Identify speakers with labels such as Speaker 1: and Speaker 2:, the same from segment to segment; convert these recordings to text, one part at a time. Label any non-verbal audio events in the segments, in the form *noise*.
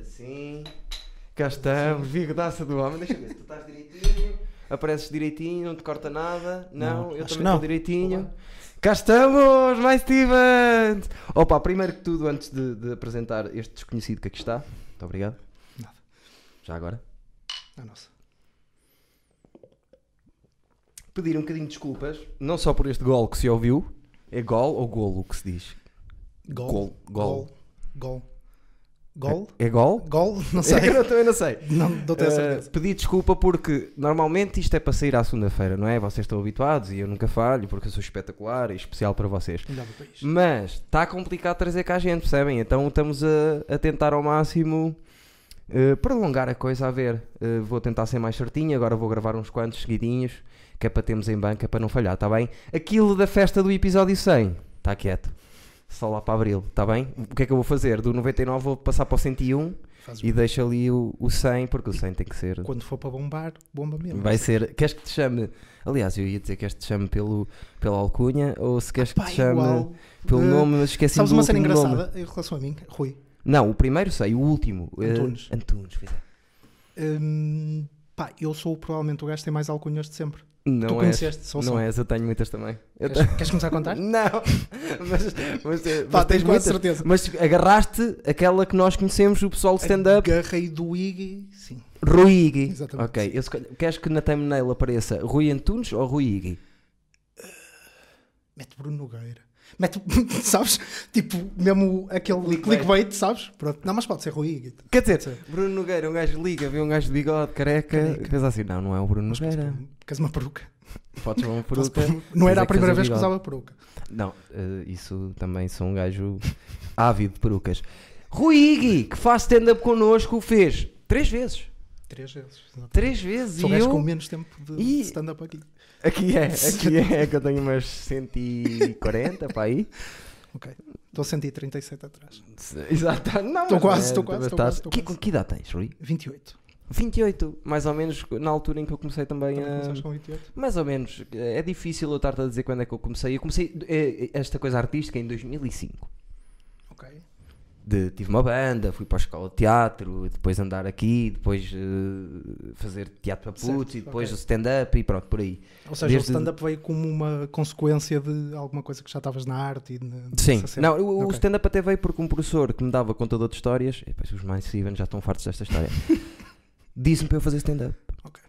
Speaker 1: assim. Cá estamos, vigordaça do homem. Deixa eu ver, tu estás direitinho, apareces direitinho, não te corta nada. Não,
Speaker 2: Não,
Speaker 1: eu
Speaker 2: acho que
Speaker 1: também
Speaker 2: não.
Speaker 1: estou direitinho. Cá estamos, mais Steven! Opa, primeiro que tudo, antes de, de apresentar este desconhecido que aqui está, muito obrigado.
Speaker 2: Nada.
Speaker 1: Já agora.
Speaker 2: Ah, nossa.
Speaker 1: Pedir um bocadinho de desculpas, não só por este gol que se ouviu, é gol ou golo que se diz?
Speaker 2: Gol.
Speaker 1: Gol.
Speaker 2: Gol. Gol.
Speaker 1: É gol?
Speaker 2: Gol. *laughs* Não sei.
Speaker 1: *laughs* eu também não sei.
Speaker 2: Não, não tenho a
Speaker 1: Eh,
Speaker 2: certeza.
Speaker 1: pedi desculpa porque normalmente isto é para sair à segunda-feira, não é? Vocês estão habituados e eu nunca falho porque eu sou espetacular e especial para vocês.
Speaker 2: Melhor do país.
Speaker 1: Mas está complicado trazer cá a gente, percebem? Então estamos a, a tentar ao máximo eh, prolongar a coisa. A ver, Eh, vou tentar ser mais certinho. Agora vou gravar uns quantos seguidinhos que é para termos em banca para não falhar, está bem? Aquilo da festa do episódio 100, está quieto. Só lá para abril, está bem? O que é que eu vou fazer? Do 99 vou passar para o 101
Speaker 2: Fazes
Speaker 1: e um? deixo ali o, o 100, porque o 100 tem que ser.
Speaker 2: Quando for para bombar, bomba mesmo.
Speaker 1: Vai ser. Queres que te chame. Aliás, eu ia dizer queres que te chame pelo, pela alcunha ou se queres que
Speaker 2: Pá,
Speaker 1: te chame
Speaker 2: igual.
Speaker 1: pelo
Speaker 2: Eh,
Speaker 1: nome, mas esqueci
Speaker 2: Sabes
Speaker 1: do
Speaker 2: uma cena
Speaker 1: último nome.
Speaker 2: engraçada em relação a mim? Rui.
Speaker 1: Não, o primeiro sei, o último. eh,
Speaker 2: Antunes.
Speaker 1: Antunes, pois é.
Speaker 2: Hum, pá, eu sou provavelmente o gajo que tem mais alcunhas de sempre.
Speaker 1: Não
Speaker 2: tu
Speaker 1: és.
Speaker 2: conheceste, só
Speaker 1: Não
Speaker 2: sou.
Speaker 1: és, eu tenho muitas também. Eu
Speaker 2: Queres, queres começar a contar?
Speaker 1: tenho- Não, mas, mas, eh,
Speaker 2: Pá,
Speaker 1: mas
Speaker 2: tens
Speaker 1: tens
Speaker 2: quase
Speaker 1: muitas.
Speaker 2: certeza.
Speaker 1: Mas agarraste aquela que nós conhecemos, o pessoal de *laughs* stand-up,
Speaker 2: Agarrei do Iggy, sim.
Speaker 1: Rui Igui.
Speaker 2: Exatamente.
Speaker 1: Ok, eu, se calhar- queres que na thumbnail apareça Rui Antunes ou Rui Igui?
Speaker 2: Mete Bruno Nogueira. Mete, *laughs* sabes? Tipo, mesmo aquele clickbait, sabes? Pronto. Não, mas pode ser Rui Iggy.
Speaker 1: Quer dizer, Bruno Nogueira, um gajo liga, vê um gajo de bigode, careca,
Speaker 2: Careca.
Speaker 1: pensa assim, não, não é o Bruno Nogueira.
Speaker 2: Queres uma peruca?
Speaker 1: Podes ver uma
Speaker 2: Posso
Speaker 1: peruca.
Speaker 2: pôr- um Não
Speaker 1: Mas é
Speaker 2: era a
Speaker 1: que tens
Speaker 2: primeira
Speaker 1: o
Speaker 2: vez que
Speaker 1: bigode.
Speaker 2: usava peruca.
Speaker 1: Não, eh, isso também sou um gajo ávido de perucas. Rui Igui, que faz stand-up connosco, fez três vezes.
Speaker 2: Três vezes. exatamente.
Speaker 1: Três vezes.
Speaker 2: Sou um
Speaker 1: e
Speaker 2: gajo
Speaker 1: eu...
Speaker 2: com menos tempo de
Speaker 1: E-
Speaker 2: stand-up aqui.
Speaker 1: Aqui
Speaker 2: *laughs*
Speaker 1: é, aqui é, que eu tenho umas 140 para
Speaker 2: *laughs*
Speaker 1: aí.
Speaker 2: Ok. Estou a 137 atrás.
Speaker 1: Exato. Não,
Speaker 2: Tô
Speaker 1: mas
Speaker 2: quase,
Speaker 1: não é,
Speaker 2: tô quase,
Speaker 1: mas
Speaker 2: tô
Speaker 1: estás-
Speaker 2: quase, tô
Speaker 1: Que,
Speaker 2: quase.
Speaker 1: que idade tens, Rui?
Speaker 2: 28.
Speaker 1: 28, mais ou menos na altura em que eu comecei também,
Speaker 2: Também
Speaker 1: a...
Speaker 2: começaste com 28?
Speaker 1: Mais ou menos. É difícil eu estar-te a dizer quando é que eu comecei. Eu comecei eh, esta coisa artística em 2005.
Speaker 2: Ok.
Speaker 1: De- tive uma banda, fui para a escola de teatro, depois andar aqui, depois eh, fazer teatro para
Speaker 2: Certo,
Speaker 1: putos e depois
Speaker 2: ok.
Speaker 1: o stand-up e pronto, por aí.
Speaker 2: Ou seja,
Speaker 1: Desde-
Speaker 2: o stand-up veio como uma consequência de alguma coisa que já estavas na arte e na,
Speaker 1: Sim,
Speaker 2: nessa cena.
Speaker 1: não, o, o
Speaker 2: Ok.
Speaker 1: stand-up até veio porque um professor que me dava contador de histórias, e depois os mais Steven já estão fartos desta história, disse-me para eu fazer stand-up.
Speaker 2: Ok.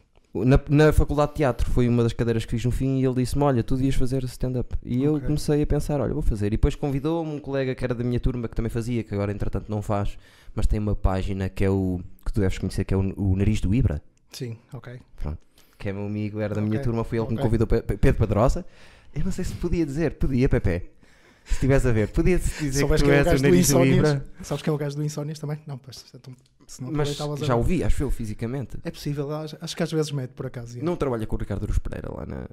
Speaker 1: Na, na faculdade de teatro foi uma das cadeiras que fiz no fim e ele disse-me: Olha, tu devias fazer stand-up. E eu
Speaker 2: Ok.
Speaker 1: comecei a pensar: Olha, vou fazer. E depois convidou-me um colega que era da minha turma, que também fazia, que agora entretanto não faz, mas tem uma página que é o que tu deves conhecer, que é o, o Nariz do Ibra,
Speaker 2: Sim, ok.
Speaker 1: que é meu amigo, era da minha
Speaker 2: Ok,
Speaker 1: turma, foi ele que me
Speaker 2: ok.
Speaker 1: convidou, Pe- Pe- Pedro Pedrosa. Eu não sei se podia dizer, podia, Pepe. Se estivesse a ver, podia-se
Speaker 2: Se
Speaker 1: dizer que
Speaker 2: Soubes
Speaker 1: tu
Speaker 2: quem é o
Speaker 1: és
Speaker 2: gajo
Speaker 1: o
Speaker 2: do
Speaker 1: Nariz do
Speaker 2: Insónias?
Speaker 1: Ibra.
Speaker 2: Sabes quem é o gajo do Insónias também? Não, pois, então, se não
Speaker 1: Mas
Speaker 2: aproveitavas
Speaker 1: já
Speaker 2: agora.
Speaker 1: ouvi, acho eu, fisicamente.
Speaker 2: É possível, acho, acho que às vezes mete por acaso. é.
Speaker 1: Não trabalha com o Ricardo Ruz Pereira lá na,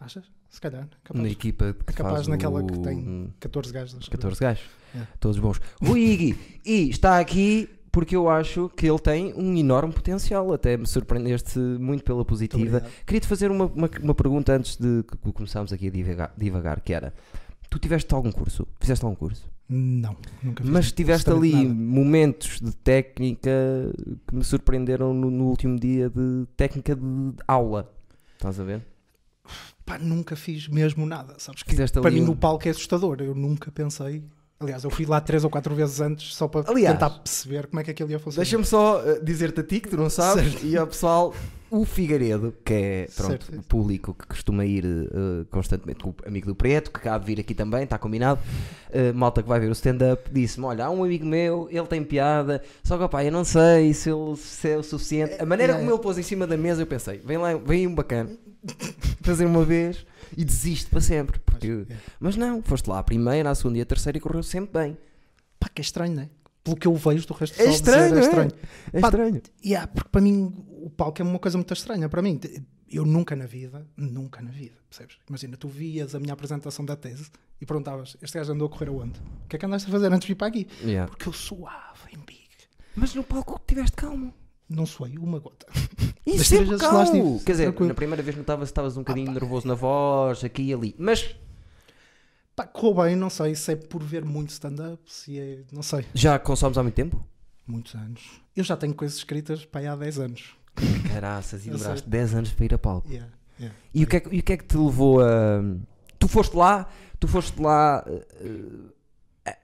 Speaker 2: Achas? Se calhar.
Speaker 1: na
Speaker 2: Capaz.
Speaker 1: equipa que
Speaker 2: É capaz
Speaker 1: faz
Speaker 2: naquela
Speaker 1: o-
Speaker 2: que tem 14 gajos. acho eu.
Speaker 1: 14 gajos.
Speaker 2: É.
Speaker 1: Todos bons. Rui Igui. E está aqui porque eu acho que ele tem um enorme potencial. Até me surpreendeste muito pela positiva.
Speaker 2: obrigado.
Speaker 1: Queria-te fazer uma, uma, uma pergunta antes de que que começarmos aqui a divagar, divagar, que era... Tu tiveste algum curso? Fizeste algum curso?
Speaker 2: Não, nunca fiz.
Speaker 1: Mas tiveste ali
Speaker 2: absolutamente
Speaker 1: momentos de técnica que me surpreenderam no, no último dia de técnica de aula. Estás a ver?
Speaker 2: Pá, nunca fiz mesmo nada. Sabes que
Speaker 1: Fizeste
Speaker 2: para
Speaker 1: ali
Speaker 2: mim
Speaker 1: um-
Speaker 2: o palco é assustador. Eu nunca pensei. Aliás, eu fui lá três ou quatro vezes antes só para
Speaker 1: Aliás,
Speaker 2: tentar perceber como é que aquilo ia funcionar.
Speaker 1: Deixa-me só eh, dizer-te a ti que tu não sabes e ao pessoal o Figueiredo, que é pronto,
Speaker 2: Certo.
Speaker 1: o público que costuma ir eh, constantemente, o amigo do Preto, que há de vir aqui também, está combinado. eh, malta que vai ver o stand-up disse-me: Olha, há um amigo meu, ele tem piada, só que opá, eu não sei se, ele, se é o suficiente. A maneira
Speaker 2: não.
Speaker 1: como ele pôs em cima da mesa, eu pensei: Vem lá, vem um
Speaker 2: *laughs*
Speaker 1: bacana, fazer uma vez e desiste para sempre.
Speaker 2: Mas,
Speaker 1: porque-
Speaker 2: é.
Speaker 1: Mas não, foste lá a primeira, a segunda e a terceira e correu sempre bem.
Speaker 2: Pá, que é estranho, não é? Pelo que eu vejo do resto do
Speaker 1: É
Speaker 2: pessoal dizer,
Speaker 1: estranho,
Speaker 2: é
Speaker 1: é?
Speaker 2: estranho.
Speaker 1: É
Speaker 2: Pá,
Speaker 1: estranho.
Speaker 2: Yeah, porque para mim o palco é uma coisa muito estranha. Para mim, te- eu nunca na vida, nunca na vida, percebes? Imagina, tu vias a minha apresentação da tese e perguntavas: este gajo andou a correr aonde? O que é que andaste a fazer antes de vir para aqui?
Speaker 1: Yeah.
Speaker 2: Porque eu suava em big.
Speaker 1: Mas no palco tiveste calmo.
Speaker 2: Não suei uma gota.
Speaker 1: E sempre
Speaker 2: Das três vezes que lá
Speaker 1: calmo.
Speaker 2: estive,
Speaker 1: é Quer dizer,
Speaker 2: tranquilo.
Speaker 1: na primeira vez notava-se que estavas um bocadinho nervoso na voz, aqui e ali. Mas
Speaker 2: Pá, correu bem, não sei se é por ver muito stand-up, se é. Não sei.
Speaker 1: já consomes há muito tempo?
Speaker 2: muitos anos. Eu já tenho coisas escritas para aí há 10 anos.
Speaker 1: Caraças, e
Speaker 2: Eu sei.
Speaker 1: demoraste 10 anos para ir a palco.
Speaker 2: Yeah, yeah.
Speaker 1: E o, que é que, e o que é que te levou a. Tu foste lá, tu foste lá eh,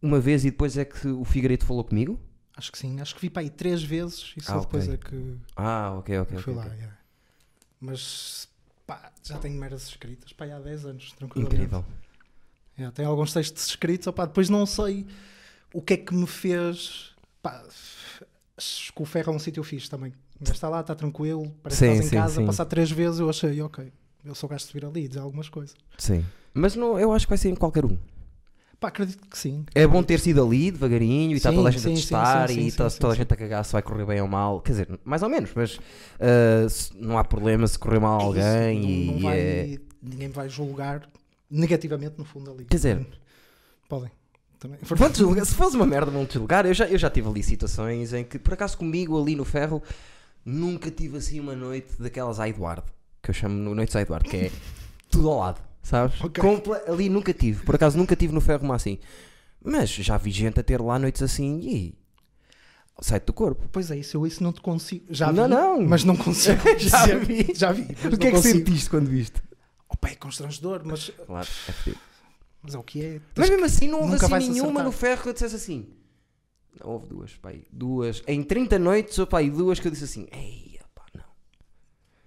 Speaker 1: uma vez e depois é que o Figueiredo falou comigo?
Speaker 2: Acho que sim, acho que vi para aí três vezes e só
Speaker 1: Ah,
Speaker 2: depois
Speaker 1: ok.
Speaker 2: é que
Speaker 1: Ah, ok, ok.
Speaker 2: fui
Speaker 1: ok,
Speaker 2: lá.
Speaker 1: ok.
Speaker 2: yeah. Mas pá, já tenho meras escritas para aí há 10 anos, tranquilamente.
Speaker 1: Incrível.
Speaker 2: Yeah, tenho alguns textos escritos, opá, depois não sei o que é que me fez. Pá, acho que o ferro é um sítio fixe também. Mas está lá, está tranquilo, parece
Speaker 1: Sim,
Speaker 2: que estás
Speaker 1: sim,
Speaker 2: em casa.
Speaker 1: sim.
Speaker 2: Passar três vezes eu achei, ok, eu sou gajo de vir ali e dizer algumas coisas.
Speaker 1: Sim. Mas não, eu acho que vai ser em qualquer um.
Speaker 2: Pá, acredito que sim.
Speaker 1: É bom ter sido ali, devagarinho, e está
Speaker 2: Sim,
Speaker 1: toda a gente a
Speaker 2: sim, sim,
Speaker 1: testar,
Speaker 2: sim, sim,
Speaker 1: e
Speaker 2: sim,
Speaker 1: está
Speaker 2: sim,
Speaker 1: toda a
Speaker 2: sim.
Speaker 1: gente a cagar se vai correr bem ou mal. Quer dizer, mais ou menos, mas ah, se- não há problema se correr mal a alguém.
Speaker 2: É Isso,
Speaker 1: e,
Speaker 2: não- não
Speaker 1: e
Speaker 2: vai-
Speaker 1: é-
Speaker 2: Ninguém vai julgar negativamente, no fundo, ali.
Speaker 1: Quer
Speaker 2: *laughs*
Speaker 1: dizer-
Speaker 2: podem. Também.
Speaker 1: Vão desligar- se fosse uma merda, vão desligar. Eu já, eu já tive ali situações em que, por acaso, comigo ali no ferro, nunca tive assim uma noite daquelas à Eduardo, que eu chamo no- Noites à Eduardo,
Speaker 2: *laughs*
Speaker 1: que é tudo ao lado, sabes?
Speaker 2: Ok.
Speaker 1: Comple- ali nunca tive, por acaso, nunca tive no ferro uma assim. Mas já vi gente a ter lá noites assim e. sai do corpo.
Speaker 2: Pois é, isso eu isso não te consigo. Já
Speaker 1: Não,
Speaker 2: vi,
Speaker 1: não.
Speaker 2: mas não consigo.
Speaker 1: *laughs* Já
Speaker 2: dizer.
Speaker 1: vi.
Speaker 2: Já vi. mas
Speaker 1: O que é
Speaker 2: não
Speaker 1: que
Speaker 2: consigo.
Speaker 1: sentiste quando viste?
Speaker 2: Opa, é constrangedor, mas,
Speaker 1: Claro, é fedido.
Speaker 2: mas é o que é.
Speaker 1: Mas mesmo assim, não houve
Speaker 2: nunca
Speaker 1: assim
Speaker 2: vais
Speaker 1: nenhuma
Speaker 2: acertar.
Speaker 1: no ferro que eu dissesse assim. Não, houve duas, pai. Duas. Em 30 noites, opa, e duas que eu disse assim. Ei, opá, não.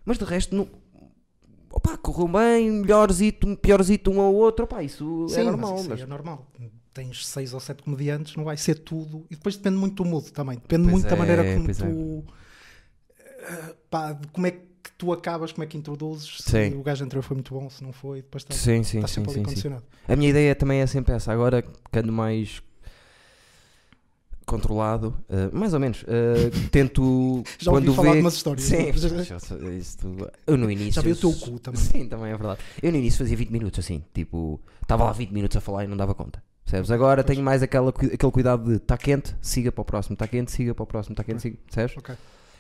Speaker 1: Mas de resto, não. Opá, correu bem, melhorzito, piorzito um ao outro, opá, isso
Speaker 2: Sim,
Speaker 1: é
Speaker 2: mas
Speaker 1: normal.
Speaker 2: isso aí
Speaker 1: Mas
Speaker 2: é normal. Tens seis ou sete comediantes, não vai ser tudo. E depois depende muito do mood também. Depende
Speaker 1: Pois
Speaker 2: muito da
Speaker 1: é,
Speaker 2: maneira como
Speaker 1: pois
Speaker 2: tu. eh, pá, de como é que tu acabas, como é que introduzes. Se
Speaker 1: Sim.
Speaker 2: o gajo anterior foi muito bom, se não foi. Depois estás,
Speaker 1: Sim, sim,
Speaker 2: estás
Speaker 1: sim, sim,
Speaker 2: tá sempre ali
Speaker 1: sim.
Speaker 2: condicionado.
Speaker 1: A minha ideia também é sempre essa. Agora que ando mais controlado, eh, mais ou menos, eh, tento
Speaker 2: *laughs* Já ouvi
Speaker 1: quando
Speaker 2: falar
Speaker 1: vê...
Speaker 2: de umas histórias.
Speaker 1: Sim,
Speaker 2: *laughs* Já-
Speaker 1: já- isto- eu no início
Speaker 2: Já vi o teu cu também.
Speaker 1: Sim, também é verdade. Eu no início fazia 20 minutos assim, tipo, estava lá 20 minutos a falar e não dava conta. Percebes? Agora tenho mais aquela, cu- aquele cuidado de está quente, siga para o próximo, está quente, siga para o próximo, está quente, siga, percebes?
Speaker 2: Ok.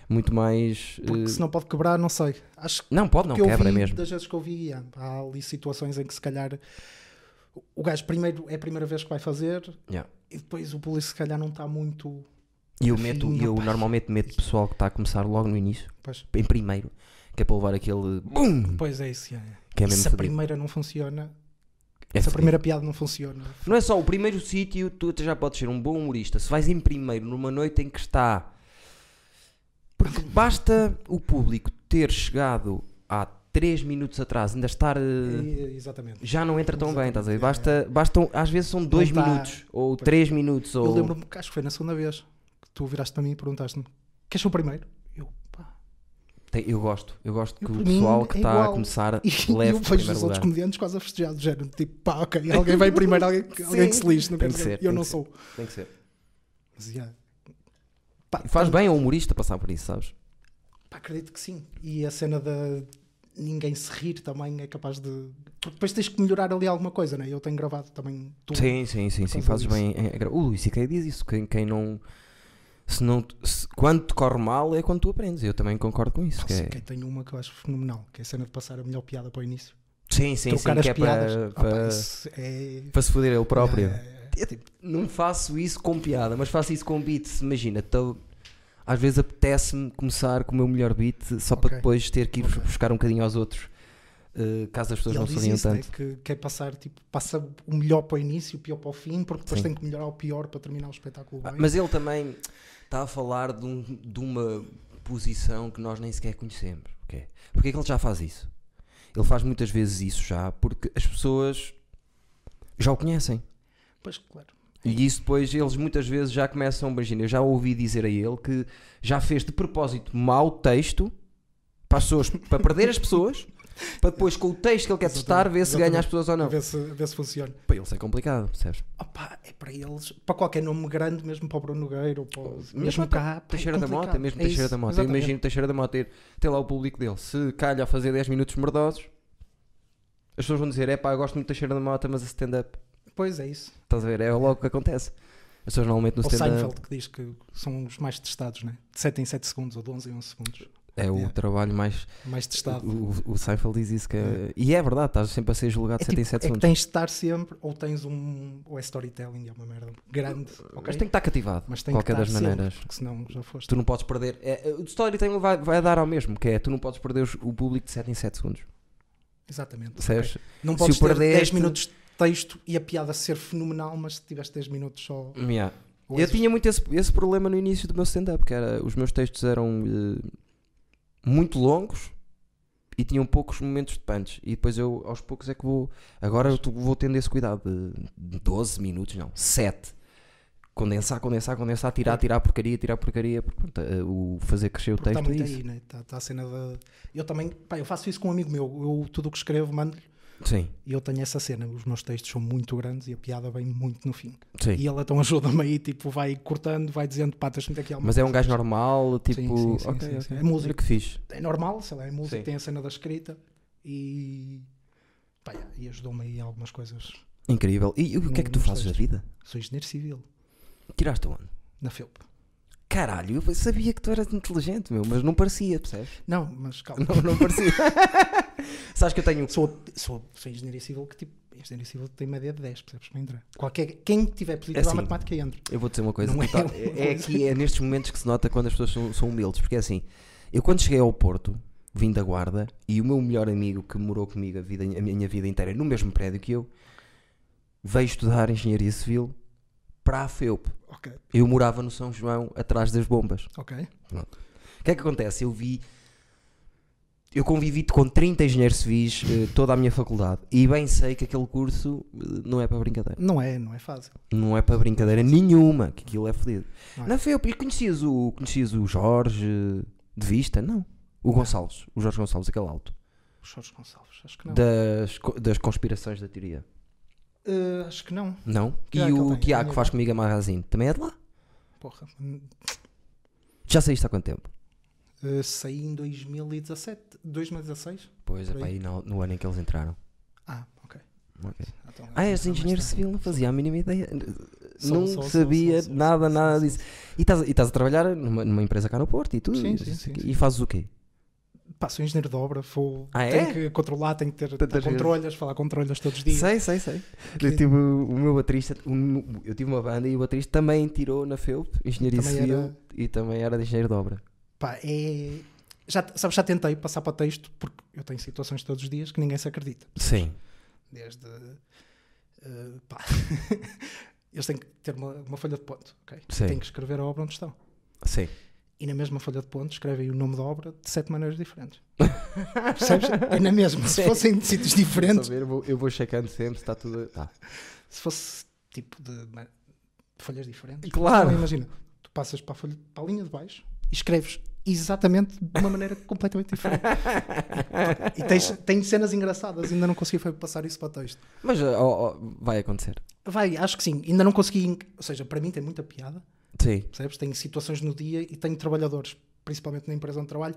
Speaker 1: Muito mais.
Speaker 2: Porque
Speaker 1: eh,
Speaker 2: se não pode quebrar, não sei. Acho
Speaker 1: Não, pode, não
Speaker 2: que eu
Speaker 1: quebra
Speaker 2: vi,
Speaker 1: mesmo.
Speaker 2: das vezes que eu vi, há, há ali situações em que se calhar o gajo primeiro é a primeira vez que vai fazer
Speaker 1: Yeah.
Speaker 2: e depois o polícia se calhar não está muito.
Speaker 1: E eu, meto,
Speaker 2: Filho,
Speaker 1: eu
Speaker 2: rapaz.
Speaker 1: normalmente meto pessoal que está a começar logo no início,
Speaker 2: Pois,
Speaker 1: em primeiro, que é para levar aquele. BUM!
Speaker 2: pois é isso. yeah, yeah.
Speaker 1: Que é
Speaker 2: E
Speaker 1: mesmo
Speaker 2: se a
Speaker 1: fedido.
Speaker 2: primeira não funciona,
Speaker 1: É
Speaker 2: se a
Speaker 1: fedido.
Speaker 2: primeira piada não funciona,
Speaker 1: Não é só o primeiro sítio, tu até já podes ser um bom humorista. Se vais em primeiro numa noite em que está. Porque basta o público ter chegado há 3 minutos atrás, ainda estar. eh,
Speaker 2: e- exatamente.
Speaker 1: Já não entra tão bem, estás a ver?
Speaker 2: Exatamente,
Speaker 1: Basta, bastam, às vezes são 2
Speaker 2: tá-
Speaker 1: minutos, ou 3 minutos,
Speaker 2: Eu
Speaker 1: ou.
Speaker 2: lembro-me que acho que foi na segunda vez que tu viraste para mim e perguntaste-me: Queres ser o primeiro? Eu, pá.
Speaker 1: Tem- Eu gosto, eu gosto
Speaker 2: Eu,
Speaker 1: que o
Speaker 2: por
Speaker 1: pessoal
Speaker 2: mim,
Speaker 1: que
Speaker 2: é
Speaker 1: está a
Speaker 2: igual.
Speaker 1: começar
Speaker 2: *laughs* E
Speaker 1: leve
Speaker 2: eu
Speaker 1: o
Speaker 2: vejo os
Speaker 1: Ah, primeiro
Speaker 2: outros
Speaker 1: lugar.
Speaker 2: comediantes quase a festejar, do género tipo, pá, ok, alguém vai
Speaker 1: *laughs*
Speaker 2: primeiro, alguém, alguém que se lixe, não
Speaker 1: Tem
Speaker 2: quero
Speaker 1: que
Speaker 2: saber.
Speaker 1: ser,
Speaker 2: Eu
Speaker 1: tem
Speaker 2: não
Speaker 1: que ser.
Speaker 2: sou.
Speaker 1: Tem que ser.
Speaker 2: Mas, yeah. Pá,
Speaker 1: E faz bem ao humorista passar por isso, sabes?
Speaker 2: Pá, acredito que sim. E a cena da ninguém se rir também é capaz de. Porque depois tens que melhorar ali alguma coisa, né? Eu tenho gravado também tudo.
Speaker 1: Sim, sim, sim, sim,
Speaker 2: causa
Speaker 1: fazes
Speaker 2: disso.
Speaker 1: bem. em- em gra- O Luís C.K. diz isso, quem, quem não. Se não te- se- quando te corre mal é quando tu aprendes, eu também concordo com isso. que é-
Speaker 2: Quem tem uma que eu acho fenomenal, que é a cena de passar a melhor piada para o início.
Speaker 1: Sim, sim, sim,
Speaker 2: Trocar
Speaker 1: que
Speaker 2: as
Speaker 1: é
Speaker 2: piadas.
Speaker 1: para,
Speaker 2: Ah, pá,
Speaker 1: para,
Speaker 2: isso é.
Speaker 1: para se foder ele próprio.
Speaker 2: É,
Speaker 1: Eu, tipo, não faço isso com piada, mas faço isso com beat. Imagina, tô- às vezes apetece-me começar com o meu melhor beat só para
Speaker 2: Ok.
Speaker 1: depois ter que ir
Speaker 2: Ok.
Speaker 1: buscar um bocadinho aos outros, eh, caso as pessoas
Speaker 2: e
Speaker 1: não
Speaker 2: ele
Speaker 1: se
Speaker 2: diz
Speaker 1: riem
Speaker 2: isso, né?
Speaker 1: tanto.
Speaker 2: que quer passar, tipo, passa o melhor para o início, o pior para o fim, porque depois
Speaker 1: Sim.
Speaker 2: tem que melhorar o pior para terminar o espetáculo
Speaker 1: Ah,
Speaker 2: bem.
Speaker 1: Mas ele também está a falar de, um- de uma posição que nós nem sequer conhecemos. ok? Porque é que ele já faz isso? Ele faz muitas vezes isso já porque as pessoas já o conhecem.
Speaker 2: Pois, claro.
Speaker 1: E isso depois eles muitas vezes já começam, imagina, eu já ouvi dizer a ele que já fez de propósito mau texto para, as pessoas, para perder as pessoas, *laughs* para depois com o texto que ele quer testar ver se ganha as pessoas ou
Speaker 2: A
Speaker 1: não.
Speaker 2: ver se, a ver se funciona.
Speaker 1: Para ele isso é complicado, percebes?
Speaker 2: Opa, é para eles, para qualquer nome grande, mesmo para o Bruno Nogueira, ou para o-
Speaker 1: Mesmo
Speaker 2: mesmo
Speaker 1: até
Speaker 2: cá, pá, é
Speaker 1: Teixeira da Mota,
Speaker 2: complicado.
Speaker 1: mesmo
Speaker 2: É
Speaker 1: Teixeira
Speaker 2: isso,
Speaker 1: da Mota. Eu
Speaker 2: exatamente.
Speaker 1: imagino Teixeira da Mota ter, ter lá o público dele. Se calha a fazer 10 minutos merdosos, as pessoas vão dizer: é pá, eu gosto muito de Teixeira da Mota, mas a stand-up.
Speaker 2: Pois é isso.
Speaker 1: Estás a ver? É logo o que acontece. As pessoas normalmente no
Speaker 2: Ou
Speaker 1: stand-up.
Speaker 2: é? Seinfeld que diz que são os mais testados, né? De 7 em 7 segundos ou de 11 em 11 segundos.
Speaker 1: É o
Speaker 2: Yeah.
Speaker 1: trabalho mais.
Speaker 2: mais testado. É
Speaker 1: O, o Seinfeld diz isso que é. E é verdade, estás sempre a ser julgado
Speaker 2: É,
Speaker 1: 7
Speaker 2: tipo,
Speaker 1: em 7
Speaker 2: é que
Speaker 1: segundos.
Speaker 2: tens de estar sempre, ou tens um. Ou é storytelling, é uma merda grande. ok?
Speaker 1: Mas tem que estar cativado,
Speaker 2: Mas
Speaker 1: de
Speaker 2: tem que
Speaker 1: qualquer
Speaker 2: estar
Speaker 1: das
Speaker 2: sempre,
Speaker 1: maneiras.
Speaker 2: Porque senão já foste.
Speaker 1: Tu não podes perder. É, é, o storytelling vai, vai dar ao mesmo, que é tu não podes perder os- o público de 7 em 7 segundos.
Speaker 2: Exatamente.
Speaker 1: Percebes?
Speaker 2: ok. Não
Speaker 1: Se
Speaker 2: podes
Speaker 1: o
Speaker 2: ter
Speaker 1: perdeste-
Speaker 2: 10 minutos de texto e a piada ser fenomenal, mas se tiveste 10 minutos só.
Speaker 1: Yeah.
Speaker 2: ou
Speaker 1: Eu
Speaker 2: és-
Speaker 1: tinha muito esse, esse problema no início do meu stand-up, que era os meus textos eram eh, muito longos e tinham poucos momentos de punch. E depois eu, aos poucos, é que vou. Agora eu tô- vou tendo esse cuidado de 12 minutos, não, 7. Condensar, condensar, condensar, tirar, tirar porcaria, tirar porcaria. porque, pronto, eh, o fazer crescer o
Speaker 2: É. Porque está
Speaker 1: texto é
Speaker 2: muito
Speaker 1: isso.
Speaker 2: aí, né? Está tá a cena da. Eu também. Pá, eu faço isso com um amigo meu. Eu tudo o que escrevo mando-lhe
Speaker 1: Sim,
Speaker 2: e eu tenho essa cena. Os meus textos são muito grandes e a piada vem muito no fim.
Speaker 1: sim.
Speaker 2: E ele então *laughs* ajuda-me aí, tipo, vai cortando, vai dizendo, pá, tens muito aqui alguma
Speaker 1: Mas é um
Speaker 2: coisa.
Speaker 1: gajo normal, tipo.
Speaker 2: sim, sim,
Speaker 1: ok,
Speaker 2: sim, sim.
Speaker 1: ok.
Speaker 2: É músico.
Speaker 1: Olha que fixe.
Speaker 2: É normal, sei lá, é música,
Speaker 1: Sim.
Speaker 2: tem a cena da escrita e. pá, yeah, e ajudou-me aí algumas coisas.
Speaker 1: Incrível. E, e o que é que tu
Speaker 2: Não
Speaker 1: fazes da vida?
Speaker 2: Sou engenheiro civil,
Speaker 1: Tiraste onde?
Speaker 2: na FEUP.
Speaker 1: Caralho, eu sabia que tu eras inteligente, meu, mas não parecia,
Speaker 2: *laughs*
Speaker 1: percebes?
Speaker 2: Não, mas calma.
Speaker 1: Não, não parecia. *laughs* Sabes que eu tenho.
Speaker 2: Sou, sou, sou engenheiro civil que tipo. Engenheiro civil tem média de 10, percebes? Para entrar. Qualquer, quem tiver positivo
Speaker 1: assim,
Speaker 2: à matemática entra.
Speaker 1: Eu vou dizer uma coisa.
Speaker 2: Não é
Speaker 1: tu tá-
Speaker 2: uma
Speaker 1: é, é
Speaker 2: coisa.
Speaker 1: aqui, é nestes momentos que se nota quando as pessoas são, são humildes, porque é assim, eu quando cheguei ao Porto, vim da Guarda, e o meu melhor amigo que morou comigo a, vida, a minha vida inteira no mesmo prédio que eu, veio estudar engenharia civil para a FEUP.
Speaker 2: Ok,
Speaker 1: Eu morava no São João, atrás das bombas.
Speaker 2: ok.
Speaker 1: O que é que acontece? Eu vi. Eu convivi com 30 engenheiros civis eh, toda a minha faculdade e bem sei que aquele curso eh, não é para brincadeira.
Speaker 2: Não é, não é fácil.
Speaker 1: Não é para brincadeira nenhuma, que aquilo é fodido.
Speaker 2: Não é.
Speaker 1: Na FEUP, e conhecias o, conhecias o Jorge eh, de vista? Não. O Gonçalves, o Jorge Gonçalves, aquele alto.
Speaker 2: O Jorge Gonçalves, acho que não.
Speaker 1: Das, co- das conspirações da teoria.
Speaker 2: Eh, acho que não,
Speaker 1: Não?
Speaker 2: Que
Speaker 1: E
Speaker 2: idade que ele
Speaker 1: o
Speaker 2: tem?
Speaker 1: Tiago
Speaker 2: Minha
Speaker 1: que faz comigo a magazine também é de lá.
Speaker 2: porra.
Speaker 1: Já saíste há quanto tempo?
Speaker 2: Eh, saí em 2017, 2016?
Speaker 1: Pois é,
Speaker 2: Por
Speaker 1: pá,
Speaker 2: aí.
Speaker 1: aí no, no ano em que eles entraram.
Speaker 2: Ah, ok.
Speaker 1: Ok.
Speaker 2: Então,
Speaker 1: Ah, és
Speaker 2: então,
Speaker 1: engenheiro
Speaker 2: mas tá.
Speaker 1: civil, não fazia a mínima ideia.
Speaker 2: Sou,
Speaker 1: não
Speaker 2: sou, sou,
Speaker 1: sabia
Speaker 2: sou, sou,
Speaker 1: nada,
Speaker 2: sou,
Speaker 1: nada
Speaker 2: sou,
Speaker 1: disso. E estás, e estás a trabalhar numa, numa empresa cá no Porto e tudo.
Speaker 2: Sim,
Speaker 1: e,
Speaker 2: sim, sim,
Speaker 1: e fazes o quê?
Speaker 2: Pá, sou engenheiro de obra, vou,
Speaker 1: Ah, é?
Speaker 2: tenho que controlar, tenho que ter
Speaker 1: Tantas
Speaker 2: tá,
Speaker 1: vezes.
Speaker 2: controlhas, falar com controlhas todos os dias.
Speaker 1: Sei, sei,
Speaker 2: *laughs*
Speaker 1: sei. Eu tive o meu baterista, o meu- eu tive uma banda e o baterista também tirou na FEUP, engenharia
Speaker 2: Também
Speaker 1: civil
Speaker 2: era-
Speaker 1: e também era de engenheiro de obra.
Speaker 2: Pá, é. Já, sabes, já tentei passar para texto, porque eu tenho situações todos os dias que ninguém se acredita.
Speaker 1: Sim.
Speaker 2: Desde. eh, pá. *laughs* Eles têm que ter uma, uma folha de ponto, ok?
Speaker 1: Sim.
Speaker 2: Têm que escrever a obra onde estão.
Speaker 1: Sim.
Speaker 2: E na mesma folha de ponto escrevem o nome da obra de sete maneiras diferentes. *laughs* Percebes? É na mesma. Se fossem de sítios diferentes,
Speaker 1: eu, vou, checando sempre se está tudo. tá. *laughs*
Speaker 2: se fosse tipo de, ma- de folhas diferentes.
Speaker 1: Claro.
Speaker 2: Então, imagina, tu passas para a, folha, para a linha de baixo e escreves exatamente de uma maneira completamente diferente. e tens, tem cenas engraçadas, ainda não consegui foi passar isso para texto.
Speaker 1: Mas ó, ó, vai acontecer.
Speaker 2: Vai, acho que sim, ainda não consegui. en- Ou seja, para mim tem muita piada,
Speaker 1: Sim.
Speaker 2: percebes? Tenho situações no dia e tenho trabalhadores, principalmente na empresa onde trabalho,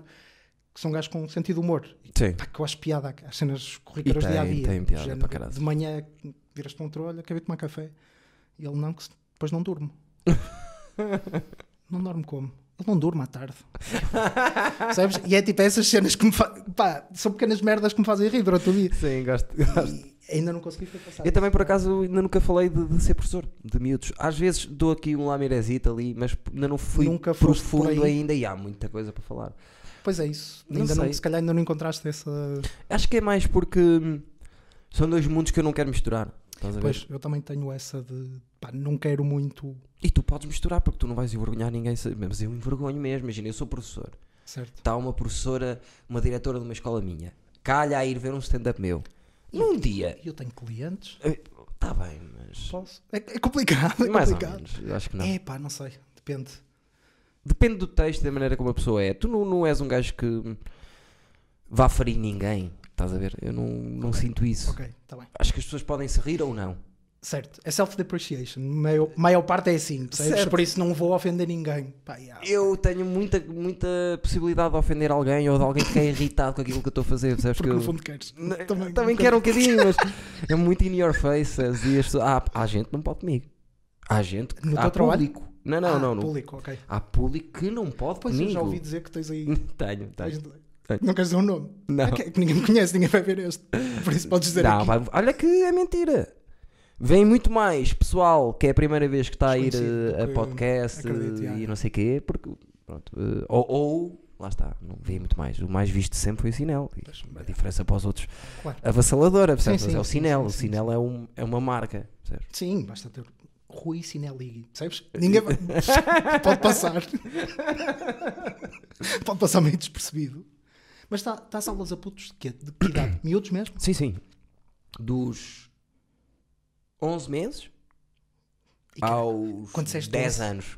Speaker 2: que são gajos com um sentido de humor.
Speaker 1: Sim.
Speaker 2: Pá, que eu acho piada às cenas corriqueiras
Speaker 1: E tem-
Speaker 2: dia a dia.
Speaker 1: tem piada
Speaker 2: Género,
Speaker 1: para caralho.
Speaker 2: De manhã viras para um trolho, acabei de tomar café. E ele não, que se- depois não durmo.
Speaker 1: *laughs*
Speaker 2: não dorme como? Ele não durmo à tarde. Sabes? E é tipo essas cenas que me fazem. Pá, são pequenas merdas que me fazem rir durante o dia.
Speaker 1: Sim, gosto.
Speaker 2: E ainda não consegui foi passar.
Speaker 1: Eu também, por acaso, ainda nunca falei de, de ser professor de miúdos. Às vezes dou aqui um lamirezito ali, mas p- ainda não fui
Speaker 2: Nunca foste por
Speaker 1: profundo
Speaker 2: aí.
Speaker 1: ainda e há muita coisa para falar.
Speaker 2: Pois é, isso.
Speaker 1: Não
Speaker 2: ainda não,
Speaker 1: sei.
Speaker 2: se calhar ainda não encontraste essa.
Speaker 1: Acho que é mais porque hum, são dois mundos que eu não quero misturar. Estás a ver?
Speaker 2: Pois, eu também tenho essa de. Pá, não quero muito.
Speaker 1: E tu podes misturar porque tu não vais envergonhar ninguém. se- Mas eu envergonho mesmo. Imagina, eu sou professor.
Speaker 2: Certo?
Speaker 1: Está uma professora, uma diretora de uma escola minha. Calha a ir ver um stand-up meu. Num dia.
Speaker 2: E eu tenho clientes.
Speaker 1: Está bem, mas.
Speaker 2: Posso? É, é complicado. É
Speaker 1: mais ou
Speaker 2: complicado.
Speaker 1: menos. eu Acho que não.
Speaker 2: É pá, não sei, depende.
Speaker 1: Depende do texto e da maneira como a pessoa é. Tu não, não és um gajo que hum, vá ferir ninguém. Estás a ver? Eu não, não sinto isso.
Speaker 2: Ok, está bem.
Speaker 1: Acho que as pessoas podem se rir ou não.
Speaker 2: Certo, é self-depreciation. Maior, maior parte é assim, percebes?
Speaker 1: Certo.
Speaker 2: Por isso não vou ofender ninguém. Pá, yeah.
Speaker 1: Eu tenho muita, muita possibilidade de ofender alguém ou de alguém que é irritado com aquilo que eu estou a fazer. Percebes
Speaker 2: Porque
Speaker 1: que
Speaker 2: no
Speaker 1: eu...
Speaker 2: fundo queres.
Speaker 1: N-
Speaker 2: Também-
Speaker 1: Também,
Speaker 2: *laughs*
Speaker 1: quero um bocadinho, mas é muito in your face. as- E as pessoas... ah, há gente que não pode comigo. Há gente que
Speaker 2: No
Speaker 1: há
Speaker 2: teu trabalho?
Speaker 1: público. Não, um não,
Speaker 2: ah,
Speaker 1: não. não.
Speaker 2: Público, ok.
Speaker 1: Há público que não pode
Speaker 2: Pois eu
Speaker 1: comigo.
Speaker 2: já ouvi dizer que tens
Speaker 1: Hum,
Speaker 2: aí.
Speaker 1: *laughs* Tenho, tenho.
Speaker 2: tens- Não queres dizer um nome?
Speaker 1: Tá Não.
Speaker 2: É que, é que ninguém me conhece, ninguém vai ver este. Por isso podes dizer
Speaker 1: Não,
Speaker 2: aqui.
Speaker 1: vai- olha que é mentira. Vem muito mais pessoal que é a primeira vez que está a ir
Speaker 2: Desconhecido
Speaker 1: eh,
Speaker 2: do
Speaker 1: a
Speaker 2: que-
Speaker 1: podcast
Speaker 2: acredito,
Speaker 1: eh,
Speaker 2: já.
Speaker 1: e não sei quê, porque pronto, eh, ou, ou- lá está, não vê muito mais. O mais visto sempre foi o Sinel. E A diferença para os outros
Speaker 2: Claro.
Speaker 1: avassaladora, percebes?
Speaker 2: Sim,
Speaker 1: Mas
Speaker 2: sim,
Speaker 1: é o
Speaker 2: sim,
Speaker 1: Sinel,
Speaker 2: sim,
Speaker 1: o
Speaker 2: sim,
Speaker 1: Sinel é, um- é uma marca, percebes?
Speaker 2: Sim, basta ter Rui Sineligi,
Speaker 1: *laughs*
Speaker 2: percebes? Ninguém vai... pode passar. pode passar meio despercebido. Mas está tá as aulas a putos de quê? De que idade? Miúdos mesmo?
Speaker 1: Sim, sim. Dos 11 meses
Speaker 2: E que-
Speaker 1: aos
Speaker 2: quando disseste
Speaker 1: 10
Speaker 2: 11?
Speaker 1: anos.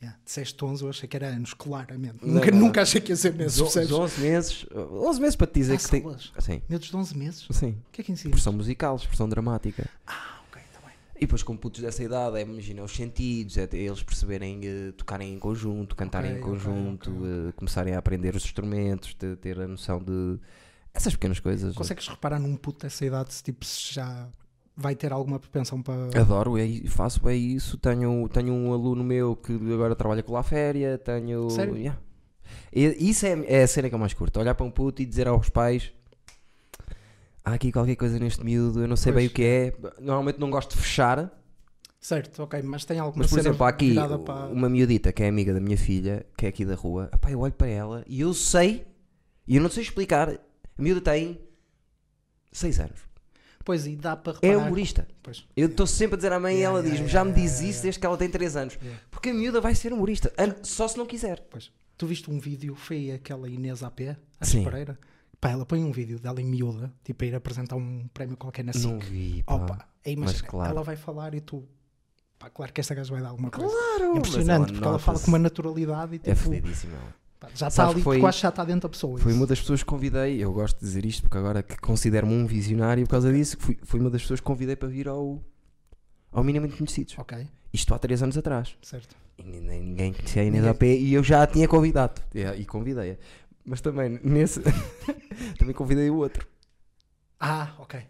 Speaker 2: Yeah, disseste 11, eu achei que era anos, claramente.
Speaker 1: Não,
Speaker 2: nunca,
Speaker 1: não, não.
Speaker 2: nunca achei que ia ser meses,
Speaker 1: Dos
Speaker 2: percebes? Ah,
Speaker 1: 11 meses, 11 meses para te dizer
Speaker 2: Há
Speaker 1: que tem.
Speaker 2: salas?
Speaker 1: Sim,
Speaker 2: Miúdos de 11 meses?
Speaker 1: sim.
Speaker 2: O que é que ensina?
Speaker 1: Expressão musical, expressão dramática.
Speaker 2: Ah, ok, está bem.
Speaker 1: E depois com putos dessa idade, é, imagina os sentidos, é eles perceberem eh, tocarem em conjunto, cantarem em
Speaker 2: Ok, ok,
Speaker 1: conjunto,
Speaker 2: ok,
Speaker 1: eh, começarem a aprender os instrumentos, te- ter a noção de essas pequenas coisas.
Speaker 2: Consegues reparar num puto dessa idade se tipo, se já vai ter alguma propensão para.
Speaker 1: Adoro, é, i- faço bem isso. Tenho, tenho um aluno meu que agora trabalha com a Féria, tenho.
Speaker 2: Sério?
Speaker 1: Yeah. E- Isso é, é a cena que eu mais curto. Olhar para um puto e dizer aos pais. Há aqui qualquer coisa neste miúdo, eu não sei bem o
Speaker 2: Pois.
Speaker 1: que é. Normalmente não gosto de fechar,
Speaker 2: Certo, ok, mas tem alguma
Speaker 1: Mas, por
Speaker 2: cena
Speaker 1: exemplo, há aqui
Speaker 2: virada para.
Speaker 1: uma miudita que é amiga da minha filha, que é aqui da rua. Epá, eu olho para ela e eu sei, e eu não sei explicar. A miúda tem 6 anos.
Speaker 2: Pois, e dá para
Speaker 1: É
Speaker 2: reparar.
Speaker 1: humorista.
Speaker 2: Pois.
Speaker 1: Eu estou sempre a dizer à mãe e
Speaker 2: Yeah,
Speaker 1: ela
Speaker 2: yeah,
Speaker 1: diz-me,
Speaker 2: yeah,
Speaker 1: já me
Speaker 2: yeah,
Speaker 1: diz
Speaker 2: yeah,
Speaker 1: isso desde que ela tem 3 anos.
Speaker 2: Yeah.
Speaker 1: Porque a miúda vai ser humorista, an- só se não quiser.
Speaker 2: Pois. Tu viste um vídeo, foi aquela Inês AP, a
Speaker 1: Sim.
Speaker 2: Pereira? Pá, ela põe um vídeo dela em miúda, tipo a ir apresentar um prémio qualquer na SIC.
Speaker 1: Não vi, pá.
Speaker 2: Opa, aí imagina,
Speaker 1: mas claro.
Speaker 2: ela vai falar e tu. Pá, claro que esta gaja vai dar alguma coisa.
Speaker 1: Claro!
Speaker 2: Impressionante, porque ela fala com uma naturalidade e
Speaker 1: É
Speaker 2: tipo,
Speaker 1: fedidíssima. ela.
Speaker 2: pá, já está
Speaker 1: Sabes
Speaker 2: ali,
Speaker 1: que foi-
Speaker 2: quase já está dentro da pessoa.
Speaker 1: Foi
Speaker 2: isso.
Speaker 1: uma das pessoas que convidei, eu gosto de dizer isto porque agora que considero-me um visionário por causa disso, que fui, fui uma das pessoas que convidei para vir ao, ao Minimamente Conhecidos.
Speaker 2: Ok,
Speaker 1: Isto há 3 anos atrás.
Speaker 2: certo.
Speaker 1: E nin- nin- ninguém conhecia a Inês AP e eu já a tinha convidado. E, e convidei-a. Mas também nesse. *laughs* também convidei o outro.
Speaker 2: Ah, ok.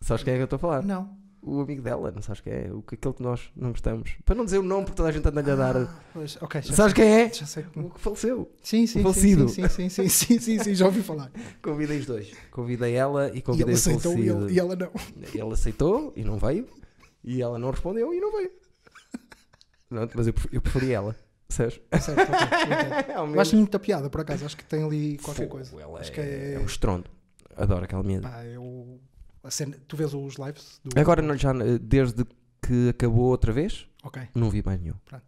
Speaker 1: Sabes quem é que eu estou a falar?
Speaker 2: Não.
Speaker 1: O amigo dela, não sabes quem é? O, que- aquele que nós não gostamos. Para não dizer o nome, porque toda a gente anda-lhe a dar.
Speaker 2: Ah, pois, ok, já
Speaker 1: sabes quem é?
Speaker 2: sei, já sei
Speaker 1: O
Speaker 2: como.
Speaker 1: que faleceu.
Speaker 2: Sim, sim, sim,
Speaker 1: falecido.
Speaker 2: sim, sim, sim, sim, sim, sim, já ouvi
Speaker 1: *laughs*
Speaker 2: falar.
Speaker 1: Convidei os dois. Convidei ela e
Speaker 2: E
Speaker 1: convidei
Speaker 2: ela
Speaker 1: o
Speaker 2: aceitou e
Speaker 1: falecido.
Speaker 2: ele, e
Speaker 1: *laughs*
Speaker 2: ela não.
Speaker 1: Ele aceitou e não veio. E ela não respondeu e não veio. *laughs* Pronto, mas eu, pref- eu preferi ela. Sabes?
Speaker 2: Certo, ok,
Speaker 1: *laughs* É,
Speaker 2: ok.
Speaker 1: ao
Speaker 2: Eu Acho muita piada, por acaso. Acho que tem ali qualquer
Speaker 1: Fogo,
Speaker 2: coisa.
Speaker 1: Ela
Speaker 2: Acho
Speaker 1: é,
Speaker 2: que é-
Speaker 1: é um estrondo. Adoro aquela minha.
Speaker 2: Pá, eu. a cena- tu vês os lives do.
Speaker 1: Agora não- já eh, desde que acabou outra vez,
Speaker 2: Ok.
Speaker 1: não vi mais nenhum.
Speaker 2: Pronto.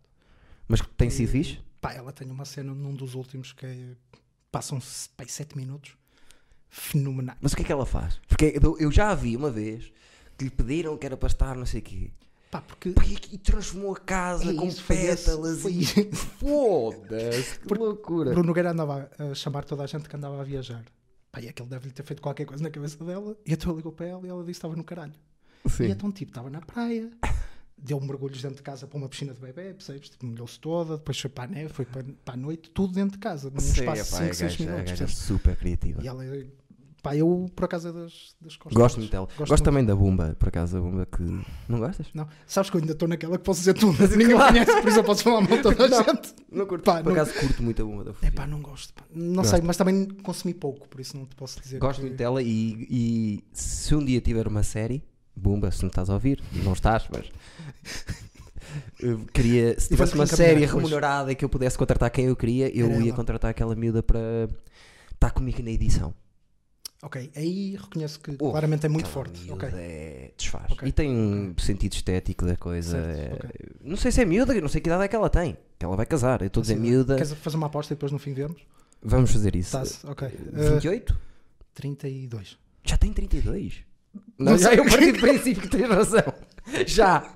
Speaker 1: Mas tem sido
Speaker 2: E-
Speaker 1: fixe?
Speaker 2: Pá, ela tem uma cena num dos últimos que é- passam-se 7 minutos. Fenomenal.
Speaker 1: Mas o que é que ela faz? Porque eu- eu já a vi uma vez que lhe pediram que era para estar não sei o quê.
Speaker 2: Pá, porque.
Speaker 1: Pá, E, e transformou a casa
Speaker 2: é
Speaker 1: com
Speaker 2: isso, foi esse-
Speaker 1: pétalas
Speaker 2: foi-
Speaker 1: e *laughs* foda-se, que loucura.
Speaker 2: Bruno Nogueira andava a chamar toda a gente que andava a viajar. Pá, e aquele deve-lhe ter feito qualquer coisa na cabeça dela. E então eu ligou para ela e ela disse que estava no caralho. E
Speaker 1: Sim.
Speaker 2: então, tipo, estava na praia, *laughs* deu mergulhos dentro de casa para uma piscina de bebê, percebes? Tipo, molhou-se toda, depois foi para a neve, foi para, para a noite, tudo dentro de casa, num
Speaker 1: Sim,
Speaker 2: um espaço de
Speaker 1: epá, a
Speaker 2: 5, 6
Speaker 1: gaja- a
Speaker 2: minutos.
Speaker 1: gaja é
Speaker 2: percebes?
Speaker 1: super criativa.
Speaker 2: E ela, pá, eu por acaso é das, das costas.
Speaker 1: Gosto muito dela. Gosto,
Speaker 2: muito.
Speaker 1: também da Bumba, por acaso, a Bumba que. Não gostas?
Speaker 2: Não, sabes que eu ainda estou naquela que posso dizer tudo, mas ninguém me conhece, por isso eu posso falar mal de toda a gente.
Speaker 1: Não curto.
Speaker 2: Pá,
Speaker 1: por
Speaker 2: não-
Speaker 1: acaso curto muito a Bumba da
Speaker 2: É
Speaker 1: Fofinha.
Speaker 2: pá, não gosto. pá. Não sei, mas também consumi pouco, por isso não te posso dizer.
Speaker 1: Gosto
Speaker 2: que-
Speaker 1: muito dela e, e se um dia tiver uma série, Bumba, se não estás a ouvir, não estás,
Speaker 2: *laughs*
Speaker 1: mas. Eu queria, se tivesse
Speaker 2: que
Speaker 1: uma
Speaker 2: encaminhar
Speaker 1: série
Speaker 2: depois.
Speaker 1: remunerada e que eu pudesse contratar quem eu queria, eu
Speaker 2: Era
Speaker 1: ia
Speaker 2: ela.
Speaker 1: contratar aquela miúda para estar comigo na edição.
Speaker 2: Ok, aí reconheço que
Speaker 1: Oh,
Speaker 2: claramente é muito
Speaker 1: Aquela
Speaker 2: forte.
Speaker 1: miúda
Speaker 2: Ok.
Speaker 1: é desfaz.
Speaker 2: Ok.
Speaker 1: E tem um sentido estético da coisa. é-
Speaker 2: Certo, ok.
Speaker 1: Não sei se é miúda, eu não sei que idade é que ela tem. Que ela vai casar. Eu estou a dizer miúda.
Speaker 2: Queres fazer uma aposta e depois no fim vemos?
Speaker 1: Vamos fazer isso.
Speaker 2: Tá-se, ok. Ah,
Speaker 1: 28?
Speaker 2: 32.
Speaker 1: Já tem 32?
Speaker 2: Não
Speaker 1: Não, já
Speaker 2: sei.
Speaker 1: eu parti do princípio que tens razão. Já!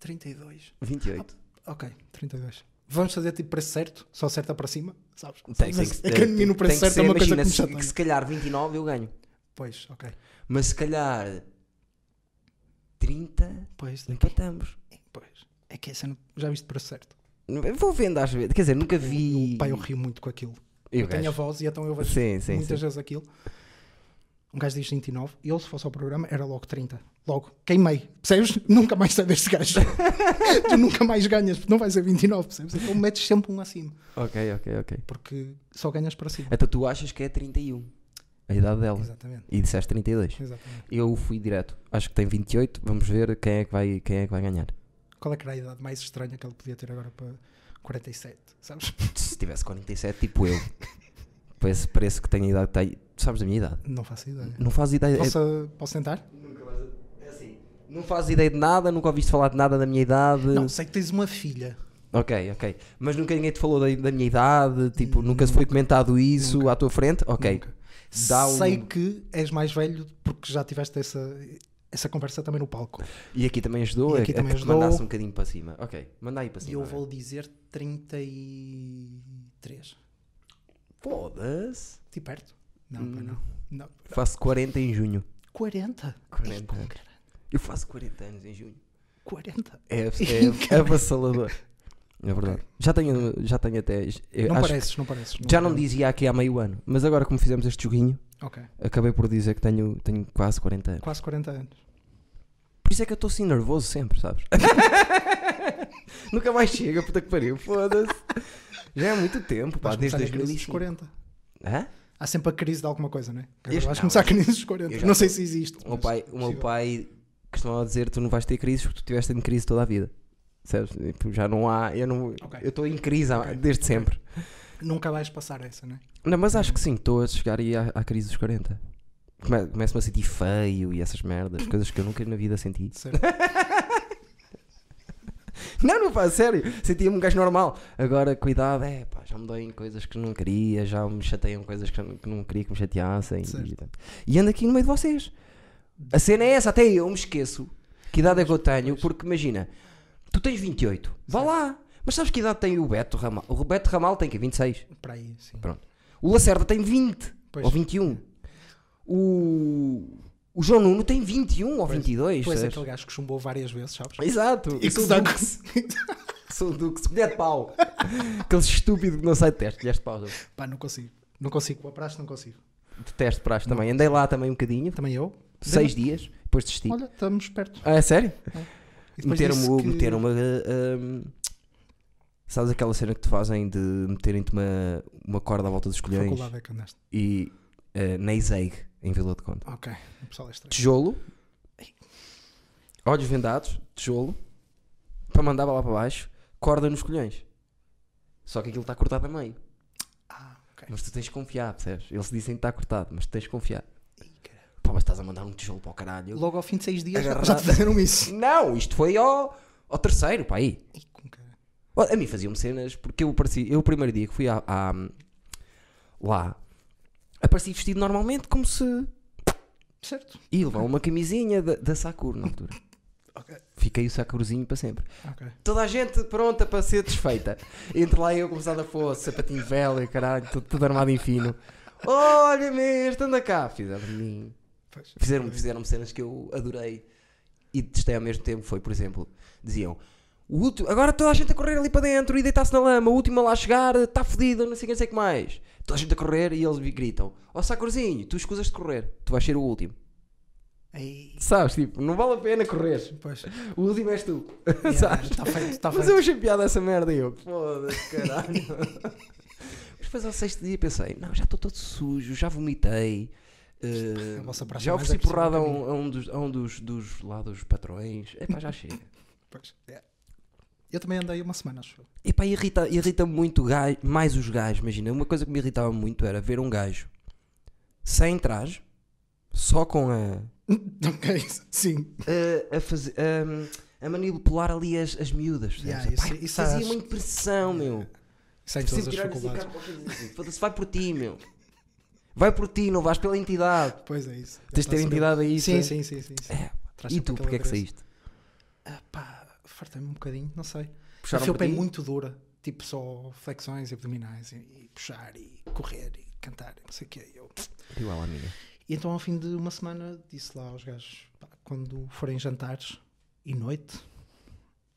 Speaker 2: 32.
Speaker 1: 28.
Speaker 2: Ok, 32. Vamos fazer tipo preço certo? Só acerta para cima? Sabes?
Speaker 1: Tem, tem
Speaker 2: é que a mim no preço
Speaker 1: tem que
Speaker 2: certo é uma coisa
Speaker 1: imagina,
Speaker 2: que me
Speaker 1: se-
Speaker 2: chateia.
Speaker 1: se calhar 29 eu ganho.
Speaker 2: Pois, ok.
Speaker 1: Mas se calhar 30
Speaker 2: Pois,
Speaker 1: empatamos.
Speaker 2: pois. É que essa não... já viste preço certo.
Speaker 1: Eu Vou vendo às vezes. Quer dizer, nunca vi.
Speaker 2: Pai, eu rio muito com aquilo.
Speaker 1: E o
Speaker 2: eu tenho a
Speaker 1: gajo?
Speaker 2: voz e então eu vejo
Speaker 1: Sim, sim,
Speaker 2: muitas
Speaker 1: sim.
Speaker 2: vezes aquilo. Um gajo diz 29, e ele se fosse ao programa era logo 30. Logo, queimei. Percebes? *laughs* Nunca mais sai
Speaker 1: *laughs*
Speaker 2: deste gajo. tu nunca mais ganhas, porque não vai ser 29, percebes? Então metes sempre um acima,
Speaker 1: Ok, ok, ok.
Speaker 2: porque só ganhas para cima.
Speaker 1: Então tu achas que é 31 a idade dela.
Speaker 2: Exatamente.
Speaker 1: E disseste 32.
Speaker 2: Exatamente.
Speaker 1: Eu fui direto. Acho que tem 28. Vamos ver quem é que vai, quem é que vai ganhar.
Speaker 2: Qual é que era a idade mais estranha que ele podia ter agora para 47? Sabes?
Speaker 1: Se tivesse 47, tipo
Speaker 2: *laughs*
Speaker 1: eu. Para esse preço que tenho a idade que tenho. Tu sabes da minha idade.
Speaker 2: Não faço ideia.
Speaker 1: Não fazes ideia.
Speaker 2: Posso, posso tentar?
Speaker 1: Nunca mais- é assim, Não fazes ideia de nada, nunca ouviste falar de nada da minha idade.
Speaker 2: Não, sei que tens uma filha.
Speaker 1: Ok, ok. Mas nunca ninguém te falou da, da minha idade, tipo, nunca se foi comentado isso à tua frente? Ok.
Speaker 2: Nunca.
Speaker 1: Dá um-
Speaker 2: Sei que és mais velho porque já tiveste essa, essa conversa também no palco.
Speaker 1: E aqui também ajudou
Speaker 2: E aqui
Speaker 1: a,
Speaker 2: também
Speaker 1: a que te
Speaker 2: ajudou.
Speaker 1: mandasse um bocadinho para cima. Ok, manda aí para cima.
Speaker 2: E eu
Speaker 1: vai.
Speaker 2: vou dizer 33.
Speaker 1: Foda-se.
Speaker 2: Ti Tipo perto? Não, pá,
Speaker 1: Hum.
Speaker 2: não. não.
Speaker 1: Faço 40 em junho.
Speaker 2: 40?
Speaker 1: 40.
Speaker 2: Ei, pá, caralho,
Speaker 1: Eu faço 40 anos em junho.
Speaker 2: 40.
Speaker 1: É, *laughs* é, avassalador. É verdade. Já tenho, já tenho até. eu
Speaker 2: Não
Speaker 1: acho
Speaker 2: pareces, não pareces.
Speaker 1: que Já não dizia aqui há meio ano, mas agora como fizemos este joguinho,
Speaker 2: Ok.
Speaker 1: acabei por dizer que tenho, tenho quase 40 anos.
Speaker 2: Quase 40 anos.
Speaker 1: Por isso é que eu estou assim nervoso sempre,
Speaker 2: *laughs*
Speaker 1: sabes? Nunca mais chega, puta que pariu, foda-se. Já é muito tempo, pá,
Speaker 2: Vais
Speaker 1: desde
Speaker 2: começar na crise dos
Speaker 1: 2005.
Speaker 2: 40.
Speaker 1: Hã?
Speaker 2: Há sempre a crise de alguma coisa, né? Agora
Speaker 1: Este
Speaker 2: Vais
Speaker 1: não,
Speaker 2: começar a
Speaker 1: este-
Speaker 2: crise dos 40.
Speaker 1: eu já
Speaker 2: Não
Speaker 1: tô-
Speaker 2: sei se existe.
Speaker 1: O meu
Speaker 2: mas
Speaker 1: pai, o meu
Speaker 2: possível.
Speaker 1: pai costumava dizer: tu não vais ter crises porque tu tiveste em crise toda a vida. Sabes? Tipo, Já não há. Eu não-
Speaker 2: Ok.
Speaker 1: eu estou em crise há-
Speaker 2: Ok,
Speaker 1: desde
Speaker 2: ok.
Speaker 1: sempre.
Speaker 2: Nunca vais passar essa, né?
Speaker 1: Não, mas acho que sim, estou a chegar aí à, à crise dos 40. Come- Começo-me a sentir feio e essas merdas, coisas que eu nunca na vida senti. *laughs*
Speaker 2: Certo.
Speaker 1: Não, não faz, sério. Sentia-me um gajo normal. Agora, cuidado, é pá, já me doem coisas que não queria, já me chateiam coisas que não- que não queria que me chateassem. E,
Speaker 2: Certo.
Speaker 1: e ando aqui no meio de vocês. A cena é essa, até eu me esqueço que idade é que eu tenho, porque imagina, tu tens 28, vá lá. Mas sabes que idade tem o Beto Ramal? O Beto Ramal tem que 26.
Speaker 2: Para aí, sim.
Speaker 1: Pronto. O Lacerda tem 20
Speaker 2: Pois.
Speaker 1: ou 21. O, o João Nuno tem 21 ou 22.
Speaker 2: Tu és
Speaker 1: sabes?
Speaker 2: aquele gajo que chumbou várias vezes, sabes?
Speaker 1: Exato.
Speaker 2: E que
Speaker 1: Sou
Speaker 2: está
Speaker 1: do- Sou o Duque, colher de pau. Aquele estúpido que não sai de teste, colher de pau. João.
Speaker 2: *laughs* Pá, não consigo. Não consigo. Com a praxe não consigo.
Speaker 1: Detesto praxe também. Andei lá também um bocadinho,
Speaker 2: Também eu.
Speaker 1: seis dias, depois desisti.
Speaker 2: Olha, estamos perto.
Speaker 1: Ah, é sério?
Speaker 2: E depois
Speaker 1: Meteram-me
Speaker 2: disse que-
Speaker 1: meteram uma. ah, ah, sabes aquela cena que te fazem de meterem-te uma, uma corda à volta dos
Speaker 2: Que
Speaker 1: colhões
Speaker 2: faculdade é que andaste?
Speaker 1: e ah, na Iseig, em Vila de Conta.
Speaker 2: Ok, o pessoal é estranho.
Speaker 1: Tijolo, olhos vendados, tijolo, para mandar lá para baixo, corda nos colhões. Só que aquilo está cortado a meio.
Speaker 2: Ah, ok.
Speaker 1: Mas tu tens de confiar, percebes? Eles dizem que está cortado, mas tu tens de confiar.
Speaker 2: Ih, caralho.
Speaker 1: Pá, mas estás a mandar um tijolo para o caralho.
Speaker 2: Logo ao fim de seis dias
Speaker 1: Agarrado.
Speaker 2: já te fizeram isso.
Speaker 1: Não, isto foi ao, ao terceiro, pá, aí.
Speaker 2: *laughs* Ih, com cara.
Speaker 1: Ó, A mim faziam-me cenas, porque eu apareci, eu o primeiro dia que fui à, à- lá, apareci vestido normalmente como se...
Speaker 2: Certo.
Speaker 1: E levava uma camisinha da, da Sakura na altura.
Speaker 2: Ok.
Speaker 1: Fiquei o Sakuruzinho para sempre.
Speaker 2: Ok.
Speaker 1: Toda a gente pronta para ser desfeita. Entre lá eu começado a força, sapatinho velho, e caralho, tudo, tudo armado em fino. Olha-me, este, anda cá. Fizeram de mim.
Speaker 2: Pois.
Speaker 1: Fizeram-me fizeram cenas que eu adorei e detestei ao mesmo tempo. Foi, por exemplo, diziam: o último, agora toda a gente a correr ali para dentro e deitar-se na lama, o último a lá chegar está fodido, não sei quem sei o que mais. Toda a gente a correr e eles me gritam: Ó Sacorzinho, tu escusas de correr, tu vais ser o último.
Speaker 2: Ei,
Speaker 1: Sabes, tipo, não vale a pena correr, *laughs*
Speaker 2: Pois.
Speaker 1: o último és tu. *laughs* Sabes?
Speaker 2: Está feito, está
Speaker 1: Mas
Speaker 2: feito.
Speaker 1: eu achei piada essa merda e eu, *laughs* foda-se, caralho. Mas depois ao sexto dia pensei, não, já estou todo sujo, já vomitei. eh,
Speaker 2: A vossa praça
Speaker 1: já
Speaker 2: é mais
Speaker 1: ofereci
Speaker 2: agressiva
Speaker 1: porrada a
Speaker 2: que a minha.
Speaker 1: um, a um dos, a um dos, dos, lá dos patrões. Epá, já chega.
Speaker 2: Pois. É. Eu também andei uma semana, acho *laughs* eu.
Speaker 1: *coughs* Epá, irrita, irrita muito o gajo, mais os gajos, imagina. Uma coisa que me irritava muito era ver um gajo sem traje, só com a...
Speaker 2: Ok, sim.
Speaker 1: a, a fazer... a, a manipular ali as, as miúdas.
Speaker 2: Yeah,
Speaker 1: sabes? Epá,
Speaker 2: isso- isso
Speaker 1: fazia
Speaker 2: acho-
Speaker 1: uma impressão, meu.
Speaker 2: Sem
Speaker 1: Sempre
Speaker 2: todas as
Speaker 1: tirar assim, cara,
Speaker 2: faculdades.
Speaker 1: qualquer coisa assim. Foda-se, vai por ti, meu. Vai por ti, não vais pela entidade.
Speaker 2: Pois é isso.
Speaker 1: Tens de ter entidade a isso.
Speaker 2: Sim,
Speaker 1: é?
Speaker 2: sim, sim, sim. sim.
Speaker 1: É.
Speaker 2: Traz
Speaker 1: E
Speaker 2: sempre
Speaker 1: tu,
Speaker 2: aquele
Speaker 1: porque é que
Speaker 2: adereço.
Speaker 1: saíste?
Speaker 2: Ah, pá, fartei-me um bocadinho, não sei.
Speaker 1: Puxaram
Speaker 2: a felpa
Speaker 1: para
Speaker 2: é
Speaker 1: ti?
Speaker 2: muito dura, tipo só flexões e abdominais e, e puxar e correr e cantar, e não sei o quê. Eu...
Speaker 1: Igual à minha.
Speaker 2: E então ao fim de uma semana disse lá aos gajos, pá, quando forem jantares e noite,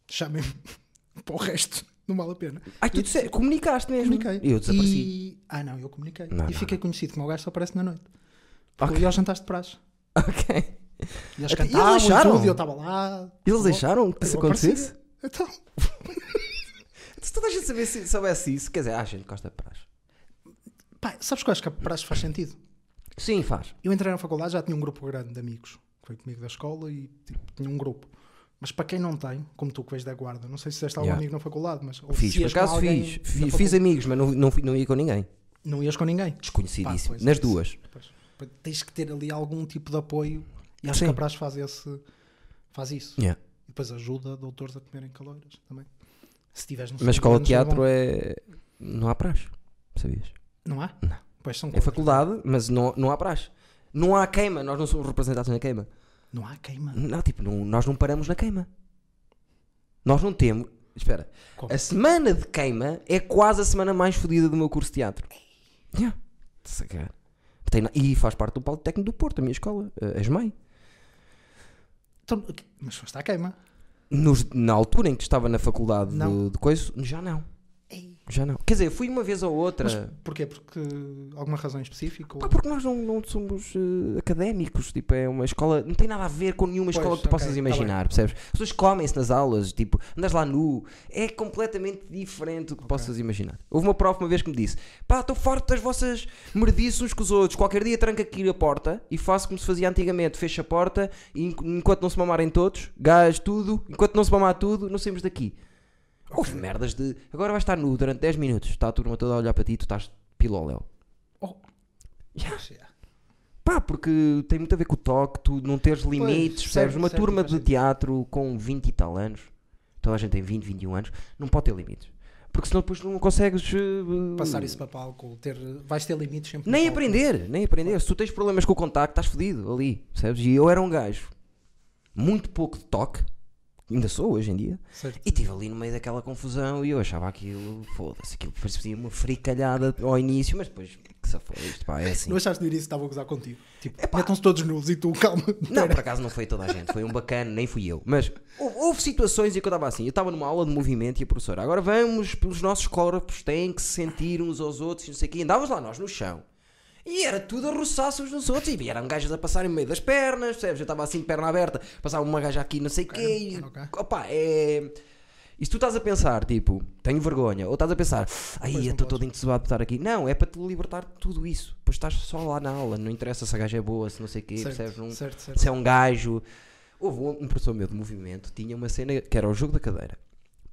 Speaker 2: chamem-me *laughs* para o resto, não vale a pena.
Speaker 1: Ai, tu disse, comunicaste mesmo.
Speaker 2: Comuniquei.
Speaker 1: Uhum. Eu desapareci.
Speaker 2: E... Ah não, eu comuniquei.
Speaker 1: Não,
Speaker 2: e
Speaker 1: não,
Speaker 2: fiquei conhecido como o gajo só aparece na noite. E aos jantares de praxe.
Speaker 1: *laughs* Ok.
Speaker 2: E eles
Speaker 1: Até- e eles
Speaker 2: cantavam e
Speaker 1: deixaram?
Speaker 2: tudo, e eu estava lá.
Speaker 1: Eles deixaram que
Speaker 2: Eu
Speaker 1: isso acontecesse?
Speaker 2: aparecia. Então,
Speaker 1: Se toda a gente soubesse, soubesse isso, quer dizer, ah, a gente gosta de praxe.
Speaker 2: pá, sabes que eu acho que a praxe faz sentido?
Speaker 1: Sim, faz.
Speaker 2: Eu entrei na faculdade já tinha um grupo grande de amigos. que Foi comigo da escola e tipo, tinha um grupo. Mas para quem não tem, como tu que vês da guarda, não sei se tens algum
Speaker 1: Yeah.
Speaker 2: amigo na faculdade, mas ou
Speaker 1: Fiz,
Speaker 2: se
Speaker 1: por
Speaker 2: ias com
Speaker 1: acaso
Speaker 2: alguém
Speaker 1: fiz.
Speaker 2: na
Speaker 1: Fiz,
Speaker 2: facu-
Speaker 1: fiz amigos, mas não, não, fui- não ia com ninguém.
Speaker 2: Não ias com ninguém. Pá,
Speaker 1: Desconhecidíssimo.
Speaker 2: pois,
Speaker 1: Nas
Speaker 2: é
Speaker 1: duas.
Speaker 2: Pois. Pois, Tens que ter ali algum tipo de apoio e acho
Speaker 1: Sim.
Speaker 2: que a praxe faz, esse, faz isso.
Speaker 1: Yeah.
Speaker 2: E depois ajuda doutores a comerem caloiras também. Se tiveres no
Speaker 1: Mas escola de teatro é. Não há praxe. Sabias?
Speaker 2: Não há?
Speaker 1: Não.
Speaker 2: Pois são
Speaker 1: É
Speaker 2: coisas.
Speaker 1: faculdade, mas não, não há praxe. Não há queima, nós não somos representados na queima.
Speaker 2: Não há queima.
Speaker 1: Não, tipo, não- nós não paramos na queima. Nós não temos. Espera.
Speaker 2: Como?
Speaker 1: A semana de queima é quase a semana mais fodida do meu curso de teatro. Yeah. De sacar. Tem na- E faz parte do palco técnico do Porto, a minha escola, a ESMAI.
Speaker 2: Então, mas foste à queima.
Speaker 1: Nos- na altura em que estava na faculdade de,
Speaker 2: Não.
Speaker 1: de coisa, já não.
Speaker 2: Ei.
Speaker 1: Já não. Quer dizer, fui uma vez ou
Speaker 2: Mas
Speaker 1: outra.
Speaker 2: porquê? Porque alguma razão específica? ou-
Speaker 1: Pá, porque nós não, não somos eh, académicos, tipo, é uma escola, não tem nada a ver com nenhuma
Speaker 2: Pois,
Speaker 1: escola que tu
Speaker 2: ok,
Speaker 1: possas
Speaker 2: tá
Speaker 1: imaginar,
Speaker 2: bem, tá
Speaker 1: percebes? As pessoas comem-se nas aulas, tipo, andas lá nu, é completamente diferente do que possas imaginar. Houve uma prof uma vez que me disse, pá, estou farto das vossas merdices uns com os outros, qualquer dia tranca aqui a porta e faço como se fazia antigamente, fecha a porta e enqu- enquanto não se mamarem todos, gás tudo, enquanto não se mamar tudo, não saímos daqui. Houve merdas de, agora vais estar nu durante 10 minutos, está a turma toda a olhar para ti, tu estás piloléu.
Speaker 2: Oh.
Speaker 1: Já.
Speaker 2: Pois, já.
Speaker 1: Pá, porque tem muito a ver com o toque, tu não teres limites,
Speaker 2: certo,
Speaker 1: percebes? Uma
Speaker 2: certo,
Speaker 1: turma
Speaker 2: faz
Speaker 1: de
Speaker 2: sentido.
Speaker 1: teatro com 20 e tal anos, toda a gente tem 20, 21 anos, não pode ter limites. Porque senão depois não consegues. eh,
Speaker 2: Passar isso para palco, ter, vais ter limites sempre. no
Speaker 1: Nem
Speaker 2: palco.
Speaker 1: aprender, nem aprender. Se tu tens problemas com o contacto, estás fodido ali, percebes? E eu era um gajo muito pouco de toque, ainda sou hoje em dia,
Speaker 2: Certo.
Speaker 1: e estive ali no meio daquela confusão e eu achava aquilo, foda-se, aquilo parecia uma fricalhada ao início, mas depois, que se foi isto, pá, é assim.
Speaker 2: Não achaste no início que estava a gozar contigo? Tipo, metam-se todos nus e tu, *laughs* calma.
Speaker 1: Não, por acaso não foi toda a gente, foi um bacana, nem fui eu. Mas houve, houve situações em que eu estava assim, eu estava numa aula de movimento e a professora, agora vamos, pelos nossos corpos têm que se sentir uns aos outros e não sei o quê. Andávamos lá nós no chão. E era tudo a roçar-se uns nos outros. E eram gajas a passarem no meio das pernas, percebes? Eu estava assim de perna aberta, passava uma gaja aqui, não sei o quê. E,
Speaker 2: ok.
Speaker 1: Opa, é... E se tu estás a pensar, tipo, tenho vergonha, ou estás a pensar, ai, eu
Speaker 2: não
Speaker 1: estou todo entesouado de estar aqui. Não, é para te libertar de tudo isso. Pois estás só lá na aula, não interessa se a gaja é boa, se não sei o quê, percebes? Não-
Speaker 2: Certo, certo, certo.
Speaker 1: se é um gajo. Houve um, um professor meu de movimento, tinha uma cena que era o jogo da cadeira,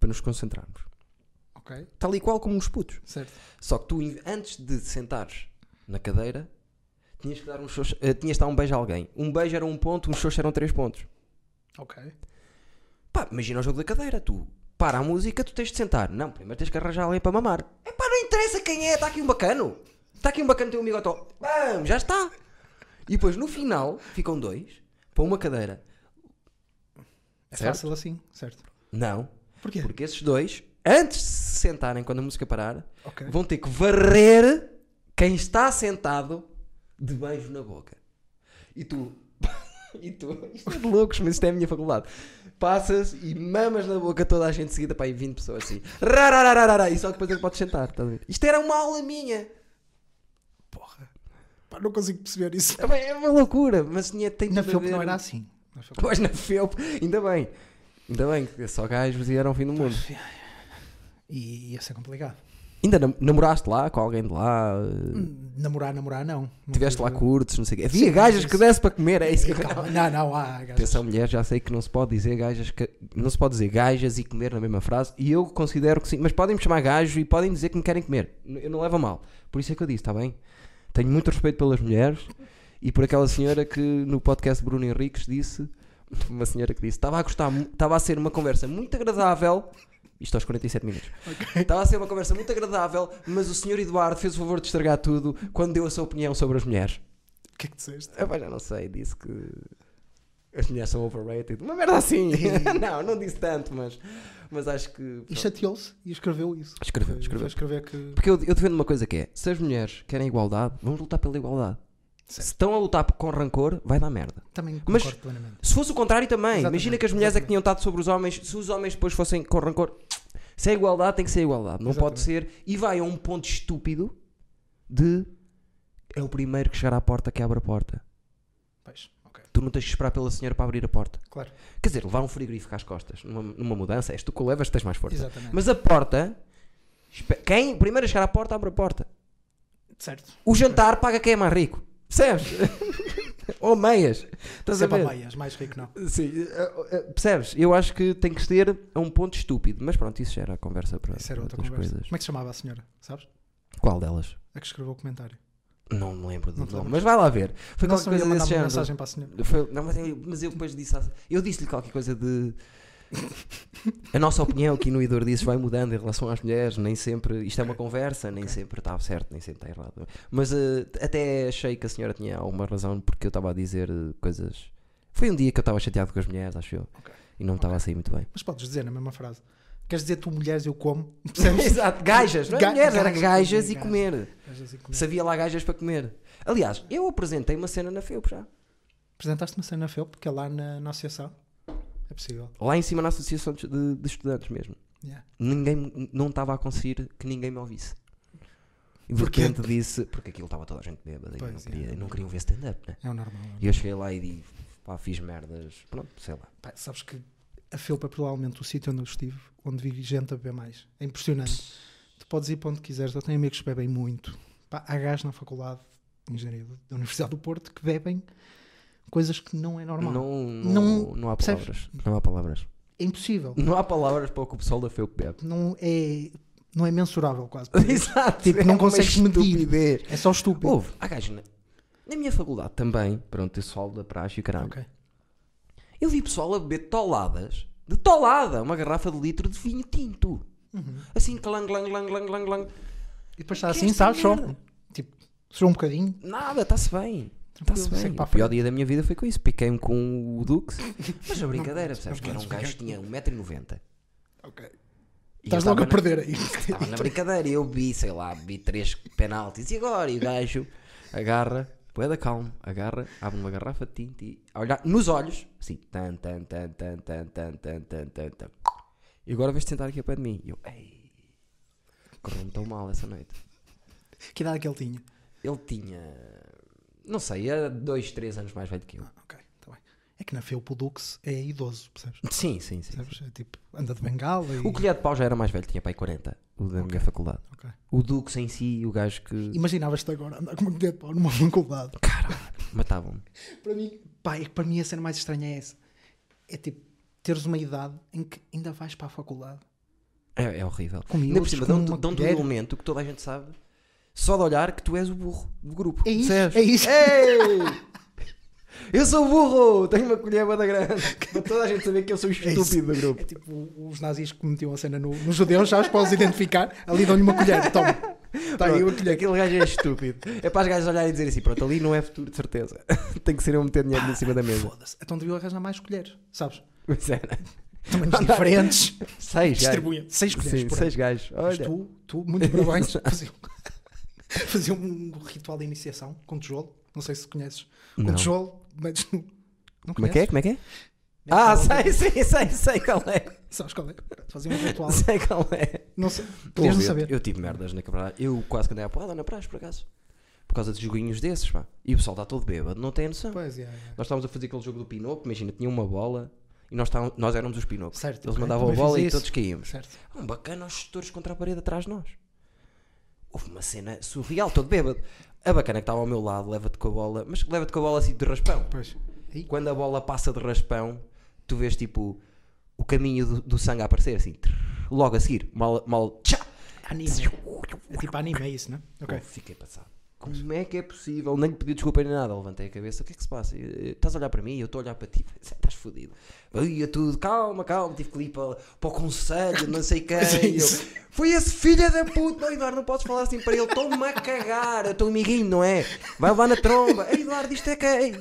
Speaker 1: para nos concentrarmos.
Speaker 2: Ok,
Speaker 1: Tal e qual como os putos.
Speaker 2: certo.
Speaker 1: Só que tu, em- antes de sentares na cadeira, tinhas que dar um xoxo, eh, tinhas de dar um beijo a alguém. Um beijo era um ponto, um xoxo eram três pontos.
Speaker 2: Ok.
Speaker 1: Pá, imagina o jogo da cadeira, tu para a música, tu tens de sentar. Não, primeiro tens que arranjar alguém para mamar. É pá, não interessa quem é, está aqui um bacano. Está aqui um bacano teu amigo Otó. Bam, já está. E depois no final ficam dois para uma cadeira.
Speaker 2: É
Speaker 1: Certo?
Speaker 2: fácil assim, certo.
Speaker 1: Não,
Speaker 2: Porquê?
Speaker 1: Porque esses dois, antes de se sentarem, quando a música parar,
Speaker 2: Ok.
Speaker 1: vão ter que varrer quem está sentado de beijo na boca. E tu. *laughs* E tu, isto é de loucos, mas isto é a minha faculdade. Passas e mamas na boca toda a gente seguida para aí 20 pessoas assim. Rararararara, e só depois é que podes sentar. estás a ver? Isto era uma aula minha.
Speaker 2: Porra. Pá, não consigo perceber
Speaker 1: *laughs*
Speaker 2: isso.
Speaker 1: É uma- É uma loucura, mas tinha, tem
Speaker 2: Na
Speaker 1: tudo a
Speaker 2: FEUP
Speaker 1: ver-
Speaker 2: não era assim. Na FEUP.
Speaker 1: Pois na FEUP, ainda bem. Ainda bem que só gajos e era o fim do mundo.
Speaker 2: E ia ser complicado.
Speaker 1: Ainda nam- namoraste lá com alguém de lá?
Speaker 2: Namorar, namorar, não. não
Speaker 1: Hum. Tiveste
Speaker 2: tive-
Speaker 1: lá curtos, não sei o quê.
Speaker 2: Sim,
Speaker 1: Havia gajas
Speaker 2: isso.
Speaker 1: que desse para comer, é isso que
Speaker 2: Ei, *laughs* calma. Não, não, ah,
Speaker 1: *laughs*
Speaker 2: há gajas.
Speaker 1: Atenção, mulher, já sei que não se pode dizer gajas que- não se pode dizer gajas e comer na mesma frase, e eu considero que sim, mas podem me chamar gajo e podem dizer que me querem comer. N- Eu não levo a mal. Por isso é que eu disse, está bem? Tenho muito respeito pelas mulheres e por aquela senhora que no podcast de Bruno Henriques disse, *laughs* uma senhora que disse, estava a gostar, mu- estava a ser uma conversa muito agradável. Isto aos 47 minutos. Estava a ser uma conversa muito agradável, mas o senhor Eduardo fez o favor de estragar tudo quando deu a sua opinião sobre as mulheres.
Speaker 2: O que é que disseste?
Speaker 1: Eu pá, já não sei, disse que as mulheres são overrated. Uma merda *laughs* assim. não, não disse tanto, mas, mas acho que.
Speaker 2: E chateou-se e escreveu isso.
Speaker 1: Escreveu,
Speaker 2: Foi-
Speaker 1: escreveu.
Speaker 2: foi escrever que.
Speaker 1: é Porque eu, eu defendo uma coisa que é: se as mulheres querem igualdade, vamos lutar pela igualdade. Se
Speaker 2: Certo.
Speaker 1: estão a lutar com rancor, vai dar merda.
Speaker 2: Também
Speaker 1: Mas-
Speaker 2: concordo plenamente.
Speaker 1: Se fosse o contrário também,
Speaker 2: Exatamente,
Speaker 1: imagina que as mulheres é que
Speaker 2: exatamente.
Speaker 1: tinham estado sobre os homens, se os homens depois fossem com rancor, se é igualdade, tem que ser igualdade, não pode ser. E vai a um ponto estúpido de é o primeiro que chegar à porta que abre a porta.
Speaker 2: Pois, ok,
Speaker 1: Tu não tens de esperar pela senhora para abrir a porta.
Speaker 2: claro.
Speaker 1: Quer dizer, levar um frigorífico às costas numa, numa mudança, és tu que o levas, tens mais força.
Speaker 2: Exatamente.
Speaker 1: Mas a porta, espe- quem primeiro a chegar à porta, abre a porta.
Speaker 2: certo.
Speaker 1: O jantar paga quem é mais rico.
Speaker 2: *laughs*
Speaker 1: Percebes? Ou meias. Estás a
Speaker 2: Sempre
Speaker 1: ver?
Speaker 2: a meias, mais rico não.
Speaker 1: Sim, eh, eh, percebes? Eu acho que tem que ser a um ponto estúpido, mas pronto, isso já era a conversa para
Speaker 2: Isso era
Speaker 1: para
Speaker 2: outra
Speaker 1: outras
Speaker 2: conversa.
Speaker 1: coisas.
Speaker 2: Como é que se chamava a senhora? Sabes?
Speaker 1: Qual delas?
Speaker 2: A que escreveu o comentário.
Speaker 1: Não me lembro do
Speaker 2: Não te
Speaker 1: nome,
Speaker 2: lembras?
Speaker 1: mas vai lá ver. Foi
Speaker 2: não
Speaker 1: qualquer coisa
Speaker 2: mandar
Speaker 1: desse
Speaker 2: uma
Speaker 1: género.
Speaker 2: mensagem para a senhora.
Speaker 1: Foi- não, mas, eu, mas eu depois disse. à- Eu disse-lhe qualquer coisa de. A nossa opinião aqui no Idor disse vai mudando em relação às mulheres, nem sempre. Isto é uma conversa, nem sempre está certo, nem sempre está errado. Mas eh, até achei que a senhora tinha alguma razão porque eu estava a dizer eh, coisas. Foi um dia que eu estava chateado com as mulheres, acho eu.
Speaker 2: Ok.
Speaker 1: E não me estava a sair muito bem. *laughs*
Speaker 2: Mas podes dizer na mesma frase. Queres dizer tu mulheres eu como? *laughs* Percebes?
Speaker 1: Exato, gajas, não é
Speaker 2: Ga-
Speaker 1: mulheres, era
Speaker 2: gajas,
Speaker 1: gajas e
Speaker 2: gajas.
Speaker 1: comer.
Speaker 2: Queres dizer como?
Speaker 1: Sabia lá gajas para comer. Aliás, eu apresentei uma cena na FEUP já.
Speaker 2: Apresentaste uma cena FEUP, porque é lá na, na associação. É possível.
Speaker 1: Lá em cima na Associação de- de- de Estudantes mesmo.
Speaker 2: Yeah.
Speaker 1: ninguém não estava a conseguir que ninguém me ouvisse. E de
Speaker 2: Porquê?
Speaker 1: repente disse, porque aquilo estava toda a gente bêbada e eu não,
Speaker 2: Pois é.
Speaker 1: queria, não queriam ver stand-up, né?
Speaker 2: É o normal. é o normal.
Speaker 1: E eu cheguei lá e disse, pá, fiz merdas, pronto, sei lá.
Speaker 2: Pá, sabes que a FEUP é provavelmente o sítio onde eu estive, onde vi gente a beber mais. É impressionante. Tu podes ir para onde quiseres. Eu tenho amigos que bebem muito. Pá, há gajos na faculdade de Engenharia da Universidade do Porto que bebem coisas que não é normal.
Speaker 1: Não, não, não, há
Speaker 2: percebes?
Speaker 1: palavras. Não há palavras.
Speaker 2: É impossível.
Speaker 1: Não há palavras para o que o pessoal da FEU bebe.
Speaker 2: Não é, não é
Speaker 1: *laughs*
Speaker 2: mensurável quase.
Speaker 1: Exato.
Speaker 2: Tipo, não consegues medir.
Speaker 1: medir.
Speaker 2: É só estúpido.
Speaker 1: Houve, há gajos na, na minha faculdade também, pronto, esse sol da praxe e o caralho.
Speaker 2: Ok.
Speaker 1: Eu vi pessoal a beber toladas, de tolada, uma garrafa de litro de vinho tinto.
Speaker 2: Uhum.
Speaker 1: Assim, clang, clang, clang, clang, clang, clang.
Speaker 2: E depois está
Speaker 1: Que
Speaker 2: assim,
Speaker 1: esta
Speaker 2: sabes? Só,
Speaker 1: merda.
Speaker 2: tipo, só um bocadinho.
Speaker 1: Nada, está-se bem. Está-se
Speaker 2: segue
Speaker 1: bem.
Speaker 2: Então, para a
Speaker 1: O pior
Speaker 2: frente.
Speaker 1: dia da minha vida foi com isso. Piquei-me com o
Speaker 2: *laughs*
Speaker 1: Dux. Mas a brincadeira, percebes? Que era um gajo que tinha 1,90m.
Speaker 2: Ok.
Speaker 1: E
Speaker 2: Estás
Speaker 1: eu
Speaker 2: logo a
Speaker 1: estava na- Tá.
Speaker 2: perder
Speaker 1: *laughs*
Speaker 2: aí.
Speaker 1: Estava na brincadeira e eu vi, sei lá, vi três penaltis. E agora? E o gajo agarra, poeda calmo, agarra, abre uma garrafa de tinta e a olhar nos olhos, assim, tan, tan, tan, tan, tan, tan, tan, tan, tan, tan. E agora vais sentar aqui ao pé de mim. E eu, ei, correu-me tão mal essa noite.
Speaker 2: *laughs* Que idade é que ele tinha?
Speaker 1: Ele tinha, não sei, era dois, três anos mais velho que eu.
Speaker 2: Ok, está bem. É que na Felpo Dux é idoso, percebes?
Speaker 1: Sim, sim, sim.
Speaker 2: Percebes? É tipo, anda de bengala e.
Speaker 1: O colher de pau já era mais velho, tinha pai 40, o da minha faculdade.
Speaker 2: Ok.
Speaker 1: O Dux em si, o gajo que.
Speaker 2: Imaginavas-te agora andar com uma colher de pau numa faculdade.
Speaker 1: Caralho, matavam-me.
Speaker 2: Para mim, pá, é que para mim a cena mais estranha é essa. É tipo, teres uma idade em que ainda vais para a faculdade.
Speaker 1: É, é horrível.
Speaker 2: Com
Speaker 1: Ainda por
Speaker 2: miúdos,
Speaker 1: cima,
Speaker 2: com
Speaker 1: dão-te
Speaker 2: uma
Speaker 1: dão-te um
Speaker 2: colher.
Speaker 1: elemento que toda a gente sabe, só de olhar que tu és o burro do grupo.
Speaker 2: É isso,
Speaker 1: Percebes?
Speaker 2: é isso.
Speaker 1: Ei! Eu sou burro! Tenho uma colher bada grande. Para toda a gente saber que eu sou o
Speaker 2: É isso.
Speaker 1: estúpido do grupo.
Speaker 2: É tipo os nazis que metiam a cena no- nos judeus, sabes? Para os identificar, ali dão-lhe uma colher,
Speaker 1: *laughs*
Speaker 2: toma. Está Tá aí
Speaker 1: Pronto,
Speaker 2: uma colher.
Speaker 1: Aquele gajo é estúpido. É para os gajos olharem e dizer assim: pronto, ali não é futuro, de certeza. *laughs* Tem que ser eu meter dinheiro em cima da mesa.
Speaker 2: Foda-se. Então deviam arranjar mais colheres, sabes?
Speaker 1: Pois era.
Speaker 2: Tamanhos diferentes.
Speaker 1: Seis gajos.
Speaker 2: Distribuíam. Seis colheres
Speaker 1: Sim,
Speaker 2: por
Speaker 1: seis gajos.
Speaker 2: Mas
Speaker 1: Olha.
Speaker 2: tu, tu,
Speaker 1: *laughs*
Speaker 2: muito parabéns, *laughs* faziam, faziam um ritual de iniciação com tijolo. Não sei se conheces. Com
Speaker 1: Não.
Speaker 2: tijolo, metes no. Não
Speaker 1: Como é
Speaker 2: conheces?
Speaker 1: que é? Como é que é?
Speaker 2: Metes
Speaker 1: Ah,
Speaker 2: na
Speaker 1: sei,
Speaker 2: boca.
Speaker 1: sei, sei, sei qual é.
Speaker 2: Sabes qual é? Faziam um ritual.
Speaker 1: Sei qual é.
Speaker 2: Não sei.
Speaker 1: Estou a
Speaker 2: Podias não
Speaker 1: ver.
Speaker 2: saber.
Speaker 1: Eu tive merdas na praia. Eu quase que andei à porrada na praia, por acaso. Por causa de joguinhos desses, pá. E o pessoal está todo bêbado, não tem noção.
Speaker 2: Pois é. é.
Speaker 1: Nós estávamos a fazer aquele jogo do Pinoco, imagina, tinha uma bola e nós, estávamos, nós éramos os Pinocos.
Speaker 2: Certo,
Speaker 1: Eles
Speaker 2: ok,
Speaker 1: mandavam a
Speaker 2: também
Speaker 1: bola
Speaker 2: fiz
Speaker 1: e
Speaker 2: isso.
Speaker 1: todos caímos.
Speaker 2: Certo.
Speaker 1: Um bacana, os setores contra a parede atrás de nós. Houve uma cena surreal, todo bêbado. A bacana é que estava ao meu lado leva-te com a bola, mas leva-te com a bola assim de raspão.
Speaker 2: Pois. Aí,
Speaker 1: Quando a bola passa de raspão, tu vês tipo o caminho do, do sangue a aparecer, assim, trrr, logo a seguir, mal, mal, tchá!
Speaker 2: anime. É tipo anime, é isso, né? Ok.
Speaker 1: Eu fiquei passado. Como é que é possível? Nem lhe pedi desculpa nem nada. Levantei a cabeça. O que é que se passa? Eh, Estás a olhar para mim? Eu estou a olhar para ti. *laughs* Estás fodido. Aí é tudo. Calma, calma. Tive que ir para, para o conselho, não sei *laughs* quem.
Speaker 2: Pois é
Speaker 1: Eu,
Speaker 2: isso.
Speaker 1: Foi esse filho da puta. Não, Eduardo, não podes falar assim para ele. Estou-me a cagar. Eu Estou amiguinho, não é? Vai levar na tromba. Ei, Eduardo, isto é que... ei,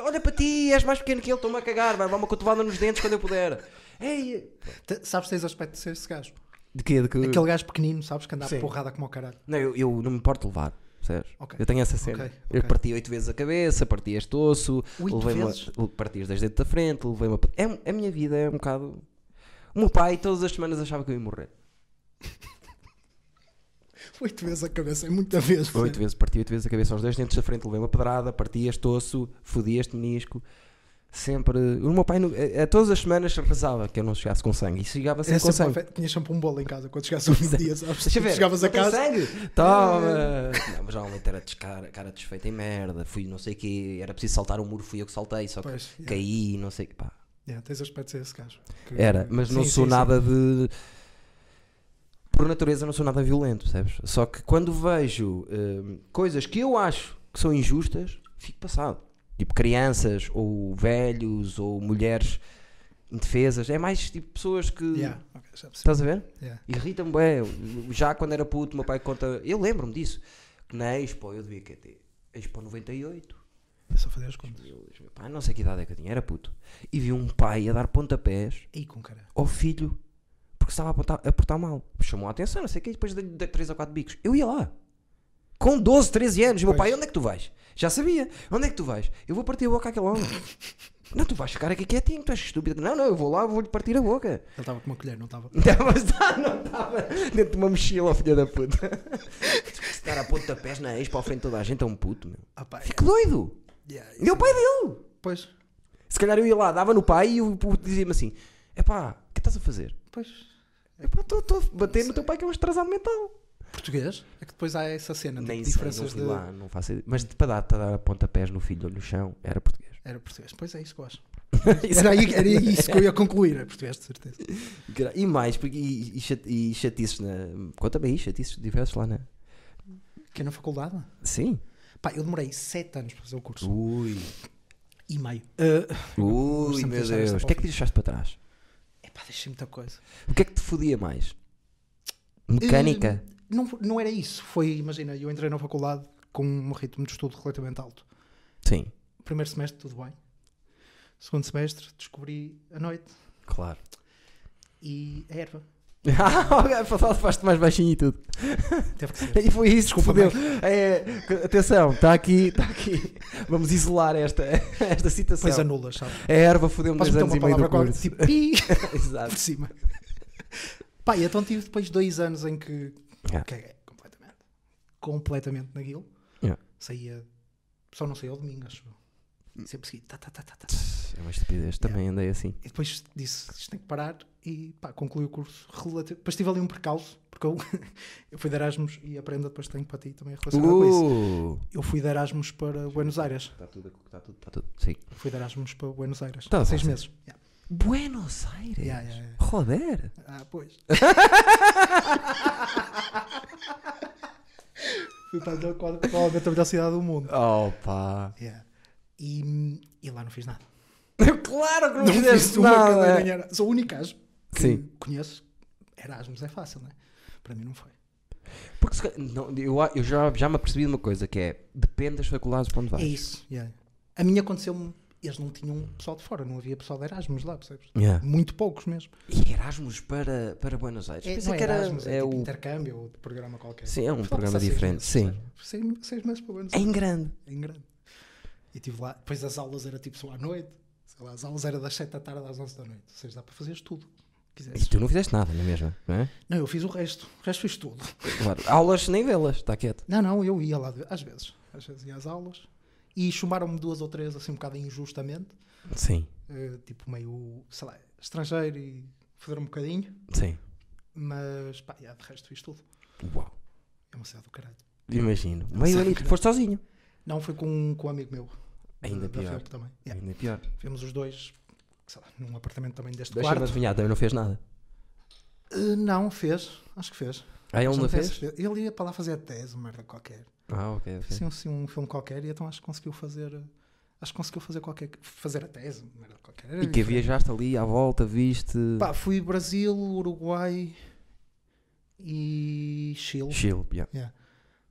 Speaker 1: Olha para ti. És mais pequeno que ele. Estou-me a cagar. Vai levar uma cotovelada nos dentes quando eu puder. Ei...
Speaker 2: Te- Sabes, tens aspecto de ser esse gajo.
Speaker 1: De quê? De que...
Speaker 2: Aquele gajo pequenino, sabes, que anda a
Speaker 1: Hum. Sim.
Speaker 2: porrada como o caralho.
Speaker 1: Não, eu, eu não me importo levar, percebes?
Speaker 2: Ok.
Speaker 1: Eu tenho essa cena.
Speaker 2: Ok,
Speaker 1: Eu
Speaker 2: ok.
Speaker 1: parti oito vezes a cabeça, parti este osso,
Speaker 2: Oito
Speaker 1: levei
Speaker 2: vezes?
Speaker 1: Uma, parti os dois dentes da frente, levei uma. É, um- a minha vida é um bocado. O meu pai todas as semanas achava que eu ia morrer.
Speaker 2: Oito vezes a cabeça, é muita vez.
Speaker 1: Oito vezes, parti oito vezes a cabeça aos dois dentes da frente, levei uma pedrada, parti este osso, fodi este menisco. Sempre. O meu pai, no- a, a todas as semanas, rezava que eu não chegasse com sangue. E chegava
Speaker 2: Era
Speaker 1: É, sempre com
Speaker 2: sempre
Speaker 1: sangue.
Speaker 2: uma fe- Tinhas sempre um bolo em casa
Speaker 1: *laughs*
Speaker 2: quando chegasse ao fim do dia, sabes?
Speaker 1: Deixa eu ver.
Speaker 2: Chegavas a
Speaker 1: não tem
Speaker 2: casa.
Speaker 1: Sangue? Toma! não, mas realmente era descara, cara desfeita em merda. Fui não sei o quê. Era preciso saltar um muro, fui eu que saltei, só que
Speaker 2: Pois, yeah,
Speaker 1: caí e não sei o quê. Pá.
Speaker 2: yeah, tens aspecto de ser esse gajo. Que-
Speaker 1: Era, mas não
Speaker 2: Sim,
Speaker 1: sou
Speaker 2: sim,
Speaker 1: nada de. Por natureza, não sou nada violento, percebes? Só que quando vejo hum, coisas que eu acho que são injustas, fico passado. Tipo crianças, ou velhos, ou mulheres indefesas. É mais tipo pessoas que.
Speaker 2: sim. Yeah, ok, já percebi.
Speaker 1: Estás a ver?
Speaker 2: Yeah.
Speaker 1: Irrita-me bem. Já quando era puto, meu pai conta. Eu lembro-me disso. Que na Expo eu devia que ter. Expo 98.
Speaker 2: É só fazer as contas.
Speaker 1: Eu, meu pai, não sei que idade é que eu tinha, era puto. E vi um pai a dar pontapés
Speaker 2: E com cara.
Speaker 1: ao filho porque estava a apontar- a portar mal. Chamou a atenção, não sei o quê, e depois dei 3 ou 4 bicos. Eu ia lá. Com 12, 13 anos, meu
Speaker 2: Pois.
Speaker 1: pai, onde é que tu vais? Já sabia. Onde é que tu vais? Eu vou partir a boca àquele homem. não, tu vais ficar aqui quietinho, tu és estúpido. Não, não, eu vou lá, vou-lhe partir a boca.
Speaker 2: Ele estava com uma colher, não estava?
Speaker 1: Não, mas tá, não estava dentro de uma mochila, ó filha da puta. Se dar a pontapés na ex para a frente de toda a gente é um puto, meu.
Speaker 2: Ah, pá,
Speaker 1: Que doido!
Speaker 2: yeah, yeah,
Speaker 1: E é o pai dele!
Speaker 2: Pois,
Speaker 1: Se calhar eu ia lá, dava no pai e o puto dizia-me assim: epá, o que estás a fazer?
Speaker 2: pois.
Speaker 1: Epá, estou estou a bater no teu pai que é um atrasado mental. Tipo,
Speaker 2: Português? É que depois há essa cena de
Speaker 1: Nem sei, não
Speaker 2: diferenças
Speaker 1: fui
Speaker 2: de.
Speaker 1: lá, não faço ideia. Mas para dar, para dar pontapés no filho ou no chão, era português. *laughs*
Speaker 2: Era português. Pois é, isso que eu acho. Era, aí-
Speaker 1: é.
Speaker 2: era isso
Speaker 1: *laughs*
Speaker 2: que eu ia concluir. Era português, de certeza.
Speaker 1: Gra- E mais, porque, e, e chate- e chatices na. Conta bem aí, chatices diversos lá na.
Speaker 2: Que é na faculdade?
Speaker 1: Sim.
Speaker 2: Pá, eu demorei sete anos para fazer o curso.
Speaker 1: Ui.
Speaker 2: E meio.
Speaker 1: Ui,
Speaker 2: de
Speaker 1: meu
Speaker 2: deixar
Speaker 1: Deus.
Speaker 2: esta
Speaker 1: O que é que deixaste para trás?
Speaker 2: É pá, deixei muita coisa.
Speaker 1: O que é que te fodia mais? Mecânica?
Speaker 2: Não, não era isso. Foi, imagina, eu entrei na faculdade com um ritmo de estudo relativamente alto.
Speaker 1: Sim,
Speaker 2: Primeiro semestre, tudo bem. Segundo semestre, descobri a noite
Speaker 1: *laughs* claro.
Speaker 2: e a erva.
Speaker 1: Ah, Falaste mais baixinho e tudo.
Speaker 2: Teve que ser.
Speaker 1: E foi isso,
Speaker 2: Desculpa,
Speaker 1: fodeu. É, atenção, está aqui, está aqui. Vamos isolar esta, *laughs* esta citação.
Speaker 2: Depois anulas, sabe?
Speaker 1: A erva fodeu me
Speaker 2: Posso
Speaker 1: Um, dois
Speaker 2: meter
Speaker 1: anos
Speaker 2: uma
Speaker 1: e meio
Speaker 2: palavra
Speaker 1: do
Speaker 2: agora,
Speaker 1: curso. *laughs*
Speaker 2: tipo, pi,
Speaker 1: Exato.
Speaker 2: de cima. Pá, e então tive depois dois anos em que
Speaker 1: Yeah.
Speaker 2: caguei completamente. Completamente na guil.
Speaker 1: Yeah.
Speaker 2: Saía, só não saía ao domingo, acho eu. Sempre seguido, tá, tá, tá, tá, tá.
Speaker 1: É uma estupidez, também andei assim.
Speaker 2: E depois disse, isto tem que parar e pá, concluí o curso. Relati- Depois tive ali um percalço, porque eu, *laughs* eu fui de Erasmus e aprenda depois tenho para ti também relacionado
Speaker 1: Uh!
Speaker 2: com isso. Eu fui de Erasmus para Buenos Aires.
Speaker 1: Está tudo, está tudo,
Speaker 2: Tá
Speaker 1: está tudo. Sim.
Speaker 2: Fui de Erasmus para Buenos Aires.
Speaker 1: Tá,
Speaker 2: Seis
Speaker 1: fácil.
Speaker 2: meses. Yeah.
Speaker 1: Buenos Aires?
Speaker 2: Yeah, yeah, yeah.
Speaker 1: Roder? *laughs*
Speaker 2: Ah, pois. Fui para a quadra, provavelmente a melhor cidade do mundo.
Speaker 1: Oh pá!
Speaker 2: Yeah. E, e lá não fiz nada.
Speaker 1: *laughs* claro que não, fizeste
Speaker 2: uma
Speaker 1: nada!
Speaker 2: cadeira em Erasmus. Sou o único gajo que
Speaker 1: Sim.
Speaker 2: conheço. Erasmus é fácil, não é? Para mim não foi.
Speaker 1: Porque se calhar- não, eu, a- eu já, já me apercebi de uma coisa que é depende das faculdades para onde vais.
Speaker 2: É isso. yeah. A minha aconteceu-me. Eles não tinham pessoal de fora, não havia pessoal de Erasmus lá, percebes?
Speaker 1: Yeah.
Speaker 2: Muito poucos mesmo.
Speaker 1: E Erasmus para, para Buenos Aires. Pensei
Speaker 2: não
Speaker 1: que era.
Speaker 2: Erasmus, é,
Speaker 1: é
Speaker 2: tipo
Speaker 1: o,
Speaker 2: intercâmbio ou de programa qualquer.
Speaker 1: sim, é um
Speaker 2: Fui lá
Speaker 1: programa
Speaker 2: passar seis
Speaker 1: diferente.
Speaker 2: meses,
Speaker 1: Sim.
Speaker 2: percebes? Seis, seis meses para Buenos
Speaker 1: Em grande.
Speaker 2: é? em grande. E tive lá, depois as aulas era tipo só à noite, sei lá, as aulas era das 7 da tarde às 11 da noite, ou seja, dá para fazeres tudo. que
Speaker 1: E
Speaker 2: Quiseres.
Speaker 1: tu não fizeste nada, não é mesmo? Não é?
Speaker 2: Não, eu fiz o resto, o resto fiz tudo.
Speaker 1: Claro. Aulas nem vê-las, está quieto.
Speaker 2: Não, não, eu ia lá de- às vezes, às vezes ia às aulas e chumaram-me duas ou três assim um bocado injustamente,
Speaker 1: Sim,
Speaker 2: eh, tipo meio, sei lá, estrangeiro e foder um bocadinho,
Speaker 1: sim.
Speaker 2: mas pá, já, de resto fiz tudo.
Speaker 1: Uau.
Speaker 2: É uma cidade do caralho.
Speaker 1: Imagino. Meio
Speaker 2: sei,
Speaker 1: ano e tu
Speaker 2: cara.
Speaker 1: foste sozinho.
Speaker 2: Não, foi com, com um amigo meu. eh,
Speaker 1: Ainda
Speaker 2: da- da
Speaker 1: pior.
Speaker 2: FEUP também. Yeah.
Speaker 1: Ainda pior.
Speaker 2: Fomos os dois, sei lá, num apartamento também deste
Speaker 1: Deixa-me
Speaker 2: quarto.
Speaker 1: adivinhar, também não fez nada.
Speaker 2: Eh, não, fez, acho que fez.
Speaker 1: Ah, ele
Speaker 2: Mas
Speaker 1: não
Speaker 2: não tenho
Speaker 1: fez?
Speaker 2: certeza. Ele ia para lá fazer a tese, uma merda qualquer.
Speaker 1: Ah, ok, ok.
Speaker 2: Assim, assim, um filme qualquer e então acho que conseguiu fazer. Acho que conseguiu fazer qualquer. Fazer a tese, uma merda qualquer. Era
Speaker 1: E que
Speaker 2: diferente.
Speaker 1: viajaste ali à volta, viste
Speaker 2: Pá, fui Brasil, Uruguai e Chile.
Speaker 1: Chile. yeah.
Speaker 2: Yeah.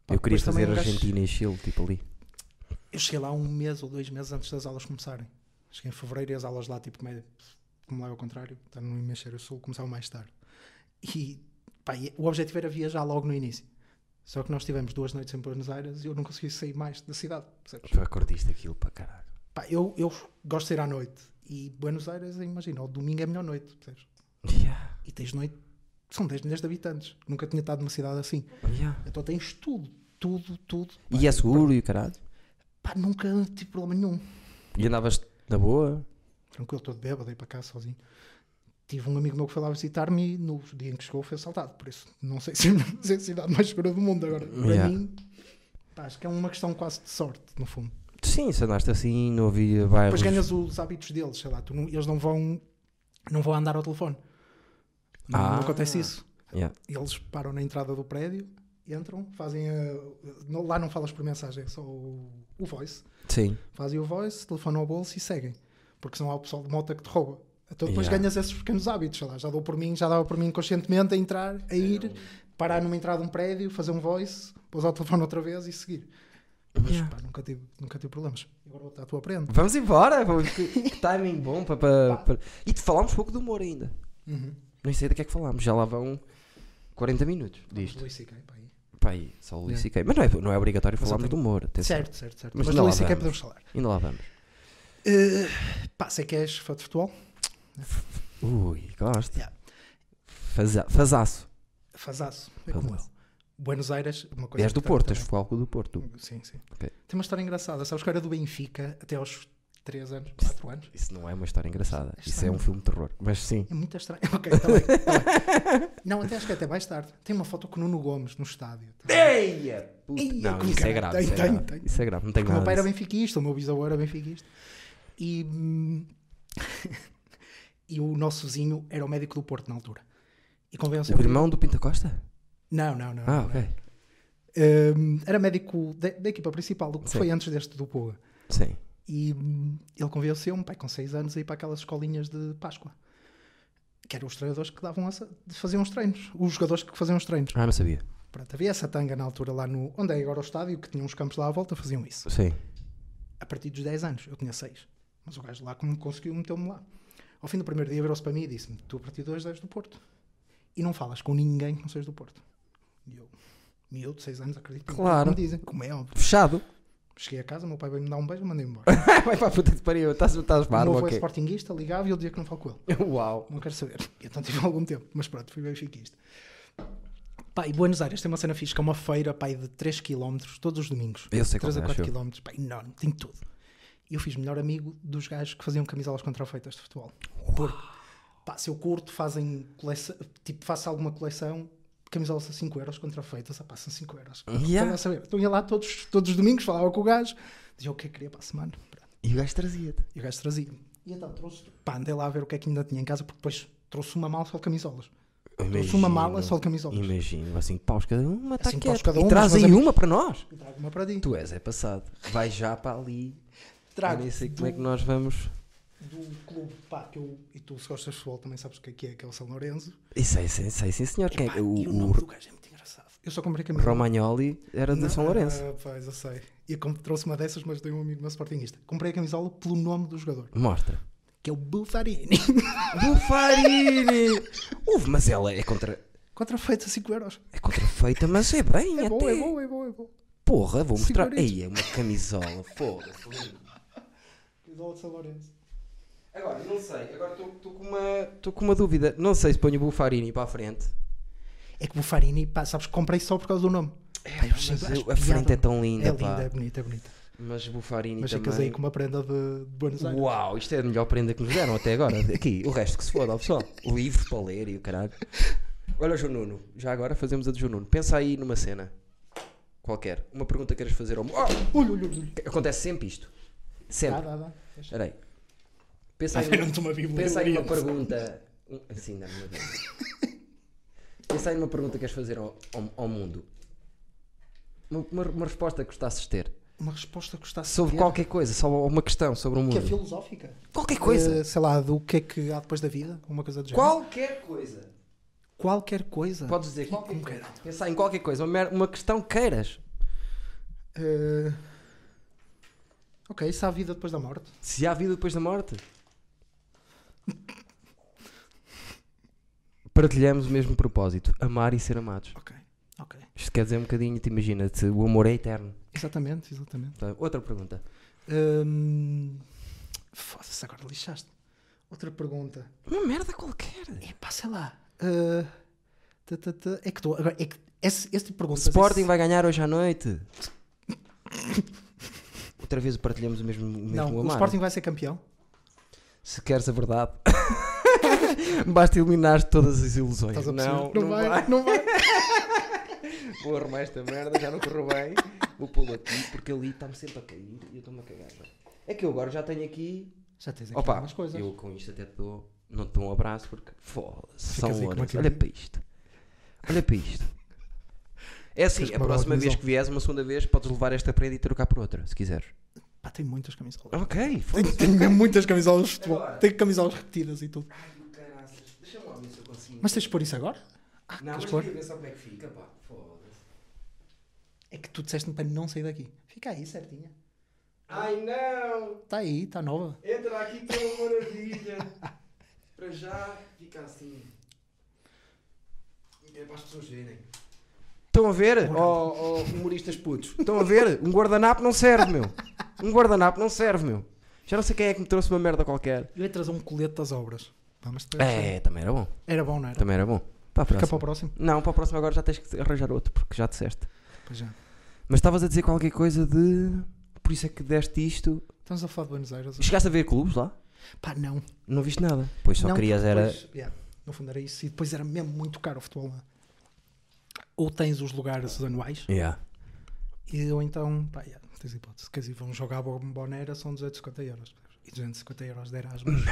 Speaker 2: Pá,
Speaker 1: Eu queria
Speaker 2: depois também
Speaker 1: fazer
Speaker 2: um gajo-
Speaker 1: Argentina e Chile, tipo ali.
Speaker 2: Eu cheguei lá um mês ou dois meses antes das aulas começarem. Cheguei em fevereiro e as aulas lá, tipo, meio. Como lá é ao contrário, está no hemisfério sul, começavam mais tarde. E, pá, e o objetivo era viajar logo no início. Só que nós tivemos duas noites em Buenos Aires e eu não consegui sair mais da cidade, percebes?
Speaker 1: Tu acordiste aquilo para caralho.
Speaker 2: Pá, eu, eu gosto de ir à noite. E Buenos Aires, imagina, o domingo é a melhor noite, percebes?
Speaker 1: Yeah.
Speaker 2: E tens noite São 10 milhões de habitantes. Nunca tinha estado numa cidade assim.
Speaker 1: Yeah.
Speaker 2: Então tens tudo, tudo, tudo. Pá,
Speaker 1: E é seguro e o caralho.
Speaker 2: Pá, nunca tive problema nenhum.
Speaker 1: E andavas na boa.
Speaker 2: Tranquilo, todo bêbado, aí para cá sozinho. Tive um amigo meu que foi lá visitar-me e no dia em que chegou foi assaltado. Por isso, não sei se *laughs* não sei se é a cidade mais segura do mundo agora. Para
Speaker 1: Yeah.
Speaker 2: mim, pá, acho que é uma questão quase de sorte, no fundo.
Speaker 1: Sim, se andaste assim, não havia bairros.
Speaker 2: Depois ganhas os hábitos deles, sei lá, tu não- eles não vão, não vão andar ao telefone. Não,
Speaker 1: Ah.
Speaker 2: não acontece isso.
Speaker 1: Yeah.
Speaker 2: Eles param na entrada do prédio, entram, fazem a, não- lá não falas por mensagem, é só o, o voice.
Speaker 1: Sim.
Speaker 2: Fazem o voice, telefonam ao bolso e seguem. Porque senão há o pessoal de moto que te rouba. Então depois
Speaker 1: Yeah.
Speaker 2: ganhas esses pequenos hábitos, sei lá, já dou por mim, já dava por mim conscientemente a entrar,
Speaker 1: É,
Speaker 2: a
Speaker 1: um-
Speaker 2: ir, parar numa entrada de um prédio, fazer um voice, pôs ao telefone outra vez e seguir. Mas
Speaker 1: Yeah.
Speaker 2: pá, nunca tive, nunca tive problemas. E Agora está a tua prenda.
Speaker 1: Vamos embora. Vamos... que que timing bom para. para- para- E te falámos pouco de humor ainda.
Speaker 2: Uhum.
Speaker 1: Nem sei do que é que falámos. Já lá vão 40 minutos disto.
Speaker 2: Luís C.K., pá, aí.
Speaker 1: Pá, aí, só o Luís C.K. Mas não é, não é obrigatório
Speaker 2: Uhum. Mas
Speaker 1: falarmos
Speaker 2: eu
Speaker 1: de
Speaker 2: tenho-
Speaker 1: humor. atenção.
Speaker 2: Certo, certo, certo.
Speaker 1: Mas
Speaker 2: Mas,
Speaker 1: não
Speaker 2: Luís C.K.
Speaker 1: vamos.
Speaker 2: podemos falar.
Speaker 1: Ainda lá vamos.
Speaker 2: Eh, pá, sei que és fã de futebol.
Speaker 1: Ui, gosto.
Speaker 2: Yeah.
Speaker 1: Faza fazaço.
Speaker 2: Fazaço. É como eu.
Speaker 1: Fazaço.
Speaker 2: Buenos Aires, uma coisa.
Speaker 1: És do
Speaker 2: importante
Speaker 1: Porto, és
Speaker 2: também.
Speaker 1: foco do Porto.
Speaker 2: Sim, sim.
Speaker 1: Ok.
Speaker 2: Tem uma história engraçada. Sabes que eu era do Benfica até aos 3 anos, 4 anos?
Speaker 1: Isso não é uma história engraçada.
Speaker 2: Isto
Speaker 1: Isso
Speaker 2: é
Speaker 1: é um
Speaker 2: um-
Speaker 1: filme de terror. Mas sim.
Speaker 2: É muito estranho. *laughs* Ok, está bem, tá bem. Não, até acho que até mais tarde. Tem uma foto com o Nuno Gomes no estádio. tá?
Speaker 1: É Eia! puta.
Speaker 2: Eia,
Speaker 1: Não,
Speaker 2: como
Speaker 1: isso é
Speaker 2: caralho.
Speaker 1: grave.
Speaker 2: Tem,
Speaker 1: Isso é
Speaker 2: tem,
Speaker 1: grave.
Speaker 2: tem.
Speaker 1: Isso é grave. Não tem
Speaker 2: Porque o meu
Speaker 1: nada.
Speaker 2: pai era
Speaker 1: disso.
Speaker 2: benfiquista, o meu bisavô era benfiquista. E, hum, *laughs* e o nosso vizinho era o médico do Porto na altura. E convenceu
Speaker 1: O irmão do Pinta Costa?
Speaker 2: Não, não, não.
Speaker 1: Ah,
Speaker 2: não.
Speaker 1: ok.
Speaker 2: Hum, era médico da, da equipa principal, do que
Speaker 1: Sim.
Speaker 2: foi antes deste do Puga.
Speaker 1: Sim.
Speaker 2: E hum, ele convenceu-me, pai, com 6 anos, a ir para aquelas escolinhas de Páscoa. Que eram os treinadores que davam essa, faziam os treinos. Os jogadores que faziam os treinos.
Speaker 1: Ah, não sabia.
Speaker 2: Pronto, havia essa tanga na altura lá no. Onde é agora o estádio, que tinha uns campos lá à volta, faziam isso.
Speaker 1: Sim.
Speaker 2: A partir dos 10 anos, eu tinha 6. Mas o gajo lá como conseguiu, meteu-me lá. Ao fim do primeiro dia, virou-se para mim e disse-me: Tu a partir de hoje és do Porto. E não falas com ninguém que não sejas do Porto. E eu, miúdo, 6 anos, acredito. em tudo
Speaker 1: Claro.
Speaker 2: que Me dizem, como é
Speaker 1: *laughs*
Speaker 2: óbvio.
Speaker 1: Fechado.
Speaker 2: Cheguei a casa, meu pai veio me dar um beijo, mandei-me embora.
Speaker 1: Vai para a puta que te pariu. Estás, estás
Speaker 2: o
Speaker 1: barba,
Speaker 2: meu avô é
Speaker 1: ok.
Speaker 2: sportinguista, ligava e eu dizia que não falo com ele. *laughs*
Speaker 1: Uau.
Speaker 2: Não quero saber. Então tive algum tempo, mas pronto, fui benfiquista. Pá, e Buenos Aires tem uma cena fixe, que é uma feira, pá, de 3 km todos os domingos.
Speaker 1: Eu sei
Speaker 2: 3 a
Speaker 1: como é,
Speaker 2: 4
Speaker 1: acho eu.
Speaker 2: km, pá, enorme, tem tudo. E eu fiz melhor amigo dos gajos que faziam camisolas contrafeitas de futebol. Porque, pá, se eu curto, fazem coleção, tipo, faço alguma coleção, camisolas a 5 euros contrafeitas, ah, pá, são 5 euros.
Speaker 1: Yeah.
Speaker 2: Então, a saber, então ia lá todos, todos os domingos, falava com o gajo, dizia o que é que queria para a semana. Pronto.
Speaker 1: E o gajo trazia-te.
Speaker 2: E o gajo trazia. E então trouxe. Pá, andei lá a ver o que é que ainda tinha em casa, porque depois trouxe uma mala só de camisolas. Trouxe uma mala só de camisolas.
Speaker 1: Imagino, assim paus cada uma, está
Speaker 2: Assim,
Speaker 1: assim,
Speaker 2: paus cada
Speaker 1: e
Speaker 2: uma,
Speaker 1: trazem
Speaker 2: mas é-
Speaker 1: uma para nós.
Speaker 2: E trago uma para ti.
Speaker 1: Tu és, é passado. Vai já para ali. Eu
Speaker 2: Trago
Speaker 1: nem sei
Speaker 2: do,
Speaker 1: como é que nós vamos.
Speaker 2: do clube, pá, que eu. E tu, se gostas de futebol, também sabes o que é que é, que é o São Lourenço.
Speaker 1: Isso aí, sim, sim, sim senhor. Quem,
Speaker 2: Pá,
Speaker 1: o
Speaker 2: e o nome
Speaker 1: o
Speaker 2: do gajo é muito engraçado. Eu só comprei camisola.
Speaker 1: Romagnoli era de
Speaker 2: Não,
Speaker 1: São Lourenço.
Speaker 2: ah, pois, eu sei. E eu comp- trouxe uma dessas, mas dei um amigo meu sportinguista. Comprei a camisola pelo nome do jogador,
Speaker 1: Mostra.
Speaker 2: que é o Bufarini. *laughs*
Speaker 1: Bufarini! Houve, mas ela é, contra,
Speaker 2: Contrafeito a 5 euros.
Speaker 1: é contrafeita, mas é bem.
Speaker 2: É
Speaker 1: até.
Speaker 2: bom, é bom, é bom, é bom.
Speaker 1: Porra, vou mostrar.
Speaker 2: Senhorito.
Speaker 1: Ei, é uma camisola, foda
Speaker 2: Camisola de São Lourenço.
Speaker 1: Agora, não sei, agora estou com uma. Estou com uma dúvida. Não sei se ponho o Bufarini para a frente.
Speaker 2: É que Bufarini, pá, sabes, que comprei só por causa do nome. Pá, eu
Speaker 1: É, Mas
Speaker 2: sempre
Speaker 1: eu-
Speaker 2: acho
Speaker 1: a frente
Speaker 2: piada.
Speaker 1: é tão linda,
Speaker 2: é
Speaker 1: pá.
Speaker 2: linda, é bonita, é bonita.
Speaker 1: Mas Bufarini
Speaker 2: Mas ficas aí
Speaker 1: também.
Speaker 2: com uma prenda de, de Buenos Aires.
Speaker 1: Uau, isto é a melhor prenda que nos deram até agora. Aqui, o resto que se foda, ó pessoal. Livros para ler e o caralho. Olha, João Nuno, já agora fazemos a de João Nuno. Pensa aí numa cena qualquer. Uma pergunta que queiras fazer ao. mu- Oh!
Speaker 2: Olha, olha, olha.
Speaker 1: Acontece sempre isto.
Speaker 2: Dá,
Speaker 1: Sempre.
Speaker 2: dá, dá.
Speaker 1: Espera aí. Pensa aí,
Speaker 2: Não uma bíblia.
Speaker 1: pensa aí numa pergunta. um- Assim, dá-me uma vez. Pensa aí numa pergunta que queres fazer ao, ao- ao mundo. Uma, uma- uma resposta que gostasses de ter.
Speaker 2: Uma resposta que está
Speaker 1: Sobre qualquer coisa, só uma questão sobre o
Speaker 2: Que é
Speaker 1: mundo.
Speaker 2: filosófica.
Speaker 1: Qualquer coisa.
Speaker 2: Eh, sei lá, do que é que há depois da vida? Uma coisa do género.
Speaker 1: Qualquer coisa.
Speaker 2: Qualquer coisa.
Speaker 1: Podes dizer qualquer
Speaker 2: Como
Speaker 1: coisa.
Speaker 2: queira.
Speaker 1: Pensar em qualquer coisa, uma, mer- uma questão queiras.
Speaker 2: Eh, ok, se há vida depois da morte.
Speaker 1: Se há vida depois da morte. Partilhamos o mesmo propósito, amar e ser amados.
Speaker 2: Ok, ok.
Speaker 1: Isto quer dizer um bocadinho, te imagina, te o amor é eterno.
Speaker 2: Exatamente, exatamente.
Speaker 1: Tá, Outra pergunta.
Speaker 2: Hum, Foda-se, agora lixaste. Outra pergunta.
Speaker 1: Uma merda qualquer.
Speaker 2: Epá, sei lá. eh, Tã, tã, tã. É que estou. Agora, é que esse, esse tipo de perguntas.
Speaker 1: Sporting
Speaker 2: esse-
Speaker 1: vai ganhar hoje à noite. Outra vez partilhamos o mesmo, o mesmo
Speaker 2: Não, o
Speaker 1: amar.
Speaker 2: Sporting vai ser campeão.
Speaker 1: Se queres a verdade, *laughs* basta eliminar todas as ilusões.
Speaker 2: Estás a perceber?
Speaker 1: não,
Speaker 2: não, vai, não vai.
Speaker 1: Vou arrumar esta merda, já não correu bem. Vou pô-lo aqui porque ali está-me sempre a cair e eu estou-me a cagar. já. É que eu agora já tenho aqui.
Speaker 2: Já tens aqui
Speaker 1: Opa,
Speaker 2: algumas coisas.
Speaker 1: eu com isto até te dou. Não te dou um abraço porque. Foda-se,
Speaker 2: Ficas
Speaker 1: são
Speaker 2: aí como
Speaker 1: horas.
Speaker 2: aquele
Speaker 1: Olha
Speaker 2: dia.
Speaker 1: para isto. Olha para isto. É assim,
Speaker 2: Tens
Speaker 1: a
Speaker 2: que lavar a
Speaker 1: próxima vez
Speaker 2: camisola.
Speaker 1: que vieres, uma segunda vez, podes levar esta prenda e trocar por outra, se quiseres.
Speaker 2: Pá, tenho muitas camisolas.
Speaker 1: Ok, foda-se.
Speaker 2: Tenho, tenho muitas camisolas de futebol. Tenho camisolas repetidas e tudo.
Speaker 1: Deixa-me lá ver se eu consigo.
Speaker 2: Mas tens de pôr isso agora? Ah,
Speaker 1: Não,
Speaker 2: queres
Speaker 1: mas
Speaker 2: pôr?
Speaker 1: queria ver só como é que fica, pá. Foda-se.
Speaker 2: É que tu disseste-me para não sair daqui. Fica aí certinha.
Speaker 1: Ai não!
Speaker 2: Está aí, está nova.
Speaker 1: Entra aqui que é uma maravilha. Para já fica assim. É para as pessoas verem. Estão a ver? Ó oh, humoristas putos. Estão a ver? Um guardanapo não serve, meu. Um guardanapo não serve, meu. Já não sei quem é que me trouxe uma merda qualquer.
Speaker 2: Eu ia trazer um colete das obras. Pá, mas tu-
Speaker 1: É, também era bom. Tá,
Speaker 2: Era bom, não era?
Speaker 1: Também era bom. Para a
Speaker 2: Fica
Speaker 1: próxima.
Speaker 2: para o próximo.
Speaker 1: Não, para a próxima agora já tens que arranjar outro, porque já disseste.
Speaker 2: Pois é. já.
Speaker 1: Mas estavas a dizer qualquer coisa de. Por isso é que deste isto.
Speaker 2: Estamos a falar de Buenos Aires.
Speaker 1: Chegaste a ver clubes lá?
Speaker 2: Pá, não.
Speaker 1: Não viste nada. Pois só
Speaker 2: não,
Speaker 1: querias
Speaker 2: porque
Speaker 1: era.
Speaker 2: depois- yeah, no fundo era isso. E depois era mesmo muito caro o futebol lá. Ou tens os lugares anuais,
Speaker 1: Yeah.
Speaker 2: e, ou então, pá, yeah, tens hipótese. Quer dizer, vão jogar bo- Bombonera, são 250 euros. E 250 euros de Erasmus.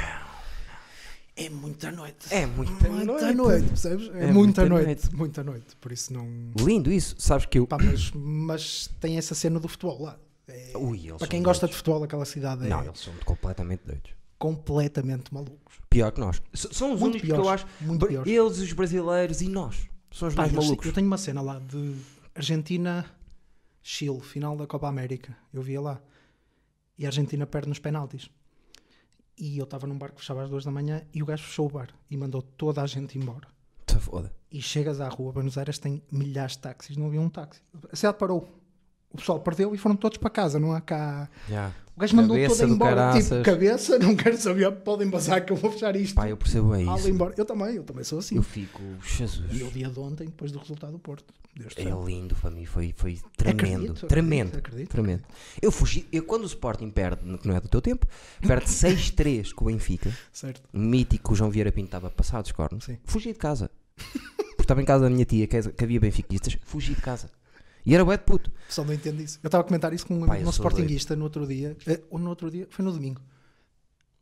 Speaker 2: É muita noite.
Speaker 1: É muita
Speaker 2: muita
Speaker 1: noite.
Speaker 2: noite, percebes? É,
Speaker 1: É
Speaker 2: muita,
Speaker 1: muita
Speaker 2: noite,
Speaker 1: noite.
Speaker 2: Muita noite. Por isso não.
Speaker 1: Lindo isso. Sabes que eu.
Speaker 2: Pá, mas, mas tem essa cena do futebol lá. É-
Speaker 1: Ui, eles
Speaker 2: para
Speaker 1: são
Speaker 2: quem gosta de
Speaker 1: doidos.
Speaker 2: futebol, aquela cidade
Speaker 1: Não,
Speaker 2: é
Speaker 1: eles são completamente doidos.
Speaker 2: completamente malucos.
Speaker 1: Pior que nós. S- são os
Speaker 2: Muito
Speaker 1: únicos
Speaker 2: piores,
Speaker 1: que eu acho.
Speaker 2: muito
Speaker 1: Br-
Speaker 2: piores.
Speaker 1: Eles, os brasileiros e nós. São os
Speaker 2: Pá,
Speaker 1: mais
Speaker 2: eu,
Speaker 1: malucos.
Speaker 2: eu tenho uma cena lá de Argentina, Chile, final da Copa América. Eu via lá. E a Argentina perde nos penaltis. E eu estava num bar que fechava às duas da manhã e o gajo fechou o bar e mandou toda a gente embora.
Speaker 1: Te Tá foda.
Speaker 2: E chegas à rua Buenos Aires, tem milhares de táxis, não havia um táxi. A cidade parou. O pessoal perdeu e foram todos para casa, não há cá.
Speaker 1: Já.
Speaker 2: O gajo mandou
Speaker 1: Cabeça
Speaker 2: toda
Speaker 1: do
Speaker 2: embora, tipo,
Speaker 1: caraças.
Speaker 2: cabeça, não quero saber, podem bazar que eu vou fechar isto.
Speaker 1: Pá, eu percebo bem
Speaker 2: Ah,
Speaker 1: isso.
Speaker 2: lá embora. Eu também, eu também sou assim.
Speaker 1: Eu fico.
Speaker 2: E o
Speaker 1: Jesus.
Speaker 2: dia de ontem, depois do resultado do Porto. Deus do
Speaker 1: É
Speaker 2: céu.
Speaker 1: lindo para mim, foi, foi tremendo,
Speaker 2: Acredito,
Speaker 1: tremendo,
Speaker 2: acredito,
Speaker 1: tremendo. Eu fugi, eu, quando o Sporting perde, que não é do teu tempo,
Speaker 2: *laughs*
Speaker 1: perde 6-3 com o Benfica,
Speaker 2: Certo.
Speaker 1: o mítico João Vieira Pinto estava passado os cornos,
Speaker 2: Sim.
Speaker 1: fugi de casa. Porque estava em casa da minha tia, que, que havia benfiquistas, fugi de casa. E era bué de puto.
Speaker 2: O pessoal não entende isso. Eu estava a comentar isso com um
Speaker 1: Pá,
Speaker 2: amigo
Speaker 1: eu
Speaker 2: nosso
Speaker 1: sou
Speaker 2: sportinguista no outro dia. eh, Ou no outro dia, foi no domingo.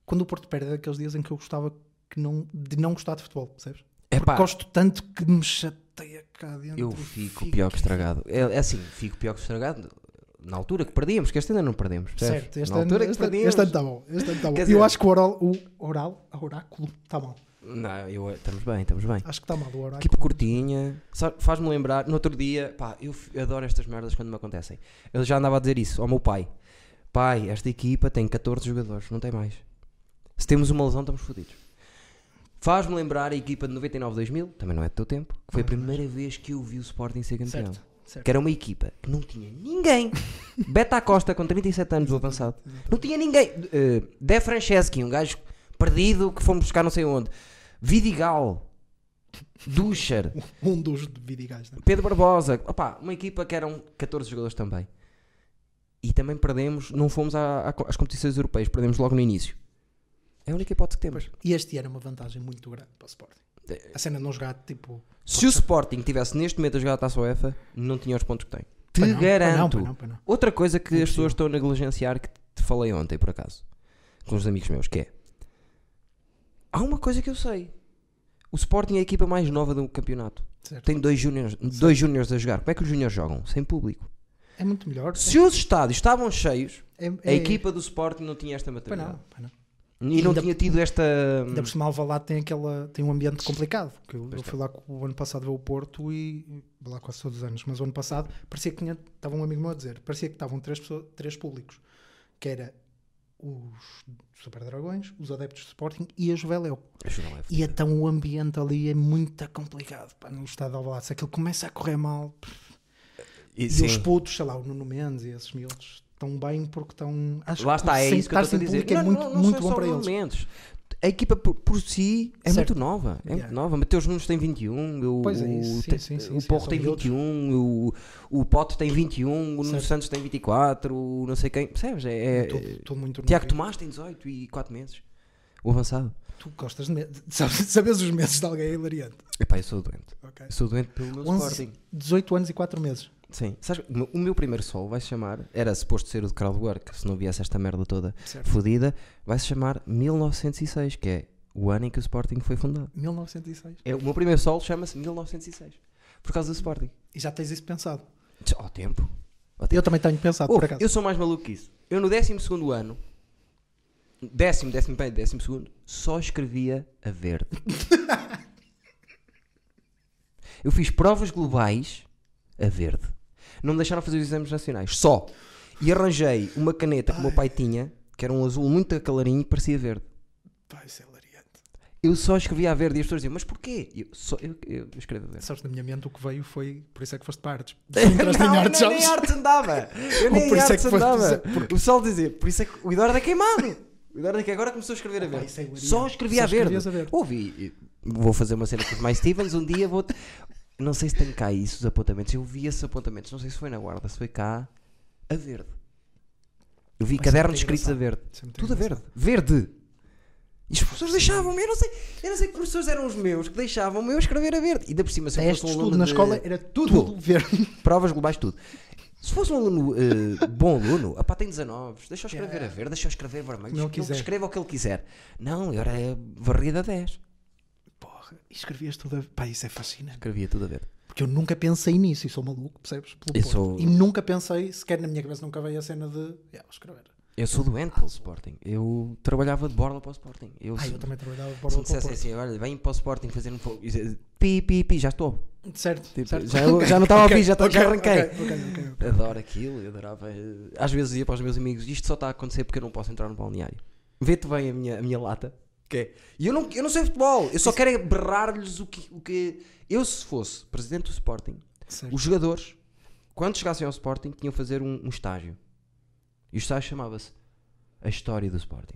Speaker 2: Quando o Porto perde, é daqueles dias em que eu gostava que não, de não gostar de futebol, percebes?
Speaker 1: É
Speaker 2: Porque gosto tanto que me chateia cá dentro.
Speaker 1: eu
Speaker 2: e
Speaker 1: fico pior que estragado. É, é assim, fico pior que estragado na altura que perdíamos, que este ainda não perdemos. percebes?
Speaker 2: Certo, este
Speaker 1: na
Speaker 2: ano,
Speaker 1: altura
Speaker 2: este,
Speaker 1: que perdíamos.
Speaker 2: este ano está bom. Este ano tá bom.
Speaker 1: Quer
Speaker 2: eu
Speaker 1: dizer-
Speaker 2: acho que o oral, o oral, a oráculo, está mal.
Speaker 1: Não, eu- estamos bem, estamos bem.
Speaker 2: Acho que está mal o oráculo.
Speaker 1: Equipa curtinha, Sabe, faz-me lembrar, no outro dia, pá, eu f- adoro estas merdas quando me acontecem. Eu já andava a dizer isso ao meu pai: Pai, esta equipa tem 14 jogadores, não tem mais. Se temos uma lesão, estamos fodidos. Faz-me lembrar a equipa de 99-2000, também não é do teu tempo, que foi a primeira vez que eu vi o Sporting ser campeão.
Speaker 2: Certo, certo.
Speaker 1: Que era uma equipa que não tinha
Speaker 2: *laughs*
Speaker 1: ninguém. Beta Costa, com 37 anos do avançado. Não tinha ninguém. Eh, De Franceschi, um gajo perdido que fomos buscar não sei onde. Vidigal. Ducher.
Speaker 2: Um dos de Vidigais, né?
Speaker 1: Pedro Barbosa. Opá, uma equipa que eram 14 jogadores também. E também perdemos, não fomos à- à- às competições europeias, perdemos logo no início. É a única hipótese que temos.
Speaker 2: E este ano é uma vantagem muito grande para o Sporting.
Speaker 1: É.
Speaker 2: A cena de não jogar, tipo...
Speaker 1: Se o Sporting tivesse neste momento a jogar a Taça UEFA, não tinha os pontos que tem. Te
Speaker 2: Pá, não, pá, Não,
Speaker 1: garanto.
Speaker 2: pá, não, pá, não.
Speaker 1: Outra coisa que as
Speaker 2: Impossível.
Speaker 1: pessoas estão a negligenciar que te falei ontem, por acaso, com os amigos meus, que é há uma coisa que eu sei. O Sporting é a equipa mais nova do campeonato.
Speaker 2: Certo.
Speaker 1: Tem dois júniores dois júniores a jogar. Como é que os júniores jogam? Sem público.
Speaker 2: É muito melhor.
Speaker 1: Se os estádios estavam cheios,
Speaker 2: É-
Speaker 1: a
Speaker 2: é-
Speaker 1: equipa do Sporting não tinha esta
Speaker 2: Pois
Speaker 1: materialidade.
Speaker 2: não, pois não.
Speaker 1: E não
Speaker 2: Ainda-
Speaker 1: tinha tido esta.
Speaker 2: Ainda
Speaker 1: Hum.
Speaker 2: por cima, Alvalade tem, aquela, tem um ambiente complicado. Que eu, eu
Speaker 1: tá.
Speaker 2: fui lá com- o ano passado ver o Porto e. vou lá quase todos os anos, mas o ano passado parecia que tinha. Estava um amigo meu a dizer, parecia que estavam três, pessoas, três públicos: que era os Super Dragões, os adeptos de Sporting e a Juveléu.
Speaker 1: Isto não é
Speaker 2: E então o ambiente ali é muito complicado pá, no estado de Alvalade. Se aquilo começa a correr mal,
Speaker 1: E,
Speaker 2: e os putos, sei lá, o Nuno Mendes e esses miúdos estão bem porque estão. acho
Speaker 1: Lá
Speaker 2: que
Speaker 1: está, é
Speaker 2: sem
Speaker 1: isso que eu estou
Speaker 2: estar
Speaker 1: a dizer.
Speaker 2: sem público É muito, muito
Speaker 1: são
Speaker 2: bom
Speaker 1: só
Speaker 2: para eles.
Speaker 1: momentos. a equipa por, por si é
Speaker 2: Certo.
Speaker 1: muito nova. É muito
Speaker 2: Yeah.
Speaker 1: nova. Mateus Nunes tem 21, o,
Speaker 2: Pois é isso,
Speaker 1: o,
Speaker 2: sim,
Speaker 1: te-
Speaker 2: sim, sim,
Speaker 1: o
Speaker 2: sim,
Speaker 1: Porro
Speaker 2: são
Speaker 1: tem
Speaker 2: miúdos.
Speaker 1: 21, o, o Pote tem 21, o Nuno
Speaker 2: Certo.
Speaker 1: Santos tem 24, o não sei quem. Percebes? É, é-
Speaker 2: Tudo, tudo muito
Speaker 1: Tiago
Speaker 2: novo.
Speaker 1: Tomás tem 18 e 4 meses. O avançado.
Speaker 2: Tu gostas de, me- de- sabes, *laughs* de saberes os meses de alguém é hilariante.
Speaker 1: Epá, eu sou doente.
Speaker 2: ok?
Speaker 1: Eu sou doente pelo meu
Speaker 2: 11
Speaker 1: Sporting.
Speaker 2: 18 anos e 4 meses.
Speaker 1: Sim. Sabes, o meu- o meu primeiro solo vai se chamar. Era suposto ser o de Crowdwork, se não viesse esta merda toda
Speaker 2: Certo.
Speaker 1: fodida. Vai se chamar 1906, que é o ano em que o Sporting foi fundado.
Speaker 2: 1906.
Speaker 1: É, o meu primeiro solo chama-se 1906. Por causa do Sporting.
Speaker 2: E já tens isso pensado.
Speaker 1: Tch, Ao tempo. Ao tempo.
Speaker 2: Eu também tenho pensado,
Speaker 1: Ouve,
Speaker 2: Ah, por acaso.
Speaker 1: eu sou mais maluco que isso. Eu no 12 ano, décimo, décimo bem, décimo segundo, só escrevia a
Speaker 2: *laughs*
Speaker 1: verde. eu fiz provas globais a verde. Não me deixaram fazer os exames nacionais, só. E arranjei uma caneta que o meu pai tinha, que era um azul muito clarinho e parecia verde.
Speaker 2: Vai ser hilariante.
Speaker 1: Eu só escrevia a verde e as pessoas diziam, mas porquê? E Eu, só, eu, eu escrevo a verde.
Speaker 2: Sabes, na minha mente o que veio foi. Por isso é que foste
Speaker 1: *laughs*
Speaker 2: para artes. Entraste em
Speaker 1: Não, é
Speaker 2: artes,
Speaker 1: eu nem
Speaker 2: sabes?
Speaker 1: em artes andava.
Speaker 2: *laughs*
Speaker 1: Eu nem em
Speaker 2: Por isso é
Speaker 1: artes
Speaker 2: que foste
Speaker 1: andava.
Speaker 2: dizer- porque-
Speaker 1: O pessoal dizia, por isso é que o Eduardo é queimado. O Eduardo é que agora começou a escrever a
Speaker 2: Ah,
Speaker 1: verde.
Speaker 2: isso é hilariante.
Speaker 1: Só escrevia
Speaker 2: Só
Speaker 1: a verde.
Speaker 2: escrevias a verde.
Speaker 1: Ouvi, vou fazer uma cena com os mais Stevens, um dia vou... Não sei se tenho cá isso, os apontamentos. Eu vi esses apontamentos, não sei se foi na guarda, se foi cá, a verde. Eu vi
Speaker 2: Vai ser
Speaker 1: cadernos
Speaker 2: é muito
Speaker 1: escritos a
Speaker 2: engraçado.
Speaker 1: verde.
Speaker 2: Isso é muito
Speaker 1: Tudo a
Speaker 2: engraçado.
Speaker 1: verde. Verde! E os professores deixavam-me, eu não sei, eu não sei que professores eram os meus que deixavam-me eu escrever a verde. E da por cima, se eu fosse
Speaker 2: Testes,
Speaker 1: um
Speaker 2: tudo
Speaker 1: aluno
Speaker 2: na
Speaker 1: de-
Speaker 2: escola era tudo,
Speaker 1: Tudo.
Speaker 2: *laughs* verde.
Speaker 1: provas globais, tudo. Se fosse um aluno eh, bom aluno, apá, tem 19, deixa-o escrever
Speaker 2: Yeah.
Speaker 1: a verde, deixa-o escrever vermelho,
Speaker 2: Não
Speaker 1: que ele
Speaker 2: quiser.
Speaker 1: escreva o que ele quiser. Não, eu era varrida 10.
Speaker 2: Porra, e escrevias tudo a Pá, isso é fascinante.
Speaker 1: Escrevia tudo a verde.
Speaker 2: Porque eu nunca pensei nisso e sou maluco, percebes? Pelo
Speaker 1: Eu
Speaker 2: Porto.
Speaker 1: sou-
Speaker 2: E nunca pensei, sequer na minha cabeça nunca veio a cena de. Yeah, vou escrever.
Speaker 1: Eu sou doente pelo Sporting. Eu trabalhava de borla para o Sporting. Eu,
Speaker 2: Ah,
Speaker 1: se,
Speaker 2: eu também trabalhava para
Speaker 1: se
Speaker 2: o
Speaker 1: me dissessem
Speaker 2: Porto.
Speaker 1: assim, olha, vem para o Sporting fazer um fogo. Pi, pi, pi, já estou.
Speaker 2: Certo,
Speaker 1: Tipo,
Speaker 2: certo.
Speaker 1: já eu- já não estava a
Speaker 2: Ok,
Speaker 1: ouvir, já estava- já
Speaker 2: ok,
Speaker 1: arranquei.
Speaker 2: ok, ok, ok, ok.
Speaker 1: Adoro aquilo, eu adorava. eh, Às vezes ia para os meus amigos, isto só está a acontecer porque eu não posso entrar no balneário. Vê-te bem a minha, a minha lata. Que é, e eu não, eu não sei futebol, eu só quero é berrar-lhes o que, o que. Eu, se fosse presidente do Sporting,
Speaker 2: Certo.
Speaker 1: os jogadores, quando chegassem ao Sporting, tinham que fazer um, um estágio. E o estágio chamava-se A História do Sporting.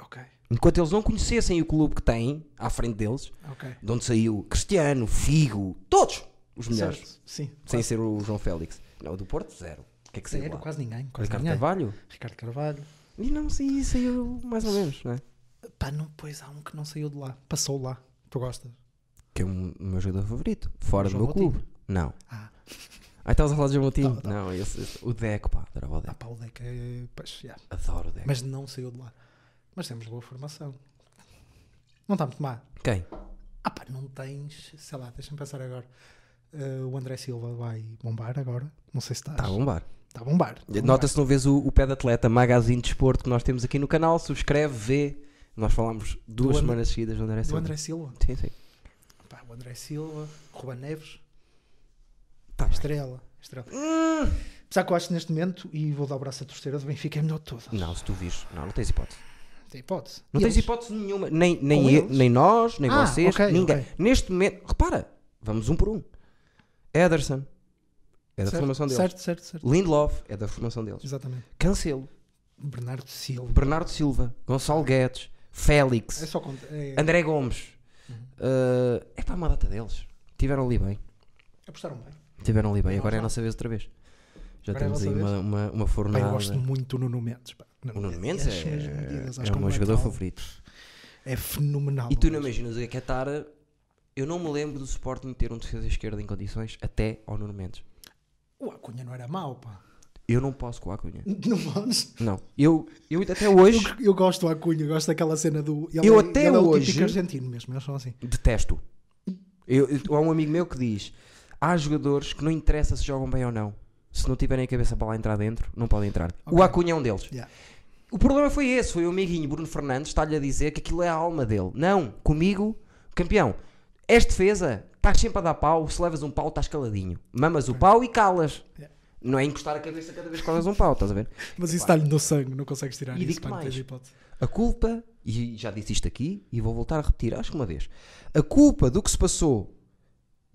Speaker 2: Ok,
Speaker 1: Enquanto eles não conhecessem o clube que têm à frente deles,
Speaker 2: ok.
Speaker 1: de onde saiu Cristiano, Figo, todos os melhores,
Speaker 2: Certo, sim.
Speaker 1: sem ser o João Félix. Não, o do Porto, zero. O que é que saiu
Speaker 2: Zero,
Speaker 1: lá?
Speaker 2: quase ninguém. Quase
Speaker 1: Ricardo
Speaker 2: ninguém.
Speaker 1: Carvalho?
Speaker 2: Ricardo Carvalho.
Speaker 1: E não, sim, saiu mais ou menos, não é?
Speaker 2: Pá, não, pois há um que não saiu de lá. Passou lá. Tu gostas?
Speaker 1: Que é o meu jogador favorito, fora do meu
Speaker 2: João Moutinho.
Speaker 1: clube. Não.
Speaker 2: Ah,
Speaker 1: Ah, estavas a falar de João Moutinho?
Speaker 2: Tava, tava.
Speaker 1: Não, esse, esse- o Deco, pá, adorava o
Speaker 2: ah
Speaker 1: Deco.
Speaker 2: pá, o Deca é. Pois, yeah.
Speaker 1: Adoro o Deco.
Speaker 2: Mas não saiu de lá. Mas temos boa formação. Não está muito má.
Speaker 1: Quem?
Speaker 2: Ah pá, não tens. Sei lá, deixa-me pensar agora. Eh, o André Silva vai bombar agora. Não sei se estás.
Speaker 1: Está Tá a bombar.
Speaker 2: Está a bombar. Bombar.
Speaker 1: Nota-se não vês o, o pé de atleta Magazine de Desporto que nós temos aqui no canal. Subscreve, vê. Nós falámos duas
Speaker 2: Do André-
Speaker 1: semanas seguidas do André
Speaker 2: Do
Speaker 1: Silva.
Speaker 2: André Silva.
Speaker 1: Sim, sim.
Speaker 2: Pá, o André Silva, Ruba Neves,
Speaker 1: Tá bem.
Speaker 2: estrela. estrela. Apesar que eu acho que neste momento, e vou dar o braço a torcer, a do Benfica é melhor de todas.
Speaker 1: Não, se tu vires. Não, não tens hipótese.
Speaker 2: Tem hipótese.
Speaker 1: Não
Speaker 2: E
Speaker 1: tens
Speaker 2: eles?
Speaker 1: hipótese nenhuma. Nem, nem,
Speaker 2: Com
Speaker 1: eu-
Speaker 2: eles?
Speaker 1: nem nós, nem
Speaker 2: Ah,
Speaker 1: vocês,
Speaker 2: ok,
Speaker 1: ninguém.
Speaker 2: ok.
Speaker 1: Neste momento, repara, vamos um por um. Ederson é da
Speaker 2: Certo,
Speaker 1: formação deles.
Speaker 2: Certo, certo, certo.
Speaker 1: Lindelof é da formação deles.
Speaker 2: Exatamente.
Speaker 1: Cancelo,
Speaker 2: Bernardo Silva.
Speaker 1: Bernardo Silva, Gonçalo Guedes, Félix,
Speaker 2: É só conta. É,
Speaker 1: André Gomes. é para uma data deles. Tiveram ali bem.
Speaker 2: apostaram bem.
Speaker 1: Tiveram ali bem. Agora é a
Speaker 2: Não,
Speaker 1: nossa vez outra vez. Já
Speaker 2: Agora é a
Speaker 1: temos
Speaker 2: nossa
Speaker 1: aí
Speaker 2: vez.
Speaker 1: uma, uma, uma
Speaker 2: Pá,
Speaker 1: fornada.
Speaker 2: eu gosto muito do Nuno Mendes. pá.
Speaker 1: O Nuno Mendes
Speaker 2: As suas medidas,
Speaker 1: é,
Speaker 2: acho
Speaker 1: é
Speaker 2: que
Speaker 1: o meu
Speaker 2: um
Speaker 1: jogador
Speaker 2: lateral
Speaker 1: favorito.
Speaker 2: É fenomenal.
Speaker 1: E tu
Speaker 2: não
Speaker 1: não imaginas o que é que é estar. a- Eu não me lembro do Sporting ter um defesa esquerda em condições até ao Nuno Mendes.
Speaker 2: O Acunha não era mau, pá. *laughs*
Speaker 1: Eu não posso com a Acunha.
Speaker 2: Não podes.
Speaker 1: Não. Eu, eu até hoje
Speaker 2: Eu, eu gosto do Acunha, eu gosto daquela cena do. Ele
Speaker 1: Eu
Speaker 2: é-
Speaker 1: até
Speaker 2: ele é o
Speaker 1: hoje-
Speaker 2: típico argentino mesmo, eles são assim.
Speaker 1: detesto. Eu, eu- há um amigo meu que diz: há jogadores que não interessa se jogam bem ou não. Se não tiverem a cabeça para lá entrar dentro, não podem entrar. O
Speaker 2: Ok.
Speaker 1: Acunha é um deles.
Speaker 2: Yeah.
Speaker 1: O problema foi esse, foi o amiguinho Bruno Fernandes está-lhe a dizer que aquilo é a alma dele. Não, comigo, campeão, és defesa, estás sempre a dar pau, se levas um pau estás caladinho. Mamas o pau e calas.
Speaker 2: Yeah.
Speaker 1: Não é encostar a cabeça cada vez que levas um pau, estás a ver?
Speaker 2: Mas isso está-lhe no sangue, não consegues tirar
Speaker 1: E
Speaker 2: isso,
Speaker 1: digo-te
Speaker 2: pá, não tens
Speaker 1: mais.
Speaker 2: hipótese.
Speaker 1: A culpa, e já disse isto aqui, e vou voltar a repetir, acho que uma vez. A culpa do que se passou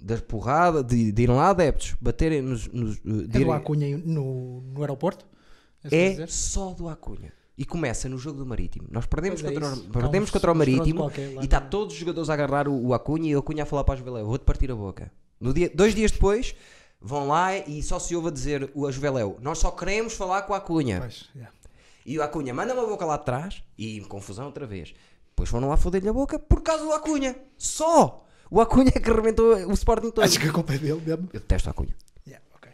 Speaker 1: das porradas, de, de irem lá adeptos, baterem nos. nos eh, de
Speaker 2: É do
Speaker 1: irem-
Speaker 2: Acunha no, no aeroporto? isso que
Speaker 1: é
Speaker 2: quer dizer?
Speaker 1: só do Acunha. E começa no jogo do Marítimo. Nós perdemos,
Speaker 2: Pois é
Speaker 1: contra,
Speaker 2: isso.
Speaker 1: o, perdemos
Speaker 2: Há um
Speaker 1: contra o
Speaker 2: restaurante
Speaker 1: Marítimo
Speaker 2: qualquer lá
Speaker 1: e está
Speaker 2: no-
Speaker 1: todos os jogadores a agarrar o, o Acunha e o Acunha a falar para a Juveléu: vou-te partir a boca. No dia, dois dias depois, vão lá e só se ouve a dizer o a Juveléu: nós só queremos falar com o Acunha.
Speaker 2: Pois, yeah.
Speaker 1: E o Acunha manda-me a boca lá de trás e confusão outra vez. Depois foram lá foder-lhe a boca por causa do Acunha. Só! O Acunha é que arrebentou o Sporting todo.
Speaker 2: Acho que a culpa é dele mesmo.
Speaker 1: Eu detesto o Acunha.
Speaker 2: Yeah, ok.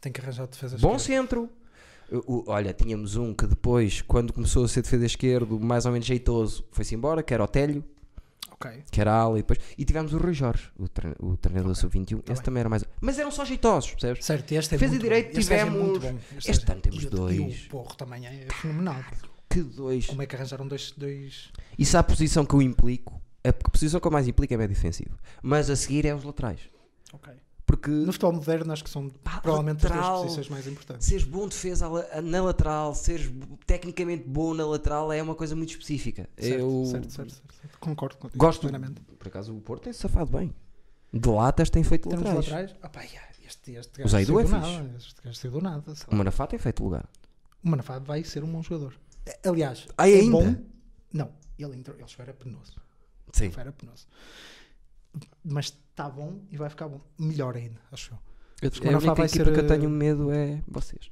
Speaker 2: Tem que é. arranjar defesas.
Speaker 1: Bom
Speaker 2: esquerdas.
Speaker 1: centro. O- o- olha, tínhamos um que depois, quando começou a ser defesa esquerdo, mais ou menos jeitoso, foi-se embora, que era o Telho,
Speaker 2: Ok.
Speaker 1: que era ala e depois. E tivemos o Rui Jorge, o, trein- o treinador sub-21. Esse
Speaker 2: Tá bem.
Speaker 1: também era mais. Mas eram só jeitosos, percebes?
Speaker 2: Certo, este é
Speaker 1: Defesa e
Speaker 2: muito
Speaker 1: direito
Speaker 2: bom. Este gajo é muito
Speaker 1: tivemos-
Speaker 2: bom.
Speaker 1: este
Speaker 2: gajo-
Speaker 1: ano temos
Speaker 2: e o-
Speaker 1: dois.
Speaker 2: E o Porro também é fenomenal.
Speaker 1: Que dois.
Speaker 2: Como é que arranjaram dois. dois...
Speaker 1: Isso à posição que eu implico. A posição que eu mais implico é meio defensivo. Mas a seguir é os laterais.
Speaker 2: Ok.
Speaker 1: Porque
Speaker 2: No futebol moderno, acho que são
Speaker 1: Pá,
Speaker 2: provavelmente as
Speaker 1: lateral.
Speaker 2: duas posições mais importantes.
Speaker 1: seres bom defesa à la- na lateral, seres bo- tecnicamente bom na lateral é uma coisa muito específica. eu
Speaker 2: Certo, certo, certo, certo, certo. Concordo contigo.
Speaker 1: gosto.
Speaker 2: plenamente.
Speaker 1: Por acaso o Porto tem safado bem. De latas tem feito
Speaker 2: Temos
Speaker 1: laterais.
Speaker 2: lá atrás. Ah, pá, yeah, este, este gajo
Speaker 1: Zaidu
Speaker 2: saiu
Speaker 1: é
Speaker 2: do
Speaker 1: fixe.
Speaker 2: nada. Este gajo saiu do nada. sei
Speaker 1: O
Speaker 2: lá.
Speaker 1: Manafá tem feito lugar.
Speaker 2: O Manafá vai ser um bom jogador. Eh, Aliás,
Speaker 1: Ah,
Speaker 2: é
Speaker 1: ainda?
Speaker 2: bom. Não, ele entrou. Ele só era penoso.
Speaker 1: Sim.
Speaker 2: Só era penoso. Mas está bom e vai ficar bom. Melhor ainda, acho eu.
Speaker 1: Eu,
Speaker 2: o
Speaker 1: a
Speaker 2: Manafá
Speaker 1: única
Speaker 2: vai
Speaker 1: equipa
Speaker 2: ser,
Speaker 1: que eu
Speaker 2: eh,
Speaker 1: tenho medo é vocês.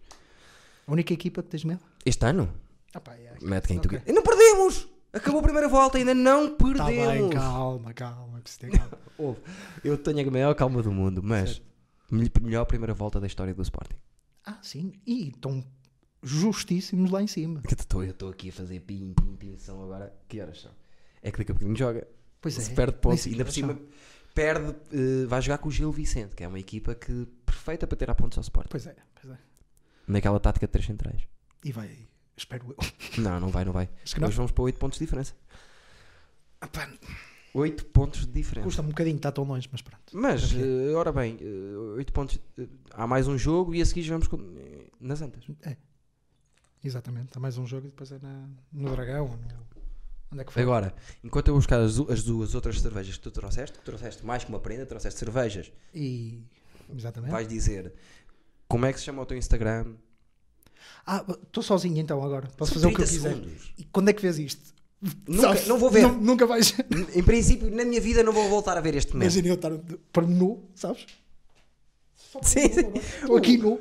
Speaker 2: A única equipa que tens medo?
Speaker 1: Este ano?
Speaker 2: Ah, pá, yeah.
Speaker 1: Mete quem tu
Speaker 2: Ok.
Speaker 1: quiser. E não perdemos! Acabou a primeira volta, ainda não
Speaker 2: Tá bem,
Speaker 1: perdemos!
Speaker 2: calma, calma. que se tem
Speaker 1: *laughs*
Speaker 2: calma.
Speaker 1: Ouve, eu tenho a maior calma do mundo, mas mel- melhor primeira volta da história do Sporting.
Speaker 2: ah, sim. E estão justíssimos lá em cima.
Speaker 1: Que estou- Eu estou aqui a fazer pim, pim, pim, são agora. Que horas são? É que daqui a pouquinho joga.
Speaker 2: Pois é.
Speaker 1: Se perde pontos.
Speaker 2: nem
Speaker 1: Ainda por
Speaker 2: sei que
Speaker 1: cima, perde. eh, vai jogar com o Gil Vicente, que é uma equipa que perfeita para ter a pontos ao Sporting.
Speaker 2: Pois é, pois é.
Speaker 1: Naquela tática de 3 *laughs* centrais.
Speaker 2: E vai, espero eu.
Speaker 1: Não, não vai, não vai.
Speaker 2: Acho que não.
Speaker 1: Hoje vamos para 8 pontos de diferença.
Speaker 2: Ah, pá,
Speaker 1: 8 pontos de diferença.
Speaker 2: custa um bocadinho, está tão longe, mas pronto.
Speaker 1: Mas, eh, ora bem, 8 pontos. eh, há mais um jogo e a seguir jogamos com, eh, nas Antas.
Speaker 2: É. Exatamente. Há mais um jogo e depois é na, no Dragão. ou No... Onde é que foi?
Speaker 1: Agora, enquanto eu vou buscar as, du- as duas outras cervejas que tu trouxeste, que trouxeste mais que uma prenda, trouxeste cervejas,
Speaker 2: E. Exatamente.
Speaker 1: vais dizer como é que se chama o teu Instagram?
Speaker 2: Ah, estou sozinho então agora. Posso fazer o que eu
Speaker 1: 30
Speaker 2: quiser.
Speaker 1: segundos.
Speaker 2: E quando é que vês isto?
Speaker 1: Nunca-
Speaker 2: Sabes?
Speaker 1: não vou ver.
Speaker 2: Nu- nunca vais.
Speaker 1: Em princípio, na minha vida não vou voltar a ver este momento.
Speaker 2: Imagina eu estar de- por nu, sabes?
Speaker 1: Sim, sim.
Speaker 2: Estou aqui nu.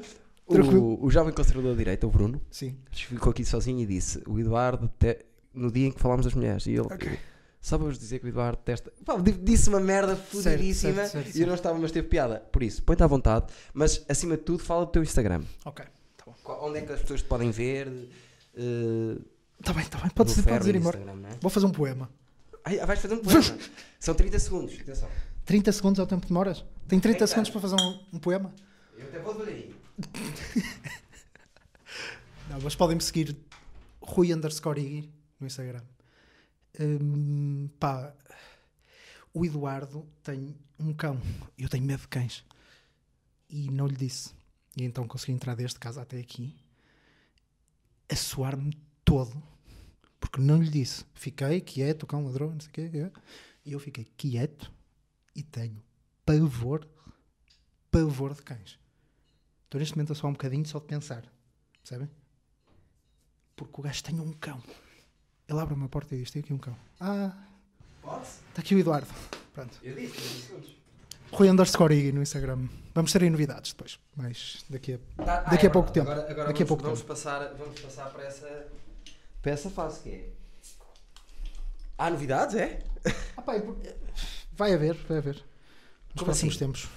Speaker 2: Tranquilo.
Speaker 1: O, o jovem conservador de direita, o Bruno,
Speaker 2: Sim.
Speaker 1: ficou aqui sozinho e disse: O Eduardo, te- no dia em que falámos das mulheres, e ele.
Speaker 2: Ok.
Speaker 1: Só para vos dizer que o Eduardo testa. Pá, di- disse uma merda fudidíssima
Speaker 2: certo, certo,
Speaker 1: e eu não estava, mas teve piada. Por isso, põe-te à vontade, mas acima de tudo, fala do teu Instagram.
Speaker 2: Ok. Está bom.
Speaker 1: Qual- Onde é que as pessoas te podem ver? Eh,
Speaker 2: Está Tá bem, está bem. Podes
Speaker 1: do
Speaker 2: dizer, podes
Speaker 1: Ferro
Speaker 2: ir
Speaker 1: e
Speaker 2: embora.
Speaker 1: Instagram, não é?
Speaker 2: Vou fazer um poema.
Speaker 1: Ai, ah, vais fazer um
Speaker 2: *laughs*
Speaker 1: poema. São 30 segundos, atenção.
Speaker 2: 30 segundos é o tempo que demoras? Tenho 30
Speaker 1: Eita.
Speaker 2: segundos para fazer um, um poema?
Speaker 1: Eu até vou devagarinho.
Speaker 2: Não, mas podem-me seguir Rui underscore Igui no Instagram. Hum, pá, o Eduardo tem um cão. Eu tenho medo de cães. E não lhe disse. E então consegui entrar deste casa até aqui a suar-me todo. Porque não lhe disse. Fiquei quieto, o cão ladrou, não sei o quê. é. E eu fiquei quieto e tenho pavor, pavor de cães. Estou neste momento a suar um bocadinho só de pensar. Percebem? Porque o gajo tem um cão. Ele abre uma porta e diz: Tem aqui um cão. Ah,
Speaker 1: Pode-se?
Speaker 2: está aqui o Eduardo. Pronto.
Speaker 1: Eu disse 30 segundos.
Speaker 2: Rui underscore Iggy no Instagram. Vamos ter aí novidades depois. Mas daqui a.
Speaker 1: Tá,
Speaker 2: Daqui a
Speaker 1: é
Speaker 2: pouco
Speaker 1: verdade.
Speaker 2: tempo.
Speaker 1: Agora, agora
Speaker 2: Daqui a
Speaker 1: vamos,
Speaker 2: pouco
Speaker 1: vamos Passar, vamos passar para essa, para essa fase que é. Há novidades, é?
Speaker 2: Ah, pá, eu- vai haver, vai haver. Nos
Speaker 1: Como
Speaker 2: próximos
Speaker 1: assim?
Speaker 2: tempos.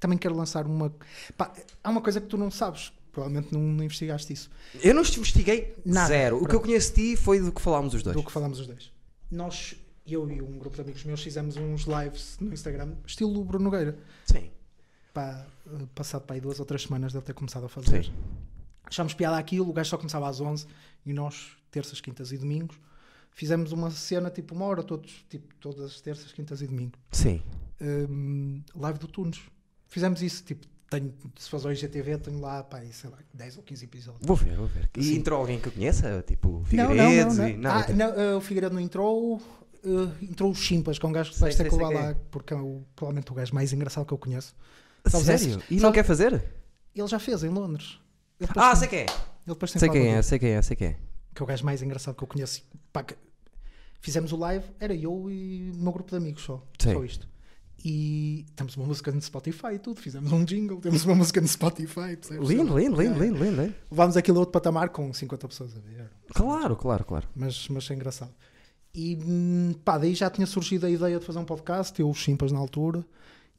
Speaker 2: Também quero lançar uma. Pá, há uma coisa que tu não sabes. Provavelmente não, não investigaste isso.
Speaker 1: Eu não investiguei
Speaker 2: Nada.
Speaker 1: zero. O que eu conheço de ti foi do que falámos os dois.
Speaker 2: Do que falámos os dois. Nós, eu e um grupo de amigos meus, fizemos uns lives no Instagram, estilo Bruno Nogueira.
Speaker 1: Sim.
Speaker 2: pá, eh, passado para aí duas ou três semanas dele ter começado a fazer.
Speaker 1: Sim.
Speaker 2: Achámos piada aquilo, o gajo só começava às 11 e nós, terças, quintas e domingos, fizemos uma cena tipo uma hora, todos, tipo, todas as terças, quintas e domingos.
Speaker 1: Sim.
Speaker 2: Hum, live do Tunes. Fizemos isso, tipo, tenho, se faz o IGTV, tenho lá, pá, aí, sei lá, 10 ou 15 episódios.
Speaker 1: Vou ver, vou ver. E entrou alguém que eu conheça? Tipo,
Speaker 2: Não,
Speaker 1: Figueiredo
Speaker 2: não, não,
Speaker 1: e.
Speaker 2: não.
Speaker 1: Não,
Speaker 2: Ah,
Speaker 1: então-
Speaker 2: não, eh, o Figueiredo não entrou, eh, entrou o Chimpas, que é um gajo que
Speaker 1: Sei,
Speaker 2: vais ter
Speaker 1: sei,
Speaker 2: que
Speaker 1: sei
Speaker 2: levar
Speaker 1: quem é.
Speaker 2: lá, porque é o, provavelmente o gajo mais engraçado que eu conheço. Sabes
Speaker 1: Sério?
Speaker 2: esses?
Speaker 1: E não
Speaker 2: Sabes-
Speaker 1: quer fazer?
Speaker 2: Ele já fez em Londres. Ele depois
Speaker 1: Ah,
Speaker 2: tem-
Speaker 1: sei quem é.
Speaker 2: Ele depois tem
Speaker 1: Sei
Speaker 2: falado
Speaker 1: quem é,
Speaker 2: disso.
Speaker 1: sei quem é, sei quem é.
Speaker 2: que é o gajo mais engraçado que eu conheço. Pá, que- fizemos o live, era eu e o meu grupo de amigos só.
Speaker 1: Sim.
Speaker 2: Só isto. E temos uma música no Spotify e tudo. Fizemos um jingle, temos uma música no Spotify. percebes?
Speaker 1: Lindo, lindo, lindo,
Speaker 2: É.
Speaker 1: lindo, lindo. hein?
Speaker 2: Levámos aquilo a outro patamar com 50 pessoas a ver
Speaker 1: Claro, claro, claro.
Speaker 2: mas, mas é engraçado. E hum, pá, daí já tinha surgido a ideia de fazer um podcast, eu os chimpas na altura,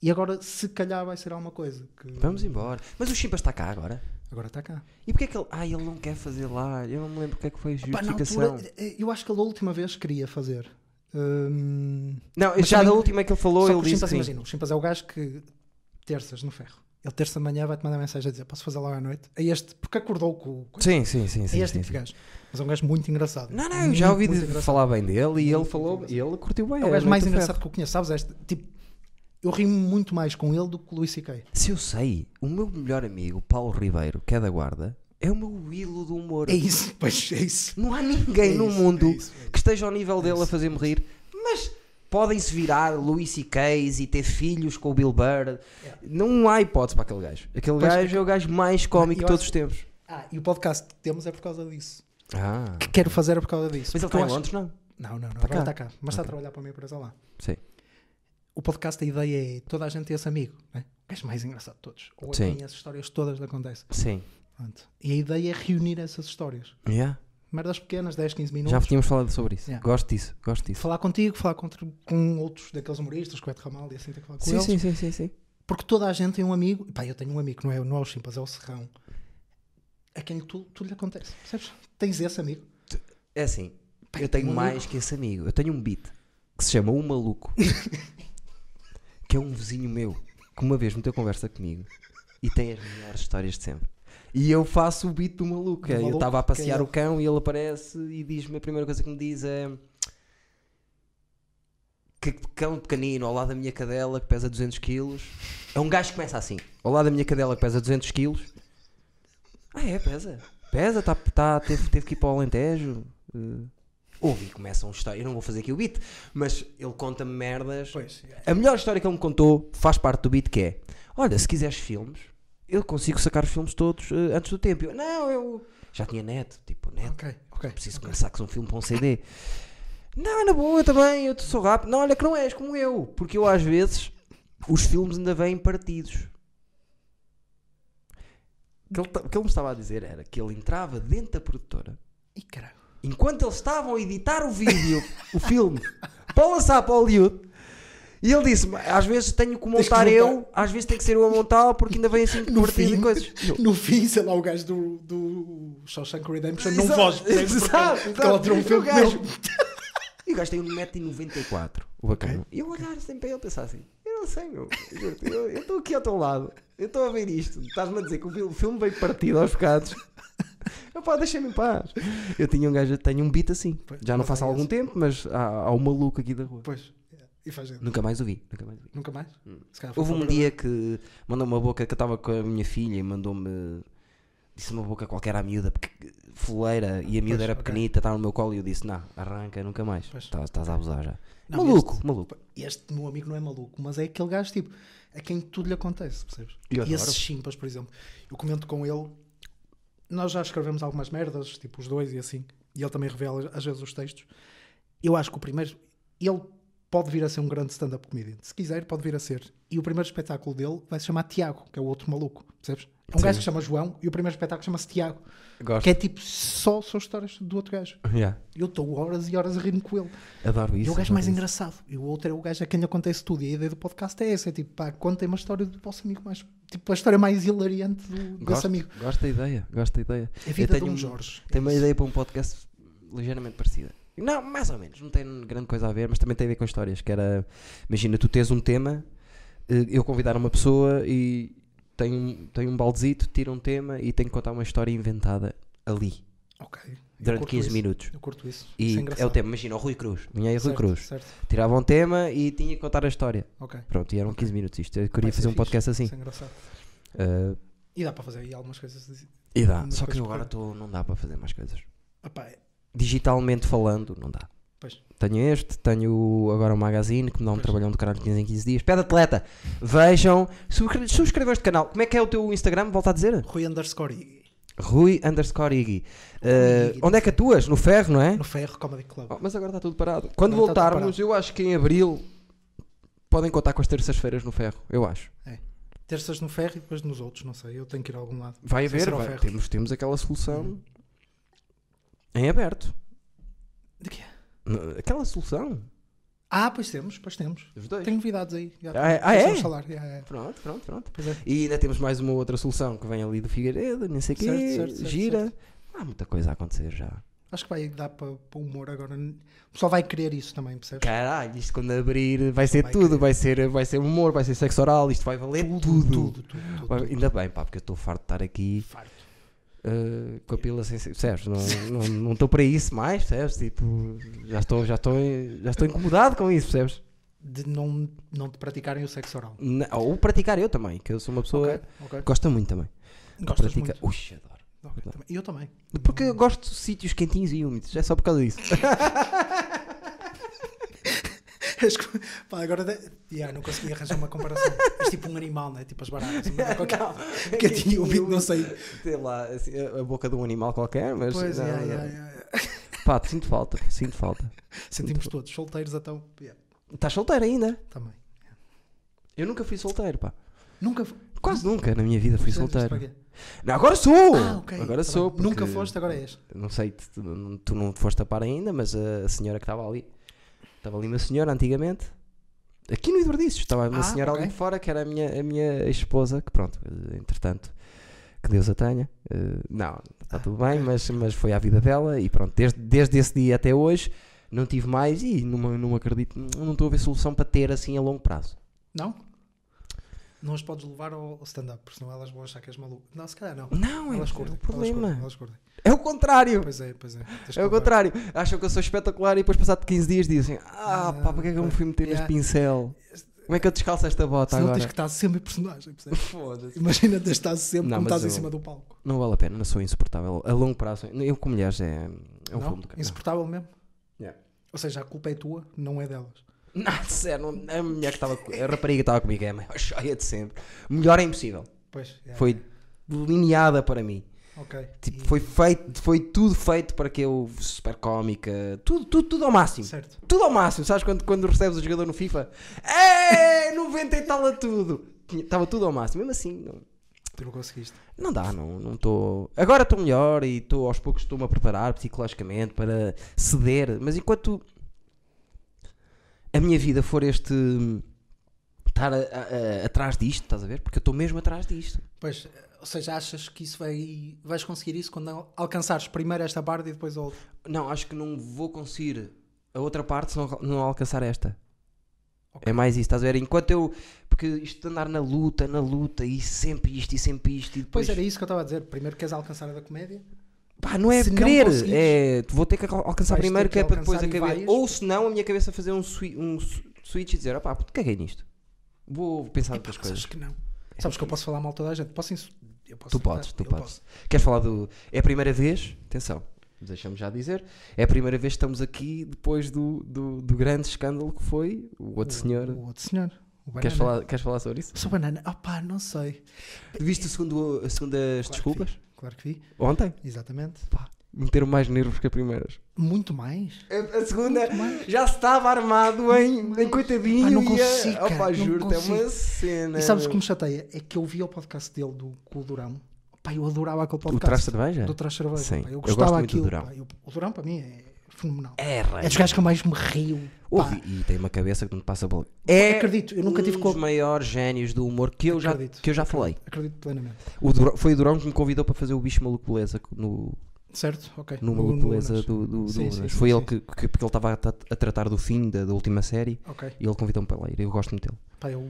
Speaker 2: e agora se calhar vai ser alguma coisa. que-
Speaker 1: Vamos embora. Mas o Chimpas está cá agora.
Speaker 2: Agora está cá.
Speaker 1: E porquê é que ele. Ah, ele não quer fazer lá. Eu não me lembro porque é que foi a
Speaker 2: Pá, na
Speaker 1: justificação.
Speaker 2: altura, eh, eu acho que ele a última vez queria fazer. Hum,
Speaker 1: Não,
Speaker 2: Mas
Speaker 1: já
Speaker 2: também-
Speaker 1: da última que ele
Speaker 2: só
Speaker 1: falou,
Speaker 2: que
Speaker 1: ele
Speaker 2: o
Speaker 1: disse. assim.
Speaker 2: Chimpas,
Speaker 1: Sim.
Speaker 2: imagina, o Chimpas é o gajo que terças no ferro. Ele terça de manhã vai-te mandar mensagem a dizer posso fazer lá à noite? É este, porque acordou com o.
Speaker 1: sim, sim, sim.
Speaker 2: É
Speaker 1: sim,
Speaker 2: este
Speaker 1: sim,
Speaker 2: tipo de gajo. Mas é um gajo muito engraçado.
Speaker 1: Não, não, eu
Speaker 2: Muito,
Speaker 1: já ouvi
Speaker 2: muito
Speaker 1: de-
Speaker 2: engraçado.
Speaker 1: falar bem dele e ele
Speaker 2: Muito
Speaker 1: falou.
Speaker 2: engraçado.
Speaker 1: E ele curtiu bem.
Speaker 2: É o
Speaker 1: a
Speaker 2: gajo mais
Speaker 1: Noite do
Speaker 2: engraçado que eu conheço, sabes? Este, tipo, eu rio muito mais com ele do que com o Luís C.K.
Speaker 1: Ferro. Se eu sei, o meu melhor amigo, Paulo Ribeiro, que é da Guarda, é o meu ídolo do humor.
Speaker 2: É isso, *laughs* pois é isso.
Speaker 1: Não há ninguém
Speaker 2: É
Speaker 1: no
Speaker 2: isso,
Speaker 1: mundo
Speaker 2: é isso, é isso.
Speaker 1: que esteja ao nível dele a fazer-me rir, mas podem-se virar Luís e Case e ter filhos com o Bill Bird.
Speaker 2: É.
Speaker 1: Não há hipótese para aquele gajo. Aquele
Speaker 2: Pois,
Speaker 1: gajo é o gajo mais cómico de
Speaker 2: eu
Speaker 1: todos
Speaker 2: acho-
Speaker 1: os tempos.
Speaker 2: Ah, e o podcast que temos é por causa disso.
Speaker 1: Ah.
Speaker 2: Que quero fazer é por causa disso.
Speaker 1: Mas ele está
Speaker 2: Porque
Speaker 1: em
Speaker 2: eu acho-
Speaker 1: Londres, não?
Speaker 2: Não, não, não.
Speaker 1: Tá
Speaker 2: agora
Speaker 1: cá?
Speaker 2: está cá. Mas está a trabalhar para uma empresa lá.
Speaker 1: Sim.
Speaker 2: O podcast, a ideia é toda a gente ter esse amigo, né? o gajo mais engraçado de todos. Ou
Speaker 1: Sim.
Speaker 2: apanha as histórias todas que acontecem.
Speaker 1: Sim.
Speaker 2: Pronto. E a ideia é reunir essas histórias. Merdas pequenas, 10, 15 minutos.
Speaker 1: Já tínhamos falado sobre isso.
Speaker 2: Yeah.
Speaker 1: Gosto disso, gosto disso.
Speaker 2: Falar contigo, falar com, outro- com outros daqueles humoristas, com o Ed Ramal e assim, ter que falar com
Speaker 1: Sim,
Speaker 2: eles.
Speaker 1: sim, sim, sim, sim.
Speaker 2: Porque toda a gente tem um amigo, pá, eu tenho um amigo, não é, não é o Chimpas, é o Serrão, a quem tu, tu lhe acontece, percebes? Tens esse amigo.
Speaker 1: É assim, eu tenho
Speaker 2: um
Speaker 1: mais que esse amigo. Eu tenho um beat que se chama O
Speaker 2: *laughs*
Speaker 1: Maluco, que é um vizinho meu que uma vez meteu conversa comigo e tem as melhores histórias de sempre. E eu faço o beat do maluco.
Speaker 2: Do
Speaker 1: é, eu
Speaker 2: maluco,
Speaker 1: estava a
Speaker 2: que é
Speaker 1: passear
Speaker 2: ele.
Speaker 1: o cão e ele aparece e diz-me a primeira coisa que me diz é. Que cão pequenino ao lado da minha cadela que pesa 200 quilos. É um gajo que começa assim. Ao lado da minha cadela que pesa 200 quilos. Ah, é, pesa. Pesa, tá, tá, teve, teve que ir para o Alentejo. eh, ouve e começa uma história. Eu não vou fazer aqui o beat, mas ele conta-me merdas.
Speaker 2: Pois,
Speaker 1: A melhor história que ele me contou faz parte do beat que é: Olha, se quiseres filmes, eu consigo sacar os filmes todos eh, antes do tempo. Eu, não, eu já tinha net, tipo, net,
Speaker 2: ok, ok.
Speaker 1: preciso começar com um filme para um CD. *laughs* Não, é na boa, eu também, eu sou rápido. Não, olha que não és como eu, porque eu às vezes os filmes ainda vêm partidos. O que ele ta- o que ele me estava a dizer era que ele entrava dentro da produtora
Speaker 2: E caralho.
Speaker 1: enquanto eles estavam a editar o *laughs* vídeo, o filme, para lançar para Hollywood, e ele disse: às vezes tenho que
Speaker 2: Tens que
Speaker 1: montar
Speaker 2: montar."
Speaker 1: eu, às vezes tem que ser eu a montá-lo, porque ainda vem *laughs* assim
Speaker 2: No
Speaker 1: partido
Speaker 2: fim,
Speaker 1: e coisas.
Speaker 2: *laughs* no fim, sei lá, o gajo do, do Shawshank Redemption não
Speaker 1: Exato,
Speaker 2: foge, percebes? Porque-
Speaker 1: exato,
Speaker 2: porque ela tirou um
Speaker 1: exato.
Speaker 2: filme
Speaker 1: O gajo-
Speaker 2: meu.
Speaker 1: E o gajo tem 1,94m, o bacana. E eu olhar sempre para ele e pensar assim: eu não sei, meu, juro-te, eu eu estou aqui ao teu lado, eu estou a ver isto, estás-me a dizer que o fil- o filme veio partido aos bocados. *laughs* Opá, deixa-me em paz. Eu tinha um gajo, tenho um beat assim.
Speaker 2: Pois,
Speaker 1: Já não
Speaker 2: mas
Speaker 1: faço há
Speaker 2: é
Speaker 1: algum
Speaker 2: esse.
Speaker 1: tempo, mas há, há um maluco aqui da rua.
Speaker 2: Pois, e faz gente.
Speaker 1: Nunca mais o vi, nunca mais o vi.
Speaker 2: Nunca mais? Se calhar foi
Speaker 1: Houve
Speaker 2: só
Speaker 1: um
Speaker 2: para-
Speaker 1: dia que mandou uma boca que eu estava com a minha filha e mandou-me. Disse uma boca qualquer à miúda, porque fuleira, e a miúda
Speaker 2: Pois,
Speaker 1: era
Speaker 2: ok.
Speaker 1: pequenita, estava no meu colo e eu disse: Não, arranca, nunca mais.
Speaker 2: Pois.
Speaker 1: Estás estás a abusar já.
Speaker 2: Não,
Speaker 1: maluco, maluco.
Speaker 2: Este meu amigo não é maluco, mas é aquele gajo tipo a quem tudo lhe acontece, percebes?
Speaker 1: E eu adoro.
Speaker 2: esses chimpas, por exemplo, eu comento com ele, nós já escrevemos algumas merdas, tipo os dois e assim, e ele também revela às vezes os textos. Eu acho que o primeiro, ele pode vir a ser um grande stand-up comedian, se quiser, pode vir a ser. E o primeiro espetáculo dele vai se chamar Tiago, que é o outro maluco, percebes? É um
Speaker 1: Sim.
Speaker 2: gajo que se chama João e o primeiro espetáculo chama-se Tiago,
Speaker 1: Gosto.
Speaker 2: que é tipo só, só histórias do outro gajo.
Speaker 1: *laughs* Yeah,
Speaker 2: Eu estou horas e horas a rir-me com ele.
Speaker 1: Adoro isso.
Speaker 2: E é o gajo mais
Speaker 1: adoro isso.
Speaker 2: engraçado. E o outro é o gajo a quem lhe acontece tudo. E a ideia do podcast é essa: é tipo, pá, contem uma história do vosso amigo mais. Tipo, a história mais hilariante do, desse
Speaker 1: Gosto,
Speaker 2: amigo.
Speaker 1: gosto da ideia, gosto da ideia.
Speaker 2: A vida
Speaker 1: tenho
Speaker 2: de um
Speaker 1: um-
Speaker 2: Jorge.
Speaker 1: Tenho uma
Speaker 2: Isso.
Speaker 1: ideia para um podcast ligeiramente parecida. Não, mais ou menos, não tem grande coisa a ver, mas também tem a ver com histórias. Que era, imagina, tu tens um tema, eh, eu convidar uma pessoa e tem, um- tem um baldezito, tira um tema e tem que contar uma história inventada ali,
Speaker 2: Ok. Eu
Speaker 1: durante
Speaker 2: curto
Speaker 1: 15
Speaker 2: isso.
Speaker 1: minutos.
Speaker 2: Eu curto isso.
Speaker 1: E
Speaker 2: isso
Speaker 1: é o
Speaker 2: engraçado.
Speaker 1: tema, imagina, o Rui Cruz, vinha aí o Rui
Speaker 2: Certo,
Speaker 1: Cruz,
Speaker 2: Certo.
Speaker 1: tirava um tema e tinha que contar a história.
Speaker 2: Ok.
Speaker 1: Pronto, e eram 15 minutos isto. Eu queria
Speaker 2: Vai ser
Speaker 1: fazer um
Speaker 2: fixe.
Speaker 1: podcast assim.
Speaker 2: Isso é engraçado.
Speaker 1: Eh,
Speaker 2: E dá para fazer aí algumas coisas. assim.
Speaker 1: e dá,
Speaker 2: Uma
Speaker 1: só que
Speaker 2: coisa
Speaker 1: eu agora
Speaker 2: que-
Speaker 1: tô- não dá para fazer mais coisas.
Speaker 2: Ah, pá, é-
Speaker 1: digitalmente falando, não dá.
Speaker 2: Pois.
Speaker 1: Tenho este, tenho agora o magazine que me dá um
Speaker 2: Pois.
Speaker 1: trabalhão de caralho de 15 em 15 dias. Pede atleta, vejam, subscre- subscrevam este canal. Como é que é o teu Instagram? Volta a dizer?
Speaker 2: Rui underscore. I.
Speaker 1: Rui underscore Iggy. Uh, onde é que atuas? No Ferro, não é?
Speaker 2: No Ferro Comedy Club.
Speaker 1: Oh, mas agora está tudo parado. Quando
Speaker 2: Agora está tudo
Speaker 1: voltarmos, eu acho que em abril podem contar com as terças-feiras no Ferro, eu acho.
Speaker 2: Terças no Ferro e depois nos outros, não sei. Eu tenho que ir a algum lado.
Speaker 1: Vai
Speaker 2: Sem
Speaker 1: haver,
Speaker 2: ser ao
Speaker 1: vai-
Speaker 2: Ferro.
Speaker 1: Temos, temos aquela solução em aberto.
Speaker 2: De quê?
Speaker 1: N- Aquela solução
Speaker 2: Ah, pois temos, pois temos.
Speaker 1: dos dois.
Speaker 2: Tem novidades aí. Já
Speaker 1: Ah, é? Ah,
Speaker 2: já
Speaker 1: é?
Speaker 2: vamos falar. Já, é.
Speaker 1: Pronto, pronto, pronto.
Speaker 2: Pois é.
Speaker 1: E ainda temos mais uma outra solução que vem ali do Figueiredo, nem sei o quê,
Speaker 2: Certo, certo, certo,
Speaker 1: gira. Há muita coisa a acontecer já.
Speaker 2: Acho que vai dar para o humor agora. O pessoal vai querer isso também, percebes?
Speaker 1: Caralho, isto quando abrir vai ser
Speaker 2: Vai
Speaker 1: tudo,
Speaker 2: querer.
Speaker 1: vai ser, vai ser humor, vai ser sexo oral, isto vai valer tudo.
Speaker 2: Tudo, tudo, tudo.
Speaker 1: Vai-
Speaker 2: tudo.
Speaker 1: ainda bem, pá, porque eu estou farto de estar aqui
Speaker 2: Farto.
Speaker 1: Uh, com a pila sem percebes? Não estou não, estou para isso mais, percebes? Tipo, já estou, já estou, já estou incomodado com isso, percebes?
Speaker 2: De não, não te praticarem o sexo oral.
Speaker 1: Na- ou praticar eu também, que eu sou uma pessoa
Speaker 2: Ok, ok.
Speaker 1: que gosta muito também.
Speaker 2: Gostas
Speaker 1: Pratica- Tá.
Speaker 2: muito.
Speaker 1: Ui, adoro.
Speaker 2: Ok, também. Eu também. *laughs*
Speaker 1: Porque eu gosto de sítios quentinhos e úmidos, é só por causa disso.
Speaker 2: És co- Pá, agora de... yeah, não consegui arranjar uma comparação. És tipo um animal, né? Tipo as baratas. uma *laughs* merda qualquer. Que eu tinha ouvido, não sei.
Speaker 1: Sei lá, assim, a a boca de um animal qualquer, mas.
Speaker 2: Pois,
Speaker 1: não,
Speaker 2: yeah,
Speaker 1: não.
Speaker 2: yeah, yeah.
Speaker 1: Pá, sinto falta, sinto falta.
Speaker 2: Sentimos todos solteiros, então. Yeah,
Speaker 1: Estás solteiro ainda?
Speaker 2: também.
Speaker 1: Eu nunca fui solteiro, pá.
Speaker 2: Nunca f-
Speaker 1: Quase nunca na minha vida fui
Speaker 2: Isto é
Speaker 1: solteiro.
Speaker 2: para quê?
Speaker 1: Não, agora sou!
Speaker 2: Ah, ok.
Speaker 1: Agora
Speaker 2: tá
Speaker 1: sou.
Speaker 2: bem. Nunca
Speaker 1: porque-
Speaker 2: foste, agora és.
Speaker 1: não sei, tu, tu não- tu não te foste tapar ainda, mas a senhora que estava ali, estava ali uma senhora antigamente, aqui no Eduardices, estava uma
Speaker 2: Ah,
Speaker 1: senhora
Speaker 2: ok.
Speaker 1: ali de fora que era a minha, a minha esposa, que pronto, eh, entretanto, que Deus a tenha. eh, não, está tudo bem, mas, mas foi a vida dela e pronto, desde, desde esse dia até hoje não tive mais e não, não acredito, não estou a ver solução para ter assim a longo prazo.
Speaker 2: Não? Não as podes levar ao ao stand-up, porque senão elas vão achar que és maluco. Não, se calhar não.
Speaker 1: Não, é,
Speaker 2: Elas
Speaker 1: o- é o
Speaker 2: curtem. elas curtem,
Speaker 1: problema.
Speaker 2: Elas curtem.
Speaker 1: É o contrário.
Speaker 2: Pois é, pois é. Tens que
Speaker 1: É o
Speaker 2: levar.
Speaker 1: contrário, acham que eu sou espetacular e depois passado 15 dias dizem Ah pá, porque é que eu me fui meter
Speaker 2: Yeah.
Speaker 1: neste pincel? Como é que eu descalço esta bota
Speaker 2: Senão
Speaker 1: agora?
Speaker 2: tens que estar sempre em
Speaker 1: *laughs*
Speaker 2: personagem, percebes?
Speaker 1: Foda-se.
Speaker 2: Imagina tens de estar sempre
Speaker 1: Não,
Speaker 2: como
Speaker 1: mas
Speaker 2: estás em
Speaker 1: eu-
Speaker 2: cima do palco.
Speaker 1: Não vale a pena, não sou insuportável. A longo prazo, eu com mulheres é, é um
Speaker 2: não?
Speaker 1: filme do cara.
Speaker 2: Insuportável mesmo.
Speaker 1: Yeah.
Speaker 2: Ou seja, a culpa é tua, não é delas.
Speaker 1: Não, sério, não- a mulher que estava co- a rapariga que estava comigo é a maior *laughs* joia de sempre. Melhor é impossível.
Speaker 2: Pois, yeah,
Speaker 1: Foi delineada para mim.
Speaker 2: ok.
Speaker 1: Tipo,
Speaker 2: E-
Speaker 1: foi feito, foi tudo feito para que eu super cómica, tudo, tudo, tudo ao máximo.
Speaker 2: Certo.
Speaker 1: Tudo ao máximo, sabes quando, quando recebes o jogador no FIFA? É, 90 e tal a tudo. Estava tudo ao máximo, mesmo assim, não,
Speaker 2: Tu não conseguiste.
Speaker 1: não dá, não não estou. Agora estou melhor e estou aos poucos estou-me a preparar psicologicamente para ceder, mas enquanto a minha vida for este hum, estar a- a- a- atrás disto, estás a ver? Porque eu estou mesmo atrás disto.
Speaker 2: Pois, ou seja, achas que isso vai. vais conseguir isso quando al- alcançares primeiro esta parte e depois a outra.
Speaker 1: Não, acho que não vou conseguir a outra parte se não, não alcançar esta. É mais isso, estás a ver? Enquanto eu. Porque isto de andar na luta, na luta, e sempre isto, e sempre isto, e depois.
Speaker 2: Pois era isso que eu estava a dizer. Primeiro queres alcançar a da comédia?
Speaker 1: Pá, não é
Speaker 2: Se não
Speaker 1: querer,
Speaker 2: conseguires-
Speaker 1: é. Vou ter que al- alcançar
Speaker 2: Vais
Speaker 1: primeiro,
Speaker 2: ter
Speaker 1: que
Speaker 2: que
Speaker 1: é para depois a
Speaker 2: alcançar e
Speaker 1: cabeça.
Speaker 2: vais.
Speaker 1: Ou se não, a minha cabeça fazer um, swi- um su- switch e dizer: opá, puto, caguei nisto. Vou
Speaker 2: É
Speaker 1: pensar outras coisas. É
Speaker 2: Sabes que não. Sabes que eu posso falar mal de toda a gente. Posso insu- eu posso
Speaker 1: Tu
Speaker 2: insultar,
Speaker 1: podes, tu
Speaker 2: eu
Speaker 1: podes.
Speaker 2: posso.
Speaker 1: Queres falar do. É a primeira vez, atenção, deixamos já dizer, é a primeira vez que estamos aqui depois do, do, do grande escândalo que foi o outro senhor.
Speaker 2: O outro senhor. O banana.
Speaker 1: Queres falar, queres falar sobre isso?
Speaker 2: Sou banana. Ah pá, não sei.
Speaker 1: *laughs* Viste o segundo, as segundas
Speaker 2: Claro
Speaker 1: desculpas?
Speaker 2: Que vi. Claro que vi.
Speaker 1: Ontem?
Speaker 2: Exatamente.
Speaker 1: Meteram mais nervos que a primeiras.
Speaker 2: Muito mais.
Speaker 1: A, a segunda
Speaker 2: Muito mais.
Speaker 1: já se estava armado em, em coitadinho.
Speaker 2: Ah, não
Speaker 1: e a-
Speaker 2: consigo,
Speaker 1: Opa,
Speaker 2: cara, não
Speaker 1: juro-te, é uma
Speaker 2: consigo.
Speaker 1: cena.
Speaker 2: E sabes o
Speaker 1: meu.
Speaker 2: que me chateia? É que eu vi o podcast dele do, com o Durão. Pá, eu adorava aquele
Speaker 1: O traste
Speaker 2: podcast.
Speaker 1: cerveja?
Speaker 2: do Trás Cerveja.
Speaker 1: Sim,
Speaker 2: pá,
Speaker 1: eu
Speaker 2: eu
Speaker 1: gosto
Speaker 2: gostava
Speaker 1: muito do
Speaker 2: daquilo.
Speaker 1: Durão.
Speaker 2: pá, eu- o Durão para mim é fenomenal. É,
Speaker 1: É, rei.
Speaker 2: dos gajos que eu mais me rio.
Speaker 1: Ouve,
Speaker 2: pá.
Speaker 1: e tem uma cabeça que não te passa bola. É
Speaker 2: acredito, eu nunca tive
Speaker 1: um
Speaker 2: com-
Speaker 1: dos maiores génios do humor que eu já,
Speaker 2: Acredito,
Speaker 1: que eu já falei.
Speaker 2: Acredito plenamente.
Speaker 1: O Durão- foi o Durão que me convidou para fazer o bicho maluco beleza no,
Speaker 2: Certo? Ok.
Speaker 1: no
Speaker 2: No-
Speaker 1: maluco
Speaker 2: no
Speaker 1: beleza
Speaker 2: Unas.
Speaker 1: do, do, do
Speaker 2: Sim,
Speaker 1: Unas.
Speaker 2: sim, sim,
Speaker 1: Foi ele
Speaker 2: sim.
Speaker 1: que, que- porque ele estava a, tra- a tratar do fim da, da última série
Speaker 2: Ok.
Speaker 1: e ele convidou-me para lá ir. Eu gosto muito dele.
Speaker 2: Pá, eu...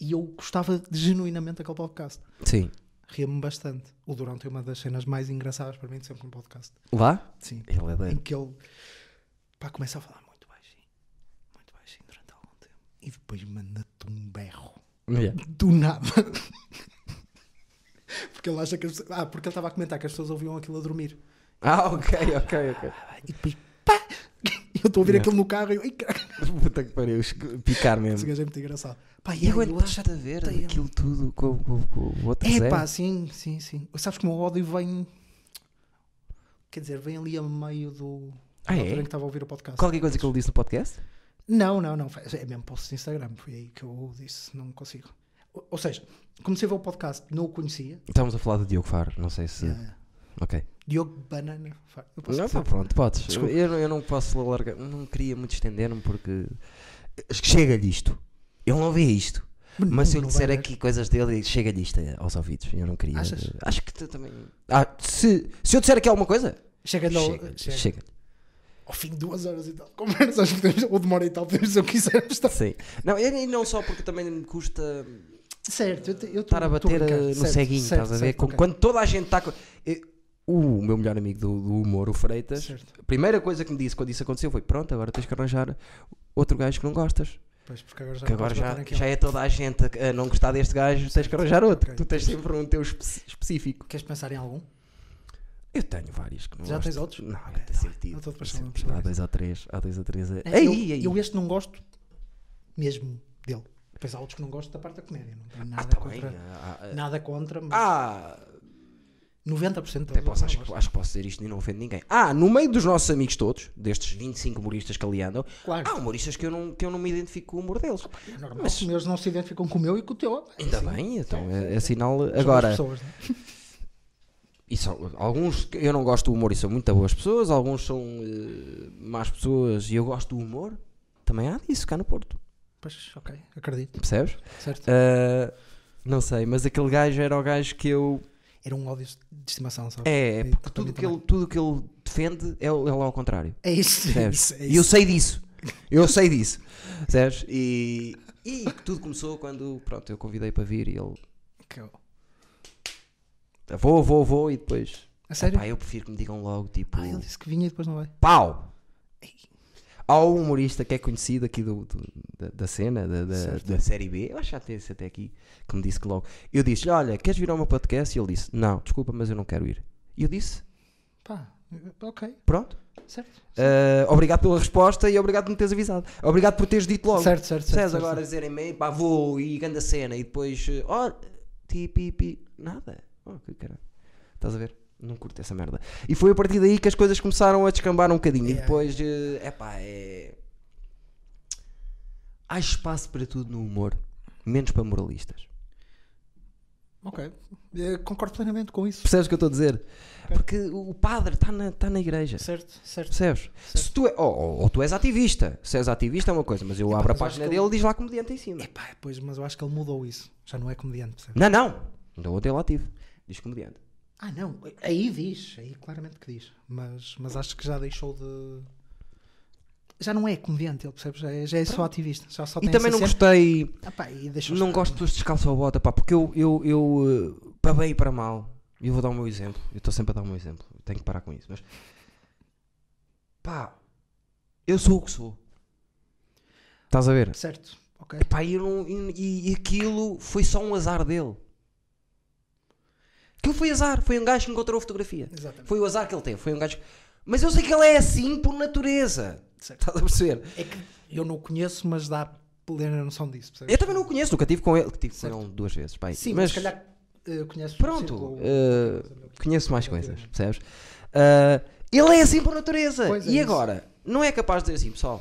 Speaker 2: E eu gostava de- genuinamente daquele podcast.
Speaker 1: Sim.
Speaker 2: Ria-me bastante. O Durão tem uma das cenas mais engraçadas para mim de sempre no podcast.
Speaker 1: Lá?
Speaker 2: Sim.
Speaker 1: Ele é da.
Speaker 2: Em que ele pá, começa a falar muito baixinho. Muito baixinho durante algum tempo. E depois manda-te um berro.
Speaker 1: Yeah.
Speaker 2: Do nada. *laughs* porque ele acha que as pessoas... Ah, porque ele estava a comentar que as pessoas ouviam aquilo a dormir.
Speaker 1: Ah, ok, ok, ok.
Speaker 2: E depois, pá! *laughs* Eu estou a ouvir
Speaker 1: Yeah.
Speaker 2: aquilo no carro e eu, "Ai, caralho."
Speaker 1: *laughs* Puta que pariu, picar
Speaker 2: Esse
Speaker 1: mesmo.
Speaker 2: gajo é muito engraçado. Pá, e
Speaker 1: E
Speaker 2: aí, o outro
Speaker 1: aguentaste
Speaker 2: já
Speaker 1: a ver
Speaker 2: chateia-me.
Speaker 1: aquilo tudo com, com, com o outro
Speaker 2: É
Speaker 1: Zé?
Speaker 2: pá, sim, sim, sim. Sabes que o meu ódio vem. Quer dizer, vem ali a meio do.
Speaker 1: Ah,
Speaker 2: da
Speaker 1: é?
Speaker 2: altura em que estava a ouvir o podcast.
Speaker 1: Qualquer coisa que ele disse no podcast?
Speaker 2: Não, não, não. faz- É mesmo posto de Instagram. Foi aí que eu disse, não consigo. Ou, ou seja, comecei a ver o podcast, não o conhecia.
Speaker 1: Estamos a falar do Diogo Faro, não sei se.
Speaker 2: Eh,
Speaker 1: Ok.
Speaker 2: Diogo Banana. Fa- Eu posso
Speaker 1: É. Não,
Speaker 2: dizer?
Speaker 1: pá, pronto, podes.
Speaker 2: Desculpa.
Speaker 1: Eu, não- eu não posso largar, não queria muito estender-me porque. Chega-lhe isto. Ele não vê isto. Mas se eu
Speaker 2: não
Speaker 1: lhe
Speaker 2: vai
Speaker 1: disser
Speaker 2: ver.
Speaker 1: aqui coisas dele, chega-lhe isto eh, aos ouvidos. Eu não queria. eh,
Speaker 2: Achas?
Speaker 1: Acho que tu também. Ah, se, se eu disser aqui alguma coisa,
Speaker 2: Chega-lhe ao,
Speaker 1: chega-lhe.
Speaker 2: É, chega.
Speaker 1: chega-lhe.
Speaker 2: ao fim de duas horas e tal. *laughs* Conversas, podemos- ou demora e tal, podemos dizer o que quisermos. Tá?
Speaker 1: Sim. Não, e não só porque também me custa
Speaker 2: Certo, eu, te- eu
Speaker 1: estar a bater eh, no ceguinho, estás a ver? Com- Quando toda a gente está. co- Eh, O meu melhor amigo do, do humor, o Freitas,
Speaker 2: Certo.
Speaker 1: a primeira coisa que me disse quando isso aconteceu foi: pronto, agora tens que arranjar outro gajo que não gostas.
Speaker 2: Pois, porque agora já,
Speaker 1: que
Speaker 2: não
Speaker 1: agora
Speaker 2: podes
Speaker 1: já,
Speaker 2: bater naquele.
Speaker 1: já é toda a gente a a não gostar deste gajo, tens que arranjar outro.
Speaker 2: ok.
Speaker 1: Tu tens sempre um teu espe- específico.
Speaker 2: Queres pensar em algum?
Speaker 1: Eu tenho vários que não
Speaker 2: Já
Speaker 1: gosto.
Speaker 2: tens outros? tá
Speaker 1: Não, eu tenho sentido.
Speaker 2: Não estou depois falando
Speaker 1: Há
Speaker 2: sobre
Speaker 1: dois ou três, há dois ou três. a-
Speaker 2: É,
Speaker 1: Ei,
Speaker 2: eu,
Speaker 1: ei, ei.
Speaker 2: eu este não gosto mesmo dele. Depois há outros que não gosto da parte da comédia. Não tenho nada
Speaker 1: Ah, tá bem,
Speaker 2: contra.
Speaker 1: ah, ah,
Speaker 2: Nada contra, mas
Speaker 1: Ah,
Speaker 2: 90%
Speaker 1: até
Speaker 2: deles
Speaker 1: posso, acho,
Speaker 2: eu não
Speaker 1: que-
Speaker 2: gosto.
Speaker 1: acho que posso dizer isto e não ofendo ninguém. Ah, no meio dos nossos amigos todos, destes 25 humoristas que ali andam,
Speaker 2: Claro.
Speaker 1: há humoristas que eu não, que eu não me identifico com o humor deles.
Speaker 2: É normal.
Speaker 1: Ah, mas-
Speaker 2: Os meus não se identificam com o meu e com o teu. É
Speaker 1: Ainda
Speaker 2: assim.
Speaker 1: bem, então é, é sinal.
Speaker 2: Somos
Speaker 1: Agora,
Speaker 2: pessoas, né?
Speaker 1: E são- alguns que eu não gosto do humor e são muito boas pessoas, alguns são eh, más pessoas e eu gosto do humor. Também há disso cá no Porto,
Speaker 2: Pois, ok, acredito.
Speaker 1: percebes?
Speaker 2: Certo.
Speaker 1: Ah, não sei, mas aquele gajo era o gajo que eu.
Speaker 2: Era um ódio de estimação, sabe?
Speaker 1: É, é
Speaker 2: E
Speaker 1: porque
Speaker 2: também
Speaker 1: tudo que,
Speaker 2: também.
Speaker 1: ele, tudo que ele defende é, o- é lá ao contrário.
Speaker 2: É isso. É
Speaker 1: Percebes?
Speaker 2: isso, é
Speaker 1: E eu
Speaker 2: isso.
Speaker 1: sei disso. Eu sei disso.
Speaker 2: *laughs*
Speaker 1: Percebes? E, e tudo começou quando pronto, eu convidei para vir e ele.
Speaker 2: Que eu-
Speaker 1: Vou, vou, vou e depois.
Speaker 2: A sério?
Speaker 1: "Epá, eu prefiro que me digam logo tipo.
Speaker 2: Ah, ele disse que vinha e depois não vai.
Speaker 1: pau! Há um humorista que é conhecido aqui do, do- da, da cena, da, da-
Speaker 2: Certo.
Speaker 1: da série B, eu acho que já tem esse até aqui, que me disse que logo. Eu disse-lhe: Olha, queres vir ao meu podcast? E ele disse: Não, desculpa, mas eu não quero ir. E eu disse:
Speaker 2: Pá, eh, ok,
Speaker 1: Pronto,
Speaker 2: certo.
Speaker 1: Ah, obrigado pela resposta e obrigado por me teres avisado. Obrigado por teres dito logo.
Speaker 2: Certo, certo, certo.
Speaker 1: Percebes
Speaker 2: certo,
Speaker 1: agora dizerem-me: Pá, vou e grande a cena. E depois, ó, ti, pi, pi, nada. Oh, que caralho. Estás a ver? Não curto essa merda. E foi a partir daí que as coisas começaram a descambar um bocadinho. E
Speaker 2: Yeah.
Speaker 1: depois, é pá, é. Há espaço para tudo no humor, menos para moralistas.
Speaker 2: Ok, Eh, concordo plenamente com isso.
Speaker 1: Percebes o que eu estou a dizer? Porque o o padre está na, tá na igreja.
Speaker 2: Certo, certo.
Speaker 1: Percebes? Se tu é, ou, ou- ou tu és ativista. Se és ativista é uma coisa, mas eu abro a
Speaker 2: mas acho
Speaker 1: página
Speaker 2: que
Speaker 1: dele e diz lá comediante em cima.
Speaker 2: Epá, é, pois, mas eu acho que ele mudou isso. Já não é comediante, percebes?
Speaker 1: Não, não. Ainda ontem ele ativo. Diz comediante.
Speaker 2: Ah, não. Aí diz. Aí claramente que diz. Mas, mas acho que já deixou de. Já não é comediante, ele percebes? Já é, já é só ativista. Já só
Speaker 1: E
Speaker 2: tem
Speaker 1: também
Speaker 2: essa
Speaker 1: não
Speaker 2: cena.
Speaker 1: gostei.
Speaker 2: Ah, pá, e deixou
Speaker 1: Não
Speaker 2: estar.
Speaker 1: gosto dos descalços à bota, pá, porque eu, eu, eu eh, para bem e para mal, e eu vou dar o meu exemplo, eu estou sempre a dar o meu exemplo, eu tenho que parar com isso, mas pá, eu sou o que sou. Estás a ver?
Speaker 2: Certo, ok.
Speaker 1: Epá, e, eu não- e- e aquilo foi só um azar dele. Aquilo foi azar, foi um gajo que encontrou a fotografia.
Speaker 2: Exatamente.
Speaker 1: Foi o azar que ele teve, foi um gajo. Mas eu sei que ele é assim por natureza.
Speaker 2: Certo.
Speaker 1: Estás a perceber?
Speaker 2: É que eu não o conheço, mas dá plena noção disso, percebes?
Speaker 1: Eu também não o conheço, nunca tive com ele, tive
Speaker 2: Certo.
Speaker 1: com ele duas vezes, pá,
Speaker 2: Sim, mas, se calhar eh, conheces o
Speaker 1: Pronto,
Speaker 2: círculo-
Speaker 1: eh, conheço mais coisas, percebes? Ah, ele é assim por natureza.
Speaker 2: Pois é
Speaker 1: e
Speaker 2: isso.
Speaker 1: agora, não é capaz de dizer assim, pessoal,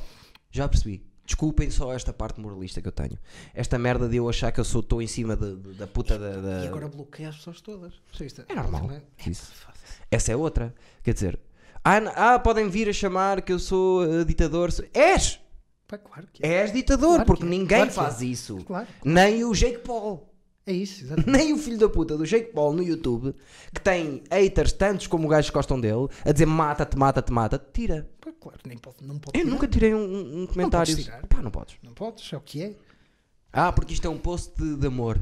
Speaker 1: já percebi. Desculpem só esta parte moralista que eu tenho. Esta merda de eu achar que eu sou estou em cima de- de- da puta da. da-
Speaker 2: E agora bloqueia as pessoas todas. Sim, isto
Speaker 1: É normal,
Speaker 2: não é?
Speaker 1: isso.
Speaker 2: Epá,
Speaker 1: Essa é outra. Quer dizer, ah, n- ah, podem vir a chamar que eu sou eh, ditador. És!
Speaker 2: pá, claro que é.
Speaker 1: És ditador,
Speaker 2: Claro que
Speaker 1: porque
Speaker 2: é,
Speaker 1: ninguém
Speaker 2: claro que é.
Speaker 1: faz isso.
Speaker 2: Claro.
Speaker 1: Nem o Jake Paul.
Speaker 2: É isso, exatamente.
Speaker 1: *laughs* Nem o filho da puta do Jake Paul no YouTube, que tem haters tantos como gajos que gostam dele, a dizer mata-te, mata-te, mata-te, tira.
Speaker 2: Pá, claro, nem pode, não pode
Speaker 1: Eu
Speaker 2: tirar.
Speaker 1: nunca tirei um- um, um comentário.
Speaker 2: podes tirar.
Speaker 1: Pá, não podes.
Speaker 2: Não podes, é o que é.
Speaker 1: Ah, porque isto é um post de, de amor.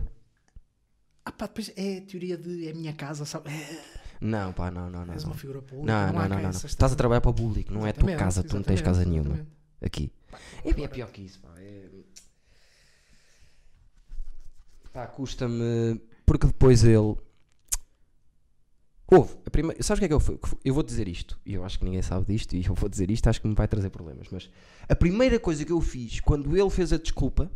Speaker 2: Ah pá, depois é a teoria de é a minha casa, sabe? É,
Speaker 1: Não, pá, não, não, não.
Speaker 2: és
Speaker 1: não.
Speaker 2: uma figura pública.
Speaker 1: Não, não, não,
Speaker 2: há cá
Speaker 1: não, Tá não.
Speaker 2: essas
Speaker 1: Estás a
Speaker 2: teorias.
Speaker 1: trabalhar para o público, não é a tua
Speaker 2: Exatamente,
Speaker 1: casa, tu não tens
Speaker 2: exatamente,
Speaker 1: casa nenhuma.
Speaker 2: exatamente.
Speaker 1: Aqui. É bem pior que isso, pá. É... Pá, custa-me. Porque depois ele. Houve. A prime... Sabes o que é que eu fui? que foi- Eu vou dizer isto. E eu acho que ninguém sabe disto. E eu vou dizer isto. Acho que me vai trazer problemas. Mas a primeira coisa que eu fiz quando ele fez a desculpa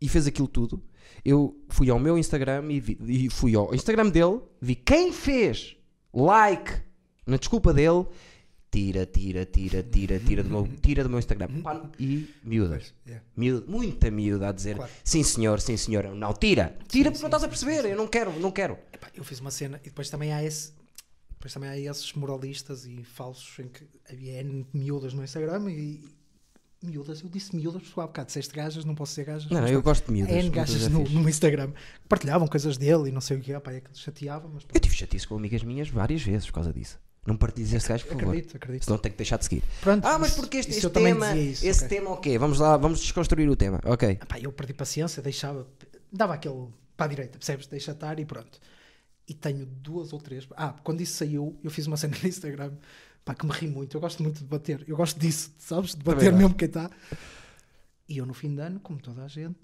Speaker 1: e fez aquilo tudo, eu fui ao meu Instagram e, vi- e fui ao Instagram dele, vi quem fez like na desculpa dele. Tira, tira, tira, tira, tira do meu, tira do meu Instagram. Pá, E miúdas.
Speaker 2: yeah.
Speaker 1: Miúda- muita miúda a dizer
Speaker 2: Claro.
Speaker 1: sim senhor, sim senhora. Não, tira. Tira porque não estás a perceber. Eu não quero, não quero.
Speaker 2: Epá, eu fiz uma cena e depois também há esse. Depois também há esses moralistas e falsos em que havia N miúdas no Instagram e. Miúdas, eu disse miúdas, porque há bocado disseste gajas, não posso ser gajas.
Speaker 1: Não,
Speaker 2: mas
Speaker 1: não, eu
Speaker 2: pronto,
Speaker 1: gosto de miúdas.
Speaker 2: N
Speaker 1: miúdas
Speaker 2: gajas
Speaker 1: é
Speaker 2: no,
Speaker 1: fixe.
Speaker 2: no Instagram partilhavam coisas dele e não sei o que, opá, é que chateava, mas
Speaker 1: Eu
Speaker 2: pronto,
Speaker 1: tive chatice com amigas minhas várias vezes por causa disso. Não partilhes esse gajo, por favor.
Speaker 2: acredito, acredito.
Speaker 1: Senão tenho que deixar de seguir.
Speaker 2: Pronto,
Speaker 1: Ah, mas
Speaker 2: isso-
Speaker 1: porque este,
Speaker 2: isso
Speaker 1: este
Speaker 2: eu também
Speaker 1: tema.
Speaker 2: dizia isso,
Speaker 1: esse
Speaker 2: ok. Ah,
Speaker 1: tema, ok. Vamos lá, vamos desconstruir o tema. Ok.
Speaker 2: Epá, eu perdi paciência, deixava, dava aquele para a direita, percebes? Deixa estar e pronto. E tenho duas ou três. Ah, quando isso saiu, eu fiz uma cena no Instagram pá, que me ri muito. Eu gosto muito de bater, eu gosto disso, sabes? De
Speaker 1: Também
Speaker 2: bater
Speaker 1: gosto.
Speaker 2: mesmo quem está. E eu, no fim de ano, como toda a gente,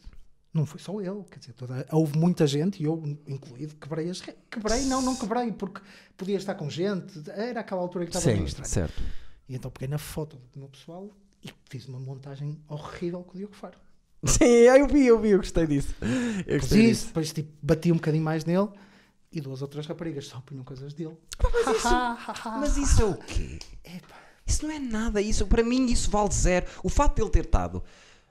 Speaker 2: não foi só eu, quer dizer, toda, houve muita gente, e eu incluído, quebrei as. re- Quebrei, não, não quebrei, porque podia estar com gente, era aquela altura que estava
Speaker 1: Sim,
Speaker 2: registrado.
Speaker 1: certo. *laughs*
Speaker 2: E então peguei na foto do meu pessoal e fiz uma montagem horrível com o Diogo Faro.
Speaker 1: Sim, eu vi, eu vi, eu gostei disso. Eu
Speaker 2: Pus
Speaker 1: gostei
Speaker 2: isso,
Speaker 1: disso.
Speaker 2: depois tipo, bati um bocadinho mais nele e duas outras raparigas só punham coisas dele.
Speaker 1: Mas isso, mas isso é o quê? Isso não é nada. Isso, para mim, isso vale zero. O facto de ele ter estado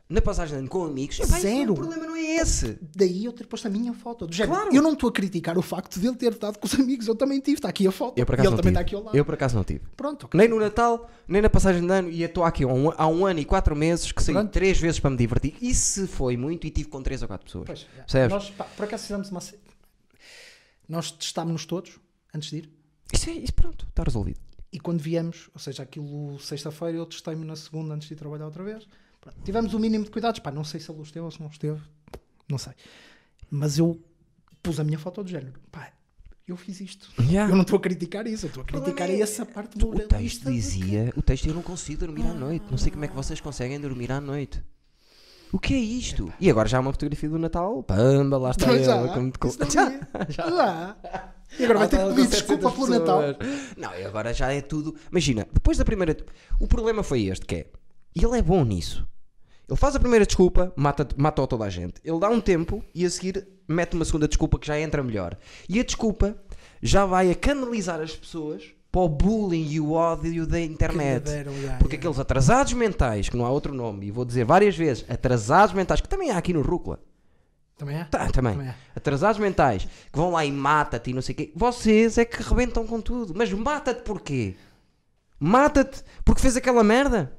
Speaker 1: na passagem de ano com amigos, epá, isso não-
Speaker 2: Zero.
Speaker 1: o problema não é esse.
Speaker 2: Daí eu ter posto a minha foto. Do género,
Speaker 1: Claro.
Speaker 2: Eu não estou a criticar o facto de ele ter estado com os amigos, eu também tive, está aqui a foto.
Speaker 1: Eu por
Speaker 2: e
Speaker 1: acaso
Speaker 2: ele
Speaker 1: não
Speaker 2: também
Speaker 1: tive.
Speaker 2: está aqui ao lado.
Speaker 1: Eu por acaso não tive.
Speaker 2: Pronto, ok.
Speaker 1: Nem no Natal, nem na passagem de ano, e eu estou aqui há um, há um ano e quatro meses que saí
Speaker 2: Pronto.
Speaker 1: três vezes para me divertir. Isso foi muito e tive com três ou quatro pessoas.
Speaker 2: Pois, já.
Speaker 1: Percebes?
Speaker 2: Nós, pá, por acaso fizemos uma. ce- Nós testámos-nos todos antes de ir
Speaker 1: Isso, é, isso pronto, está resolvido.
Speaker 2: e quando viemos, ou seja, aquilo sexta-feira, eu testei-me na segunda antes de ir trabalhar outra vez. Pronto, tivemos o mínimo de cuidados, pá, não sei se ele os teve ou se não os teve, não sei. Mas eu pus a minha foto do género, pá, eu fiz isto.
Speaker 1: Yeah.
Speaker 2: Eu não estou a criticar isso, eu estou a
Speaker 1: Ah. problema
Speaker 2: criticar
Speaker 1: é-
Speaker 2: essa parte
Speaker 1: O
Speaker 2: moralista do
Speaker 1: texto dizia, o texto eu não consigo dormir à noite. Não sei como é que vocês conseguem dormir à noite. O que é isto? E agora já há uma fotografia do Natal. Pamba, lá está
Speaker 2: Pois
Speaker 1: ela.
Speaker 2: já,
Speaker 1: como- como-
Speaker 2: isso não é.
Speaker 1: *laughs* Já.
Speaker 2: tinha. Já. E agora vai ter
Speaker 1: Ah,
Speaker 2: que
Speaker 1: tá,
Speaker 2: pedir
Speaker 1: com 700
Speaker 2: desculpa pelo Natal.
Speaker 1: pessoas. Não, e agora já é tudo. Imagina, depois da primeira. O problema foi este: que é. Ele é bom nisso. Ele faz a primeira desculpa, mata, matou toda a gente. Ele dá um tempo e a seguir mete uma segunda desculpa que já entra melhor. E a desculpa já vai a canalizar as pessoas para o bullying e o ódio da internet.
Speaker 2: Que lhe deram, já,
Speaker 1: Porque
Speaker 2: já.
Speaker 1: aqueles atrasados mentais, que não há outro nome, e vou dizer várias vezes, atrasados mentais, que também há aqui no Rúcula.
Speaker 2: Também é?
Speaker 1: Tá, também.
Speaker 2: Também é.
Speaker 1: Atrasados mentais que vão lá e mata-te e não sei o quê. Vocês é que rebentam com tudo. Mas mata-te porquê? Mata-te porque fez aquela merda.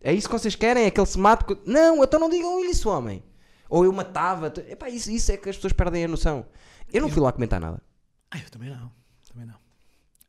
Speaker 1: É isso que vocês querem? É que ele se mate? co- Não, então não digam isso, homem. Ou eu matava-te. Epá, isso, isso é que as pessoas perdem a noção. Eu não fui lá comentar nada.
Speaker 2: Ah, eu também não. Também não.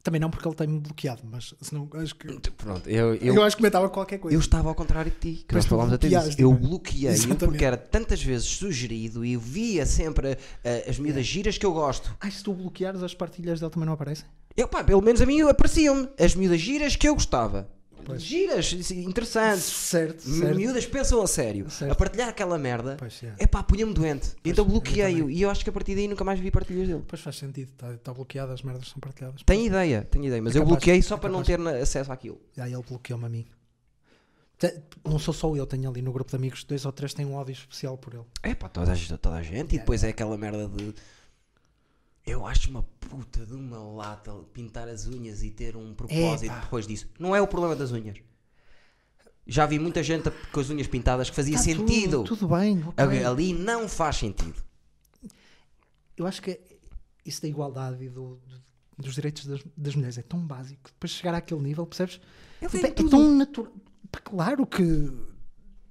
Speaker 2: Também não porque ele tem-me bloqueado, mas senão acho que.
Speaker 1: Pronto, eu,
Speaker 2: Eu,
Speaker 1: eu,
Speaker 2: acho que comentava qualquer coisa.
Speaker 1: eu estava ao contrário de ti, que nós
Speaker 2: Mas tu
Speaker 1: falámos até disso.
Speaker 2: bloqueaste,
Speaker 1: Eu
Speaker 2: não é?
Speaker 1: bloqueei
Speaker 2: Exatamente.
Speaker 1: porque era tantas vezes sugerido e eu via sempre eh, as
Speaker 2: É.
Speaker 1: miúdas giras que eu gosto.
Speaker 2: Ah, se tu bloqueares as partilhas dele também não aparecem?
Speaker 1: Eu, pá, pelo menos a mim apareciam-me as miúdas giras que eu gostava. Giras, isso, interessantes.
Speaker 2: Certo,
Speaker 1: Miúdas pensam a sério.
Speaker 2: Certo.
Speaker 1: A partilhar aquela merda.
Speaker 2: Pois, é.
Speaker 1: É pá, punha-me doente. então
Speaker 2: eu
Speaker 1: bloqueei-o. E eu acho que a partir daí nunca mais vi partilhas dele.
Speaker 2: Pois faz sentido, está bloqueado, as merdas são partilhadas.
Speaker 1: Tenho ideia, tenho ideia. Mas
Speaker 2: É
Speaker 1: eu
Speaker 2: capaz,
Speaker 1: bloqueei
Speaker 2: é
Speaker 1: só para não
Speaker 2: capaz.
Speaker 1: ter na- acesso àquilo.
Speaker 2: E aí ele bloqueou-me a mim. Te- Não sou só eu, tenho ali no grupo de amigos, dois ou três têm um ódio especial por ele.
Speaker 1: É pá, toda, a- toda a gente. E depois é aquela merda de. Eu acho uma puta de uma lata pintar as unhas e ter um propósito
Speaker 2: Epá.
Speaker 1: depois disso. Não é o problema das unhas. Já vi muita gente a- com as unhas pintadas que fazia
Speaker 2: Tá tudo-
Speaker 1: sentido.
Speaker 2: Tudo, bem, ok.
Speaker 1: Ali- Ali não faz sentido.
Speaker 2: Eu acho que é, isso da igualdade e do- do- dos direitos das, das mulheres é tão básico. Depois de chegar àquele nível, percebes?
Speaker 1: Ele
Speaker 2: Tipo,
Speaker 1: tem
Speaker 2: é, é
Speaker 1: tudo.
Speaker 2: tão natural. Pá, Claro que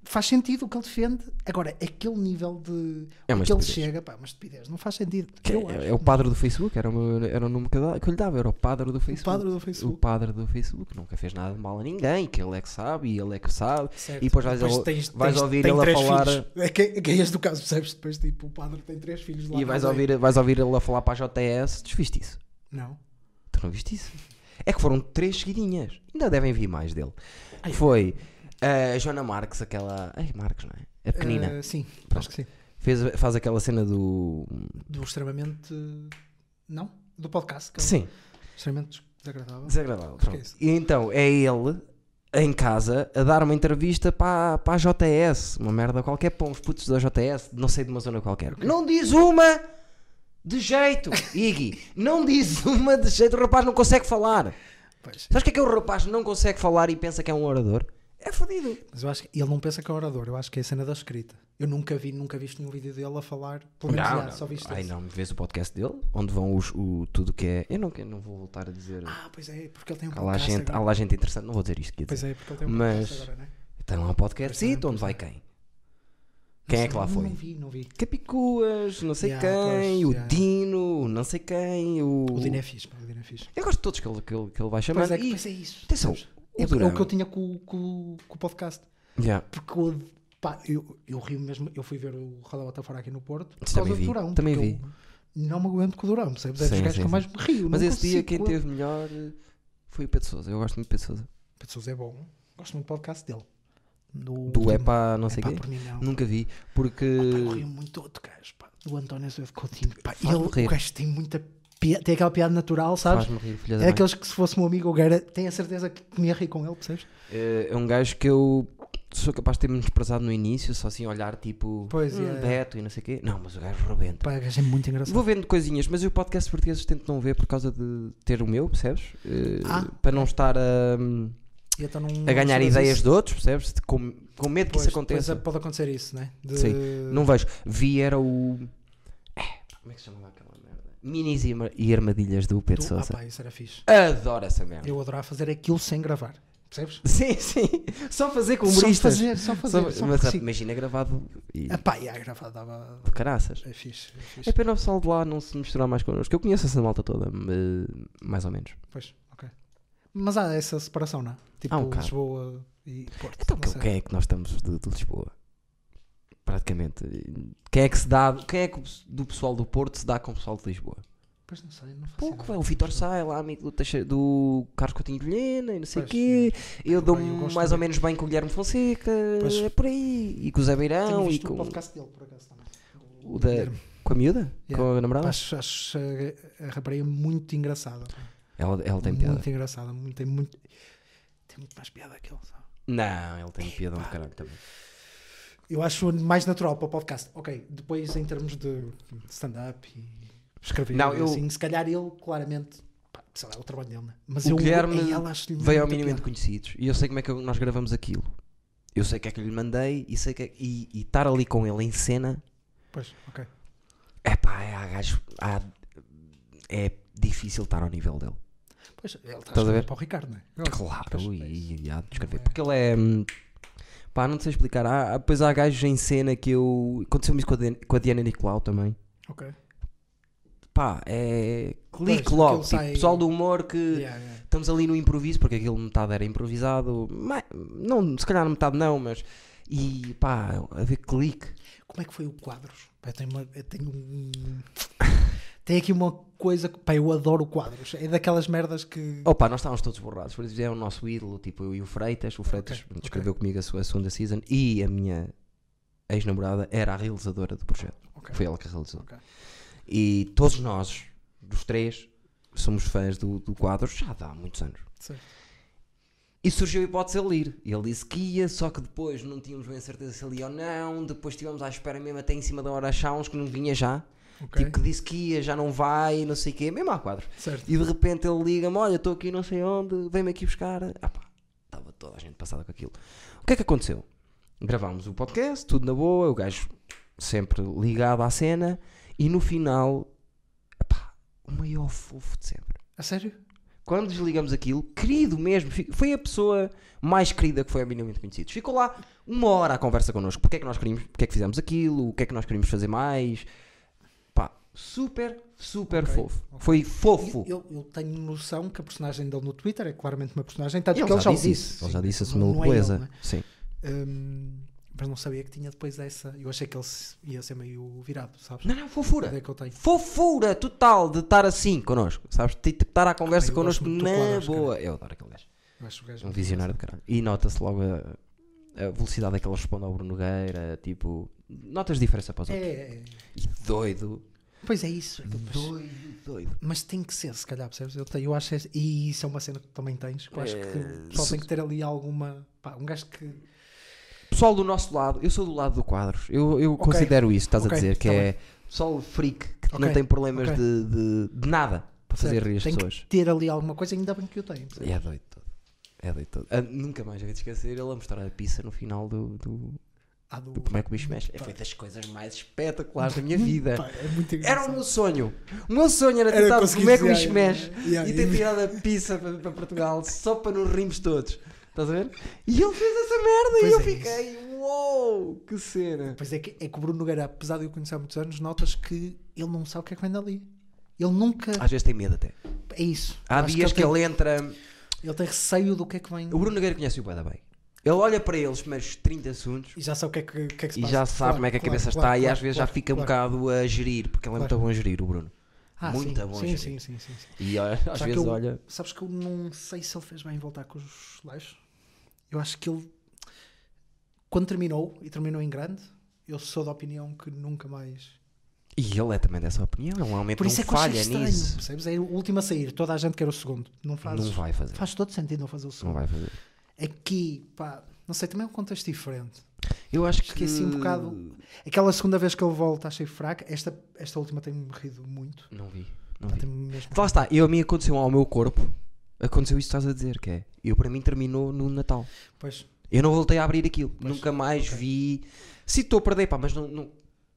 Speaker 2: faz sentido o que ele defende. Agora, aquele nível de.
Speaker 1: É uma
Speaker 2: o que ele
Speaker 1: estupidez.
Speaker 2: chega, pá, mas estupidez, não faz sentido.
Speaker 1: Que
Speaker 2: eu acho.
Speaker 1: é, é o padre do Facebook, era o, meu- era o nome que eu, da- que eu lhe dava, era o padre do Facebook.
Speaker 2: padre do Facebook.
Speaker 1: O padre do Facebook, nunca fez nada de mal a ninguém, que ele é que sabe e ele é que sabe.
Speaker 2: Certo.
Speaker 1: E depois vais, ao-
Speaker 2: tens-
Speaker 1: vais
Speaker 2: tens-
Speaker 1: ouvir
Speaker 2: tem
Speaker 1: ele a
Speaker 2: três
Speaker 1: falar.
Speaker 2: filhos. É que, que é este o caso, percebes? Depois, tipo, o padre tem três filhos lá. é.
Speaker 1: E vais
Speaker 2: no meio.
Speaker 1: ouvir, vais ouvir ele a falar para a JTS, desviste isso.
Speaker 2: Não.
Speaker 1: Tu não viste isso? É que foram três seguidinhas. Ainda devem vir mais dele. Foi a Joana Marques, aquela. Ai, Marques, não é? A pequenina.
Speaker 2: Ah, sim, acho que sim.
Speaker 1: Fez, faz aquela cena do.
Speaker 2: Do extremamente. Não? do podcast, que é
Speaker 1: Sim,
Speaker 2: extremamente desagradável.
Speaker 1: desagradável.
Speaker 2: que é
Speaker 1: pronto.
Speaker 2: isso?
Speaker 1: E então é ele em casa a dar uma entrevista para, para a JS, uma merda qualquer, para uns putos da JS, não sei de uma zona qualquer. Não diz uma de jeito, Iggy. não diz uma de jeito, o rapaz não consegue falar.
Speaker 2: Pois.
Speaker 1: Sabes o que é que o rapaz não consegue falar e pensa que é um orador? É fodido.
Speaker 2: Mas eu acho que ele não pensa que é orador, eu acho que é a cena da escrita. Eu nunca vi, nunca viste nenhum vídeo dele a falar, pelo menos já, só viste
Speaker 1: Ai,
Speaker 2: esse.
Speaker 1: não, vês o podcast dele, onde vão os, o, tudo que é. Eu não, quero- não vou voltar a dizer.
Speaker 2: Ah, pois é, porque ele tem um
Speaker 1: Há lá,
Speaker 2: podcast
Speaker 1: gente, há
Speaker 2: agora.
Speaker 1: lá gente interessante, não vou dizer isto. Quer dizer.
Speaker 2: Pois é, porque ele tem um
Speaker 1: Mas-
Speaker 2: podcast agora, né?
Speaker 1: Tem lá um podcast
Speaker 2: Pois é,
Speaker 1: onde vai quem? Quem é que lá
Speaker 2: Não, Não
Speaker 1: foi?
Speaker 2: vi, não vi.
Speaker 1: Capicuas, não sei
Speaker 2: Yeah,
Speaker 1: quem,
Speaker 2: pois,
Speaker 1: o
Speaker 2: yeah.
Speaker 1: Dino, não sei quem, o.
Speaker 2: O Dino é fixe, pá, o Dino é fixe.
Speaker 1: Eu gosto de todos que ele, que ele, que ele vai chamar.
Speaker 2: Pois é, que-
Speaker 1: E-
Speaker 2: pois é isso.
Speaker 1: atenção,
Speaker 2: sabes?
Speaker 1: o
Speaker 2: é, o- é
Speaker 1: Durão.
Speaker 2: o que eu tinha com, com, com o podcast.
Speaker 1: Yeah.
Speaker 2: Porque eu, pá, eu, eu rio mesmo, eu fui ver o Radabota fora aqui no Porto por
Speaker 1: Sim,
Speaker 2: causa
Speaker 1: também
Speaker 2: do
Speaker 1: vi,
Speaker 2: Durão.
Speaker 1: também
Speaker 2: porque
Speaker 1: vi.
Speaker 2: eu Não me aguento com o Durão, percebes? É
Speaker 1: Sim,
Speaker 2: dos gajos
Speaker 1: sim,
Speaker 2: que eu
Speaker 1: sim.
Speaker 2: mais me rio.
Speaker 1: Mas
Speaker 2: não
Speaker 1: esse dia
Speaker 2: consigo
Speaker 1: quem
Speaker 2: com ele.
Speaker 1: teve melhor eh, foi o Pedro Souza. Eu gosto muito do Pedro Souza.
Speaker 2: Pedro Sousa é bom, gosto muito do podcast dele. Do,
Speaker 1: Do Epa, não sei
Speaker 2: Epá,
Speaker 1: quem.
Speaker 2: por mim não.
Speaker 1: Nunca vi, porque.
Speaker 2: Pá, eu rio muito do outro gajo, pá. Do António Azevedo Coutinho. Pá,
Speaker 1: Faz-me
Speaker 2: ele,
Speaker 1: rir.
Speaker 2: o gajo tem muita piada, tem aquela piada natural, sabes?
Speaker 1: Faz-me rir, filha da
Speaker 2: É
Speaker 1: mãe.
Speaker 2: daqueles que se fosse meu amigo, eu era, tenho a certeza que me ia rir com ele, percebes?
Speaker 1: Eh, É um gajo que eu sou capaz de ter menosprezado no início, só assim olhar tipo.
Speaker 2: Pois
Speaker 1: "Hum,
Speaker 2: é.
Speaker 1: Beto e não sei o quê. Não, mas o gajo rebenta.
Speaker 2: Pá, o gajo é muito engraçado.
Speaker 1: Vou vendo coisinhas, mas eu podcast português tento não ver por causa de ter o meu, percebes? Eh,
Speaker 2: Ah.
Speaker 1: Para não estar a,
Speaker 2: E então não-
Speaker 1: a ganhar
Speaker 2: não sabes
Speaker 1: ideias
Speaker 2: isso.
Speaker 1: de outros, percebes? De- Com, com medo que
Speaker 2: Pois,
Speaker 1: isso
Speaker 2: depois
Speaker 1: aconteça.
Speaker 2: é- pode acontecer isso, né? De...
Speaker 1: Sim. Não vejo. Vi era o. Eh, como é que se chamava aquela merda? Minis e, ma- e armadilhas do Pedro
Speaker 2: do... Ah,
Speaker 1: Sousa.
Speaker 2: pá, isso era fixe.
Speaker 1: Adoro essa merda.
Speaker 2: Eu adorava fazer aquilo sem gravar, percebes?
Speaker 1: Sim, sim. Só fazer com
Speaker 2: Só
Speaker 1: humoristas.
Speaker 2: fazer, só fazer.
Speaker 1: Só-
Speaker 2: só é
Speaker 1: mas,
Speaker 2: porque sim.
Speaker 1: imagina gravado e
Speaker 2: Ah, pá, e a gravar dava.
Speaker 1: de caraças.
Speaker 2: É fixe, é
Speaker 1: É
Speaker 2: fixe.
Speaker 1: pena o pessoal de lá não se misturar mais connosco. Eu conheço essa malta toda, me- mais ou menos.
Speaker 2: Pois, ok. Mas há essa separação, não é? Tipo,
Speaker 1: Há um bocado.
Speaker 2: Lisboa e Porto.
Speaker 1: Então
Speaker 2: não
Speaker 1: quem,
Speaker 2: sei.
Speaker 1: quem é que nós estamos de, de Lisboa? Praticamente. Quem é que se dá. Quem é que o pes- do pessoal do Porto se dá com o pessoal de Lisboa?
Speaker 2: Pois é não sei, não faço
Speaker 1: Pouco,
Speaker 2: ideia.
Speaker 1: velho. O Vitor sai lá, amigo do, Teixe- do Carlos Coutinho de Vilhena e não sei o
Speaker 2: Pois,
Speaker 1: quê. Eu dou-me
Speaker 2: eu gosto
Speaker 1: mais ou
Speaker 2: muito.
Speaker 1: menos bem com o Guilherme Fonseca.
Speaker 2: Pois.
Speaker 1: É por aí. E com o Zé
Speaker 2: Tenho
Speaker 1: Beirão e
Speaker 2: visto o
Speaker 1: com,
Speaker 2: podcast dele, por acaso, também.
Speaker 1: o da- com a miúda? Com a namorada?
Speaker 2: Acho, acho a, a rapariga muito engraçada. pá.
Speaker 1: Ela, ela tem piada.
Speaker 2: muito engraçada, muito, tem muito. Tem muito mais piada que ele, sabe?
Speaker 1: Não, ele tem piada do caralho também.
Speaker 2: Eu acho mais natural para o podcast. Ok, depois em termos de stand-up e escrever,
Speaker 1: Não,
Speaker 2: e
Speaker 1: eu-
Speaker 2: assim, se calhar ele, claramente, pá, sei lá, é o trabalho dele, né? Mas
Speaker 1: O
Speaker 2: eu,
Speaker 1: Guilherme
Speaker 2: em ela acho-lhe
Speaker 1: Veio ao
Speaker 2: muita
Speaker 1: minimamente
Speaker 2: piada.
Speaker 1: conhecidos e eu sei como é que eu- nós gravamos aquilo. Eu sei o que é que lhe mandei e sei que é- e e estar ali com ele em cena
Speaker 2: Pois, ok.
Speaker 1: É pá, é, há gajos. há- é difícil estar ao nível dele.
Speaker 2: Pois, ele está
Speaker 1: Estás a
Speaker 2: a
Speaker 1: ver?
Speaker 2: ver para o Ricardo, né? Pois,
Speaker 1: Claro,
Speaker 2: é
Speaker 1: e,
Speaker 2: isso.
Speaker 1: e há de descrever.
Speaker 2: Não é-
Speaker 1: Porque ele é. hum, Pá, não sei explicar. Há, há- pois há gajos em cena que eu. Aconteceu-me isso com a, Diana, com a Diana Nicolau também.
Speaker 2: Ok.
Speaker 1: Pá, é. Clique
Speaker 2: Pois,
Speaker 1: logo.
Speaker 2: aquilo
Speaker 1: Tipo,
Speaker 2: sai-
Speaker 1: pessoal do humor que.
Speaker 2: Yeah, yeah.
Speaker 1: Estamos ali no improviso, porque aquilo metade era improvisado. Mas, não, se calhar metade não, mas. E pá, a ver clique.
Speaker 2: Como é que foi o quadros? Pá, eu tenho, uma, eu tenho um. *laughs* Tem aqui uma coisa que. Pá, eu adoro quadros. É daquelas merdas que.
Speaker 1: Opa, nós estávamos todos borrados, por isso é o nosso ídolo, tipo eu e o Freitas. O Freitas
Speaker 2: Ok, ok.
Speaker 1: escreveu comigo a sua segunda season e a minha ex-namorada era a realizadora do projeto.
Speaker 2: Ok.
Speaker 1: Foi ela que realizou.
Speaker 2: Ok.
Speaker 1: E todos nós, dos três, somos fãs do, do quadro já há muitos anos.
Speaker 2: Certo.
Speaker 1: E surgiu a hipótese de ele ir. Ele disse que ia, só que depois não tínhamos bem certeza se ele ia ou não. Depois estivemos à espera mesmo até em cima da hora achámos que não vinha já.
Speaker 2: Ok.
Speaker 1: Tipo que disse que ia, já não vai, não sei o quê. Mesmo há quadros.
Speaker 2: Certo.
Speaker 1: E de repente ele liga-me: Olha, estou aqui não sei onde, vem-me aqui buscar. Ah pá, estava toda a gente passada com aquilo. O que é que aconteceu? Gravámos o podcast, tudo na boa, o gajo sempre ligado à cena, e no final, ah pá, o maior fofo de sempre.
Speaker 2: A sério?
Speaker 1: Quando desligamos aquilo, querido mesmo, fi- foi a pessoa mais querida que foi a minimamente conhecidos. Ficou lá uma hora a conversa connosco. Porque é que nós queríamos, porque é que fizemos aquilo, o que é que nós queríamos fazer mais. Pá, super, super
Speaker 2: Ok,
Speaker 1: fofo.
Speaker 2: ok.
Speaker 1: Foi fofo.
Speaker 2: Eu, eu tenho noção que a personagem dele no Twitter é claramente uma personagem, tanto
Speaker 1: Ele
Speaker 2: que ele
Speaker 1: já
Speaker 2: já o
Speaker 1: disse
Speaker 2: disse.
Speaker 1: isso. Ele já
Speaker 2: Sim,
Speaker 1: disse a
Speaker 2: não-
Speaker 1: sua
Speaker 2: não é ele,
Speaker 1: beleza.
Speaker 2: não é?
Speaker 1: Sim.
Speaker 2: Hum, mas não sabia que tinha depois dessa. Eu achei que ele se- ia ser meio virado, sabes?
Speaker 1: Não, não, fofura.
Speaker 2: Onde é que eu tenho?
Speaker 1: Fofura total de estar assim connosco. Sabes? Tipo, estar à conversa
Speaker 2: Ah, eu
Speaker 1: connosco
Speaker 2: gosto muito do
Speaker 1: na
Speaker 2: Quadros, cara.
Speaker 1: boa. Eu adoro aquele gajo.
Speaker 2: Eu acho o gajo
Speaker 1: É um
Speaker 2: muito
Speaker 1: visionário de caralho. E nota-se logo a, a velocidade
Speaker 2: É.
Speaker 1: a que ele responde ao Bruno Nogueira. Tipo, notas de diferença para os
Speaker 2: engraçado.
Speaker 1: outros.
Speaker 2: É, é, é.
Speaker 1: E doido.
Speaker 2: Pois é isso. é que depois-
Speaker 1: Doido, doido.
Speaker 2: Mas tem que ser, se calhar, percebes? Eu, te- eu acho esse- e isso é uma cena que tu também tens. que Eu acho que
Speaker 1: É,
Speaker 2: o pessoal
Speaker 1: se-
Speaker 2: tem que ter ali alguma. pá, um gajo que.
Speaker 1: Pessoal do nosso lado, eu sou do lado do quadros. Eu, eu
Speaker 2: Ok.
Speaker 1: considero isso, estás
Speaker 2: Ok,
Speaker 1: a dizer, que
Speaker 2: tá
Speaker 1: é pessoal freak, que não
Speaker 2: Ok,
Speaker 1: tem problemas
Speaker 2: ok.
Speaker 1: de, de- de nada para fazer
Speaker 2: certo,
Speaker 1: rir as
Speaker 2: tem
Speaker 1: pessoas.
Speaker 2: que ter ali alguma coisa, ainda bem que eu tenho. percebes?
Speaker 1: É doido todo. É doido todo. Ah, nunca mais havia de esquecer ele a mostrar a pizza no final do, do,
Speaker 2: Há do-
Speaker 1: do Como é que o bicho mexe. É, Foi das coisas mais espetaculares da minha vida.
Speaker 2: Pá, é muito
Speaker 1: Era um o
Speaker 2: engraçado.
Speaker 1: meu sonho. O meu sonho era
Speaker 2: Era
Speaker 1: tentar
Speaker 2: conseguir
Speaker 1: como é que o
Speaker 2: desenhar,
Speaker 1: bicho
Speaker 2: é,
Speaker 1: mexe
Speaker 2: é, yeah,
Speaker 1: e ter
Speaker 2: e-
Speaker 1: tirado a pizza para, para Portugal só para nos rimos todos. Estás a ver? E ele fez essa merda e
Speaker 2: Pois
Speaker 1: eu
Speaker 2: é
Speaker 1: fiquei, uou, que cena.
Speaker 2: Pois é que, é que o Bruno Nogueira, apesar de eu conhecer há muitos anos, notas que ele não sabe o que é que vem dali. Ele nunca.
Speaker 1: Às vezes tem medo até.
Speaker 2: É isso.
Speaker 1: Há
Speaker 2: Acho
Speaker 1: dias que,
Speaker 2: ele,
Speaker 1: ele entra.
Speaker 2: tem, ele tem receio do que é que vem.
Speaker 1: O Bruno Nogueira conhece o Bada bem. Ele olha para ele os primeiros 30 segundos
Speaker 2: E já sabe o que é que, o que, é que se
Speaker 1: e
Speaker 2: passa.
Speaker 1: já sabe
Speaker 2: Claro,
Speaker 1: como é que a
Speaker 2: claro,
Speaker 1: cabeça está
Speaker 2: claro,
Speaker 1: e
Speaker 2: claro,
Speaker 1: às vezes
Speaker 2: claro,
Speaker 1: já fica
Speaker 2: claro.
Speaker 1: um bocado a gerir, porque ele é muito bom a gerir, o Bruno.
Speaker 2: Ah,
Speaker 1: muito
Speaker 2: sim,
Speaker 1: bom a
Speaker 2: Sim,
Speaker 1: gerir.
Speaker 2: sim, sim, sim, sim.
Speaker 1: E ó, às
Speaker 2: Só que
Speaker 1: vezes
Speaker 2: eu-
Speaker 1: olha.
Speaker 2: Sabes que eu não sei se ele fez bem em voltar com os lives. Eu acho que ele, quando terminou, e terminou em grande, eu sou da opinião que nunca mais.
Speaker 1: E ele é também dessa opinião, ele realmente
Speaker 2: Por isso
Speaker 1: não
Speaker 2: é que eu achei
Speaker 1: falha
Speaker 2: estranho.
Speaker 1: nisso.
Speaker 2: Percebes? É o último a sair, toda a gente quer o segundo. Não faz.
Speaker 1: Não vai fazer.
Speaker 2: Faz todo sentido não fazer o
Speaker 1: Não
Speaker 2: segundo.
Speaker 1: vai fazer.
Speaker 2: Aqui, pá, não sei, também é um contexto diferente.
Speaker 1: Eu acho que.
Speaker 2: Esqueci um bocado. Aquela segunda vez que ele volta, achei fraca. Esta, esta última tem-me rido muito.
Speaker 1: Não vi. Não
Speaker 2: Pá,
Speaker 1: vi.
Speaker 2: tem mesmo...
Speaker 1: Lá está, eu, a mim aconteceu ao meu corpo. Aconteceu isso que estás a dizer, que é. Eu para mim terminou no Natal.
Speaker 2: Pois,
Speaker 1: Eu não voltei a abrir aquilo.
Speaker 2: Pois,
Speaker 1: Nunca mais
Speaker 2: ok.
Speaker 1: vi. Se estou a perder, pá, mas não. não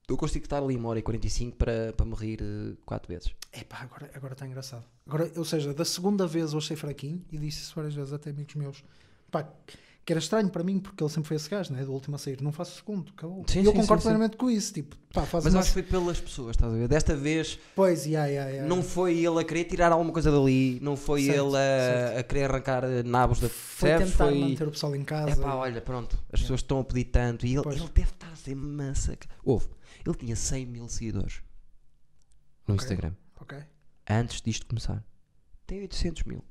Speaker 1: eu consigo estar ali uma hora e 45 para, para me rir 4 vezes.
Speaker 2: é pá, agora está engraçado. Agora, ou seja, da segunda vez eu achei fraquinho e disse isso várias vezes até amigos meus. Pá, que era estranho para mim porque ele sempre foi esse gajo, né? Do último a sair, não faço o segundo, acabou.
Speaker 1: Sim,
Speaker 2: e eu
Speaker 1: sim,
Speaker 2: concordo
Speaker 1: sim, sim.
Speaker 2: plenamente com isso. Tipo, pá, faz
Speaker 1: Mas
Speaker 2: uma...
Speaker 1: acho que foi pelas pessoas, estás a ver? Desta vez
Speaker 2: Pois, yeah, yeah, yeah.
Speaker 1: não foi ele a querer tirar alguma coisa dali, não foi
Speaker 2: Certo,
Speaker 1: ele a,
Speaker 2: certo.
Speaker 1: a querer arrancar eh, nabos da
Speaker 2: Foi
Speaker 1: percebes?
Speaker 2: tentar
Speaker 1: Foi-
Speaker 2: manter o pessoal em casa.
Speaker 1: É pá, olha, pronto, as pessoas estão a pedir tanto e ele,
Speaker 2: Pois.
Speaker 1: ele deve estar a ser massacre. Houve, ele tinha 100 mil seguidores no
Speaker 2: Ok.
Speaker 1: Instagram,
Speaker 2: Ok.
Speaker 1: antes disto começar. Tem 800 mil.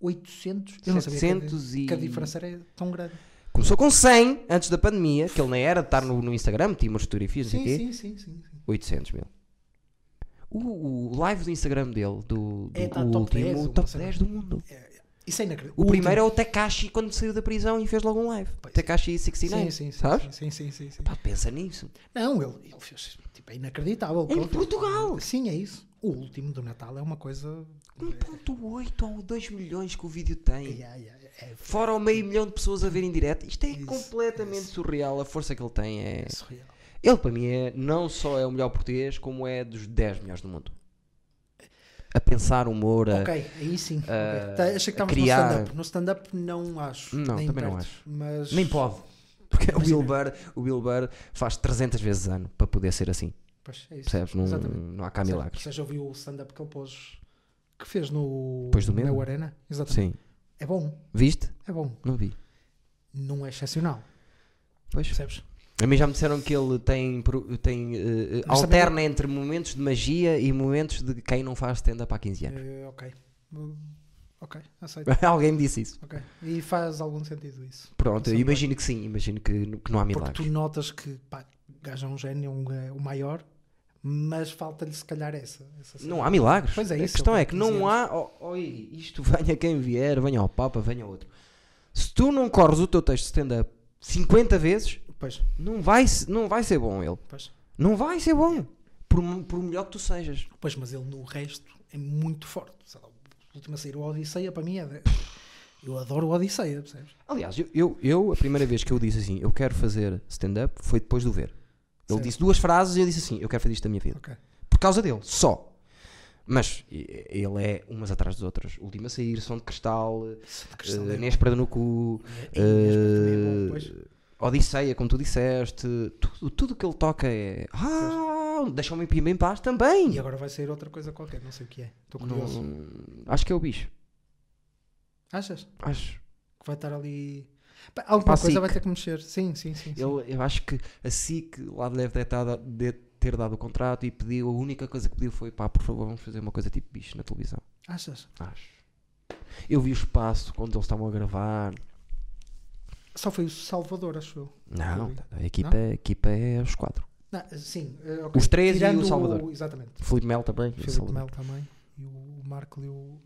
Speaker 2: 800? Eu não sabia que,
Speaker 1: 700
Speaker 2: a-
Speaker 1: e-
Speaker 2: que a diferença era tão grande.
Speaker 1: Começou com 100 antes da pandemia, que ele nem era de estar no, no Instagram, tinha umas fotografias, não sei
Speaker 2: Sim,
Speaker 1: o quê.
Speaker 2: sim, sim, sim. sim.
Speaker 1: 800 mil. O, o live do Instagram dele, do, do
Speaker 2: É, tá
Speaker 1: o
Speaker 2: top
Speaker 1: último,
Speaker 2: 10,
Speaker 1: o
Speaker 2: uma
Speaker 1: top
Speaker 2: cena.
Speaker 1: 10 do mundo.
Speaker 2: Isso é
Speaker 1: O,
Speaker 2: inacreditável.
Speaker 1: primeiro é o Takashi quando saiu da prisão e fez logo um live.
Speaker 2: Pois.
Speaker 1: Takashi
Speaker 2: Sim,
Speaker 1: 69,
Speaker 2: sim, sim.
Speaker 1: sabes?
Speaker 2: Sim, sim, sim, sim.
Speaker 1: Pá, pensa nisso.
Speaker 2: Não, ele, ele fez. Tipo, é inacreditável. o que
Speaker 1: Em
Speaker 2: ele fez.
Speaker 1: Portugal!
Speaker 2: Sim, é isso. O último do Natal é uma coisa.
Speaker 1: 1.8 ou 2 milhões que o vídeo tem.
Speaker 2: Yeah, yeah, é,
Speaker 1: Fora o meio milhão de pessoas a ver em direto. Isto é
Speaker 2: Isso,
Speaker 1: completamente surreal. A força que ele tem é...
Speaker 2: é surreal.
Speaker 1: Ele para mim é não só é o melhor português, como é dos 10 melhores do mundo. A pensar humor, a...
Speaker 2: Ok, aí sim. ok.
Speaker 1: ah,
Speaker 2: Tá, achei que
Speaker 1: a
Speaker 2: estávamos
Speaker 1: É, criar-
Speaker 2: no stand-up. No stand-up não acho.
Speaker 1: Não,
Speaker 2: nem
Speaker 1: também não
Speaker 2: perto,
Speaker 1: acho.
Speaker 2: Mas...
Speaker 1: nem pode. Porque o
Speaker 2: Imagina.
Speaker 1: Will, Burr, o Will Burr faz 300 vezes ano para poder ser assim.
Speaker 2: Pois, é isso.
Speaker 1: Percebes? Não,
Speaker 2: Exatamente.
Speaker 1: não há cá
Speaker 2: Certo,
Speaker 1: milagres.
Speaker 2: Você já ouviu o stand-up que ele pôs. Que fez no.
Speaker 1: Pôs do medo?
Speaker 2: Meu Arena? Exatamente.
Speaker 1: Sim.
Speaker 2: É bom,
Speaker 1: Viste?
Speaker 2: é bom.
Speaker 1: Não vi.
Speaker 2: Não é excepcional,
Speaker 1: Pois.
Speaker 2: percebes?
Speaker 1: A mim já me disseram que ele tem, pro- tem eh, eh,
Speaker 2: Mas também-
Speaker 1: alterna entre momentos de magia e momentos de quem não faz stand-up há 15 anos.
Speaker 2: Eh, ok. Hum, Ok, aceito.
Speaker 1: *laughs* Alguém me disse isso.
Speaker 2: ok. E faz algum sentido isso.
Speaker 1: Pronto, eu
Speaker 2: Sim,
Speaker 1: imagino que sim, imagino que, n- que não há
Speaker 2: Porque tu
Speaker 1: milagres.
Speaker 2: notas que pá, o gajo é um gênio, um, eh, o maior, mas falta-lhe se calhar essa. essa cena.
Speaker 1: Não há milagres.
Speaker 2: Pois é
Speaker 1: a
Speaker 2: isso,
Speaker 1: questão
Speaker 2: ele
Speaker 1: é
Speaker 2: tem
Speaker 1: que
Speaker 2: 15
Speaker 1: não há. Oh, oh, Iggy, isto *laughs* venha quem vier, venha ao Papa, venha outro. Se tu não corres o teu texto de stand-up 50 vezes,
Speaker 2: Pois,
Speaker 1: não vai, se- não vai ser bom ele.
Speaker 2: pois.
Speaker 1: Não vai ser bom. Por, m- por melhor que tu sejas.
Speaker 2: Pois, mas ele no resto é muito forte. Sei lá, o último a sair, o Odisseia, para mim é. de- Eu adoro o Odisseia, percebes?
Speaker 1: Aliás, eu, eu, eu, a primeira vez que eu disse assim, eu quero fazer stand-up, foi depois do ver. Ele
Speaker 2: Certo.
Speaker 1: disse duas frases e eu disse assim, eu quero fazer isto da minha vida.
Speaker 2: Ok.
Speaker 1: Por causa dele, só. Mas e- ele é umas atrás das outras. Última a sair, som de cristal,
Speaker 2: De
Speaker 1: eh,
Speaker 2: Cristal é bom.
Speaker 1: Néspera no cu,
Speaker 2: É, é mesmo, também é
Speaker 1: eh,
Speaker 2: bom, pois.
Speaker 1: Odisseia, como tu disseste, tudo, tudo que ele toca é. Ah, deixa-me em paz também.
Speaker 2: E agora vai sair outra coisa qualquer, não sei o que é. Estou
Speaker 1: Não-
Speaker 2: curioso.
Speaker 1: acho que é o bicho.
Speaker 2: Achas?
Speaker 1: Acho.
Speaker 2: que vai estar ali. Pá, alguma
Speaker 1: Para a
Speaker 2: coisa
Speaker 1: SIC.
Speaker 2: vai ter que mexer. Sim, sim, sim. sim.
Speaker 1: Ele, eu acho que a SIC lá deve ter dado, de ter dado o contrato e pediu, a única coisa que pediu foi pá, por favor, vamos fazer uma coisa tipo bicho na televisão.
Speaker 2: Achas?
Speaker 1: Acho. Eu vi o espaço quando eles estavam a gravar.
Speaker 2: Só foi o Salvador, acho eu.
Speaker 1: Não,
Speaker 2: vi.
Speaker 1: a equipa, a equipa é os quatro.
Speaker 2: Não, sim, eh, ok.
Speaker 1: Os três e
Speaker 2: Tirando
Speaker 1: o Salvador.
Speaker 2: Exatamente.
Speaker 1: Filipe Mel também.
Speaker 2: Filipe
Speaker 1: Salvador.
Speaker 2: Mel também. E o Marco e o.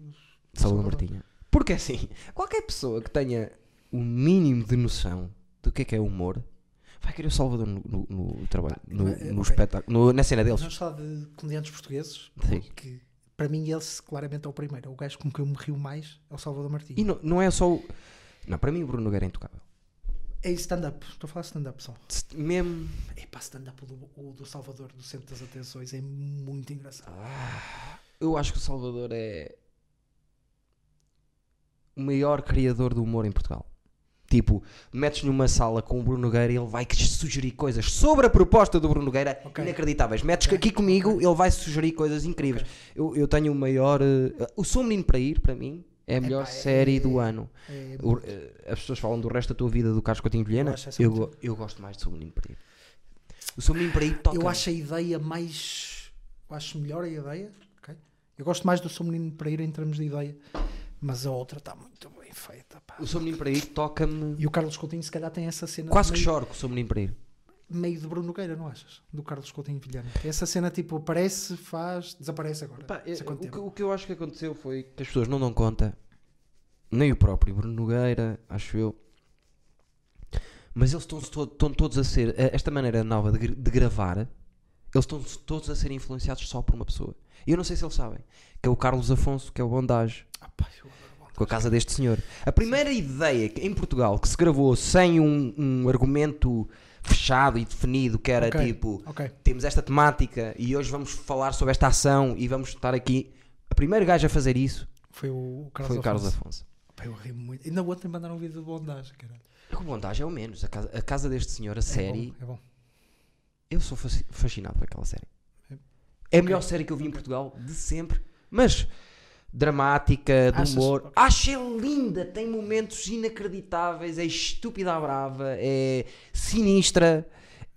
Speaker 1: Salvador
Speaker 2: Salvador.
Speaker 1: Martinha. Porque assim, qualquer pessoa que tenha o mínimo de noção do que é que é humor, vai querer o Salvador no, no- no trabalho, no,
Speaker 2: mas, eh,
Speaker 1: no
Speaker 2: ok.
Speaker 1: espetáculo, no- na cena deles.
Speaker 2: Vamos falar de comediantes portugueses.
Speaker 1: Sim.
Speaker 2: Que para mim esse claramente é o primeiro. O gajo com que eu me rio mais é o Salvador Martins.
Speaker 1: E não, não é só o... Não, para mim o Bruno Nogueira é intocável.
Speaker 2: É stand-up. Estou a falar de stand-up só.
Speaker 1: Se- Mesmo...
Speaker 2: Epá, stand-up do, o do Salvador do Centro das Atenções é muito engraçado.
Speaker 1: Eu acho que o Salvador é o maior criador de humor em Portugal. Tipo, metes numa sala com o Bruno Nogueira e ele vai sugerir coisas sobre a proposta do Bruno Nogueira
Speaker 2: Ok.
Speaker 1: inacreditáveis. Metes aqui comigo, ele vai sugerir coisas incríveis. Eu, eu tenho o maior. eh, o Sou Menino para Ir, para mim, é a melhor
Speaker 2: Epá, é-
Speaker 1: série do ano.
Speaker 2: É,
Speaker 1: O- eh, as pessoas falam do resto da tua vida do Carlos Coutinho Vilhena.
Speaker 2: Eu acho essa
Speaker 1: Eu,
Speaker 2: muito-
Speaker 1: go- eu gosto mais de Sou Menino para Ir. O Sou Menino para Ir toca.
Speaker 2: eu acho a ideia mais. Eu acho melhor a ideia. ok? Eu gosto mais do Sou Menino para ir em termos de ideia. Mas a outra está muito bem feita. pá.
Speaker 1: O Sou Menino para Ir toca-me.
Speaker 2: E o Carlos Coutinho, se calhar, tem essa cena
Speaker 1: Quase que
Speaker 2: meio,
Speaker 1: choro com o Sou Menino para Ir.
Speaker 2: meio de Bruno Nogueira, não achas? Do Carlos Coutinho Vilhena. Essa cena tipo aparece, faz, desaparece agora.
Speaker 1: Pá,
Speaker 2: Não sei
Speaker 1: eh,
Speaker 2: é
Speaker 1: o,
Speaker 2: quanto
Speaker 1: que,
Speaker 2: tempo.
Speaker 1: o que eu acho que aconteceu foi que as pessoas não dão conta, nem o próprio Bruno Nogueira, acho eu, mas eles estão, estão todos a ser, eh, esta maneira nova de, gr- de gravar, eles estão todos a ser influenciados só por uma pessoa. E eu não sei se eles sabem, que é o Carlos Afonso, que é o Bondage,
Speaker 2: Ah, pá, eu adoro Bruno.
Speaker 1: com a casa deste senhor. A primeira ideia que, em Portugal que se gravou sem um, um argumento fechado e definido, que era
Speaker 2: Ok,
Speaker 1: tipo
Speaker 2: Ok.
Speaker 1: temos esta temática e hoje vamos falar sobre esta ação e vamos estar aqui. O primeiro gajo a fazer isso
Speaker 2: Foi o Carlos
Speaker 1: foi o Carlos
Speaker 2: Afonso.
Speaker 1: Afonso.
Speaker 2: Pá, eu ri muito. Ainda ontem mandaram um vídeo de bondagem, caralho.
Speaker 1: Com vontade é o menos. A casa, a casa deste senhor, a
Speaker 2: É
Speaker 1: série,
Speaker 2: bom, É bom.
Speaker 1: eu sou fasci- fascinado por aquela série. É a melhor série que eu vi em Portugal de sempre, mas dramática, de
Speaker 2: Achas?
Speaker 1: humor. Acho é linda, tem momentos inacreditáveis, é estúpida à brava, é sinistra,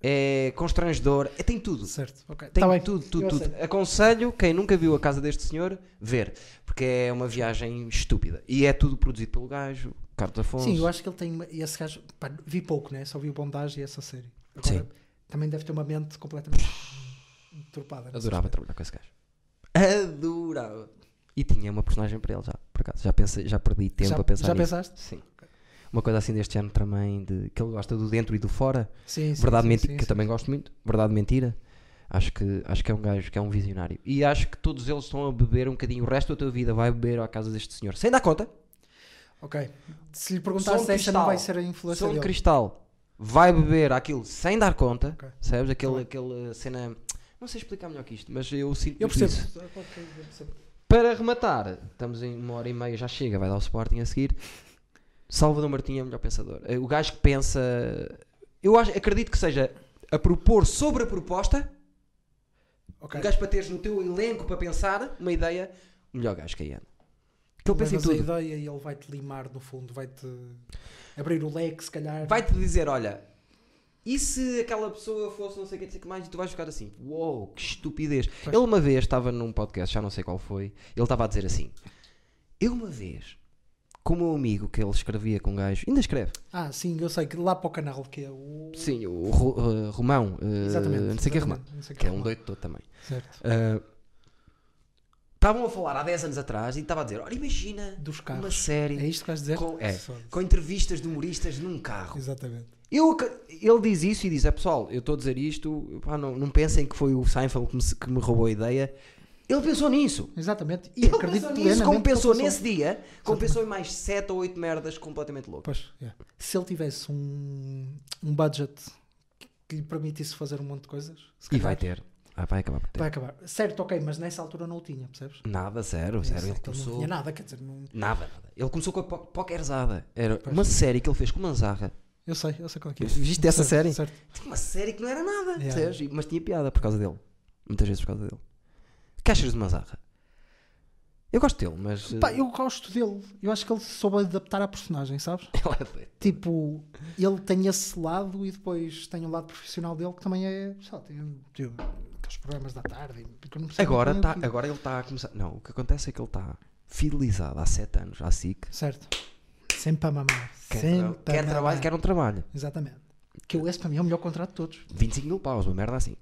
Speaker 1: é constrangedor, é, tem tudo.
Speaker 2: Certo, ok.
Speaker 1: Tem
Speaker 2: Tá bem.
Speaker 1: tudo, tudo,
Speaker 2: Eu
Speaker 1: tudo.
Speaker 2: aceito.
Speaker 1: Aconselho quem nunca viu a casa deste senhor ver, porque é uma viagem estúpida. E é tudo produzido pelo gajo, Carlos Afonso.
Speaker 2: Sim, eu acho que ele tem. uma- e Esse gajo. pá, vi pouco, né? Só vi o bondagem e essa série. Agora,
Speaker 1: Sim.
Speaker 2: Também deve ter uma mente completamente né? enturpada. não sei.
Speaker 1: Adorava trabalhar com esse gajo. Adorava. E tinha uma personagem para ele já, por acaso. Já, pensei, já perdi tempo
Speaker 2: Já-
Speaker 1: a pensar
Speaker 2: já
Speaker 1: nisso.
Speaker 2: pensaste?
Speaker 1: Sim. Uma coisa assim deste ano também, de, que ele gosta do dentro e do fora.
Speaker 2: Sim, sim.
Speaker 1: Verdade,
Speaker 2: sim,
Speaker 1: mentira,
Speaker 2: sim,
Speaker 1: que eu
Speaker 2: sim.
Speaker 1: também gosto muito. Verdade, mentira. Acho que, acho que é um gajo que é um visionário. E acho que todos eles estão a beber um bocadinho. O resto da tua vida vai beber à casa deste senhor. Sem dar conta.
Speaker 2: Ok. Se lhe
Speaker 1: Som
Speaker 2: perguntasse,
Speaker 1: de um
Speaker 2: essa
Speaker 1: cristal. um
Speaker 2: não vai ser a influência
Speaker 1: Som de
Speaker 2: dele.
Speaker 1: cristal vai beber aquilo sem dar conta,
Speaker 2: Ok.
Speaker 1: sabes? Aquele,
Speaker 2: bem.
Speaker 1: aquele eh, cena. Não sei explicar melhor que isto, mas eu sinto.
Speaker 2: Eu
Speaker 1: muito
Speaker 2: percebo.
Speaker 1: isso.
Speaker 2: Ok, eu percebo.
Speaker 1: Para rematar, estamos em uma hora e meia, já chega, vai dar o Sporting a seguir. Salvador Martinho é o melhor pensador. É O gajo que pensa. Eu acho, acredito que seja a propor sobre a proposta,
Speaker 2: Ok.
Speaker 1: o gajo para teres no teu elenco para pensar uma ideia, o melhor gajo que aí anda. Que ele
Speaker 2: Levas
Speaker 1: pensa em
Speaker 2: a
Speaker 1: tudo.
Speaker 2: ideia e ele vai-te limar no fundo, vai-te abrir o leque, se calhar.
Speaker 1: vai-te dizer, olha, e se aquela pessoa fosse não sei o que, não sei o que mais, e tu vais ficar assim, uou, que estupidez.
Speaker 2: Pois.
Speaker 1: Ele uma vez estava num podcast, já não sei qual foi, ele estava a dizer assim, eu uma vez, com o meu amigo que ele escrevia com um gajo, ainda escreve,
Speaker 2: Ah, sim, eu sei que lá para o canal, que é o.
Speaker 1: sim, o Ro- eh, Romão, eh,
Speaker 2: Exatamente.
Speaker 1: não sei o que é Romão,
Speaker 2: exatamente, não sei o
Speaker 1: que é um
Speaker 2: Romão.
Speaker 1: doido todo também.
Speaker 2: Certo.
Speaker 1: Eh, Estavam a falar há 10 anos atrás e estava a dizer, olha, imagina
Speaker 2: Dos
Speaker 1: uma
Speaker 2: carros.
Speaker 1: série...
Speaker 2: É isto que vais dizer?
Speaker 1: Com, é,
Speaker 2: Foda-se.
Speaker 1: com entrevistas de humoristas num carro.
Speaker 2: Exatamente.
Speaker 1: Eu ac- ele diz isso e diz: é pessoal, eu estou a dizer isto, pá, não, não pensem que foi o Seinfeld que me, que me roubou a ideia. Ele pensou nisso.
Speaker 2: Exatamente. E
Speaker 1: Ele
Speaker 2: acredito
Speaker 1: pensou nisso, como
Speaker 2: plenamente que ele
Speaker 1: pensou nesse dia, como pensou em mais 7 ou 8 merdas completamente loucas.
Speaker 2: Pois, é. Se ele tivesse um, um budget que lhe permitisse fazer um monte de coisas, se
Speaker 1: E
Speaker 2: calhar
Speaker 1: vai ter. Ah, vai acabar por ter.
Speaker 2: Vai acabar. Certo, ok, mas nessa altura não o tinha, percebes?
Speaker 1: Nada, zero, zero. Ele
Speaker 2: Certo, ele é não
Speaker 1: começou.
Speaker 2: tinha nada, quer dizer, não...
Speaker 1: Nada, nada. Ele começou com a po- Pokerzada. Era uma série que ele fez com o Manzarra.
Speaker 2: eu sei, eu sei qual é que é.
Speaker 1: Viste essa série?
Speaker 2: Certo, Certo.
Speaker 1: Tipo, uma série que não era nada,
Speaker 2: Yeah.
Speaker 1: percebes? E- mas tinha piada por causa dele. Muitas vezes por causa dele. O que achas de Manzarra? Eu gosto dele, mas.
Speaker 2: Pá,
Speaker 1: eh,
Speaker 2: eu gosto dele. Eu acho que ele soube adaptar à personagem, sabes?
Speaker 1: *laughs* ele é doido.
Speaker 2: Tipo, ele tem esse lado e depois tem o lado profissional dele que também é, sei lá, tem, tem aqueles programas da tarde. que eu não percebo
Speaker 1: Agora,
Speaker 2: bem o
Speaker 1: tá,
Speaker 2: que-
Speaker 1: agora ele está a começar. Não, o que acontece é que ele está fidelizado há 7 anos à SIC.
Speaker 2: Certo. Sempre a mamar.
Speaker 1: Quer,
Speaker 2: Sempre
Speaker 1: tra- quer
Speaker 2: a
Speaker 1: trabalho,
Speaker 2: mamar.
Speaker 1: quer um trabalho.
Speaker 2: Exatamente. Que eu, esse para mim é o melhor contrato de todos.
Speaker 1: 25 mil paus, uma merda assim.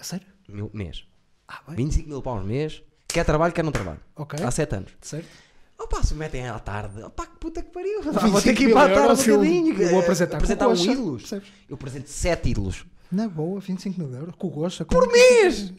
Speaker 2: A sério?
Speaker 1: Mil, mês.
Speaker 2: Ah, bem.
Speaker 1: 25 mil paus mês. Quer trabalho, quer não trabalho.
Speaker 2: Ok.
Speaker 1: Há 7 anos.
Speaker 2: Certo?
Speaker 1: Opa, se metem à tarde. Opa, que puta que
Speaker 2: *laughs*
Speaker 1: pariu. Ah, Vou ter
Speaker 2: 25
Speaker 1: que ir
Speaker 2: mil
Speaker 1: para a
Speaker 2: euros,
Speaker 1: tarde um
Speaker 2: eu-
Speaker 1: bocadinho.
Speaker 2: eu vou apresentar com
Speaker 1: apresentar um
Speaker 2: coxa,
Speaker 1: ídolos.
Speaker 2: percebes?
Speaker 1: Eu apresento 7 ídolos.
Speaker 2: Na boa, 25 mil euros. Com gosto.
Speaker 1: Por mês!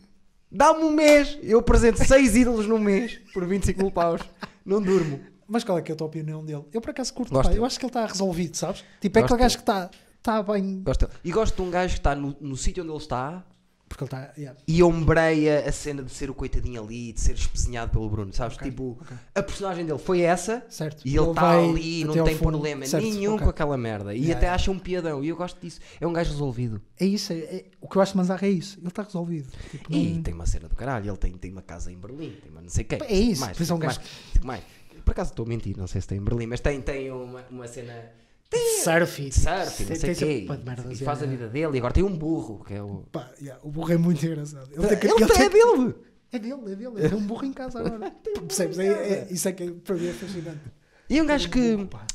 Speaker 1: Dá-me um mês. Eu apresento 6 ídolos num mês. Por 25 mil paus. Não durmo.
Speaker 2: Mas qual é que é a tua opinião dele? Eu por acaso curto,
Speaker 1: Gosto
Speaker 2: pá.
Speaker 1: dele.
Speaker 2: Eu acho que ele está resolvido, sabes? Tipo, é
Speaker 1: Gosto
Speaker 2: aquele gajo que está está bem.
Speaker 1: Gosto dele. E gosto de um gajo que está no, no sítio onde ele está
Speaker 2: Porque ele está. yeah.
Speaker 1: e ombreia a cena de ser o coitadinho ali, de ser espesinhado pelo Bruno, sabes? tipo, a personagem dele foi essa
Speaker 2: Certo.
Speaker 1: e ele
Speaker 2: Ele
Speaker 1: está
Speaker 2: vai
Speaker 1: ali, não
Speaker 2: até ao
Speaker 1: tem
Speaker 2: fundo.
Speaker 1: problema
Speaker 2: Certo,
Speaker 1: nenhum
Speaker 2: ok.
Speaker 1: com aquela merda. E
Speaker 2: Yeah,
Speaker 1: até
Speaker 2: yeah.
Speaker 1: acha um piadão. E eu gosto disso. É um gajo resolvido.
Speaker 2: É isso. é- é- o que eu acho manzarra é isso. Ele está resolvido. Tipo, não-
Speaker 1: E tem uma cena do caralho. Ele tem, tem uma casa em Berlim, tem uma não sei quem.
Speaker 2: É isso,
Speaker 1: Mais,
Speaker 2: pois é um
Speaker 1: mais,
Speaker 2: gajo-
Speaker 1: mais. Por acaso estou a mentir, não sei se tem em Berlim, mas tem, tem uma, uma cena
Speaker 2: surf.
Speaker 1: de surf, e não sei
Speaker 2: Tem- tem-
Speaker 1: quê.
Speaker 2: pá, de merdas,
Speaker 1: E faz
Speaker 2: yeah,
Speaker 1: a vida dele. E agora tem um burro, que é o.
Speaker 2: Pá, yeah, o burro é muito engraçado. Ele, tem que-
Speaker 1: Ele,
Speaker 2: ele tem-
Speaker 1: é dele!
Speaker 2: é dele, é dele. Ele tem um burro em
Speaker 1: *laughs*
Speaker 2: casa agora. Percebes? É, é- isso é que para mim é fascinante.
Speaker 1: E é um gajo que.
Speaker 2: Pá,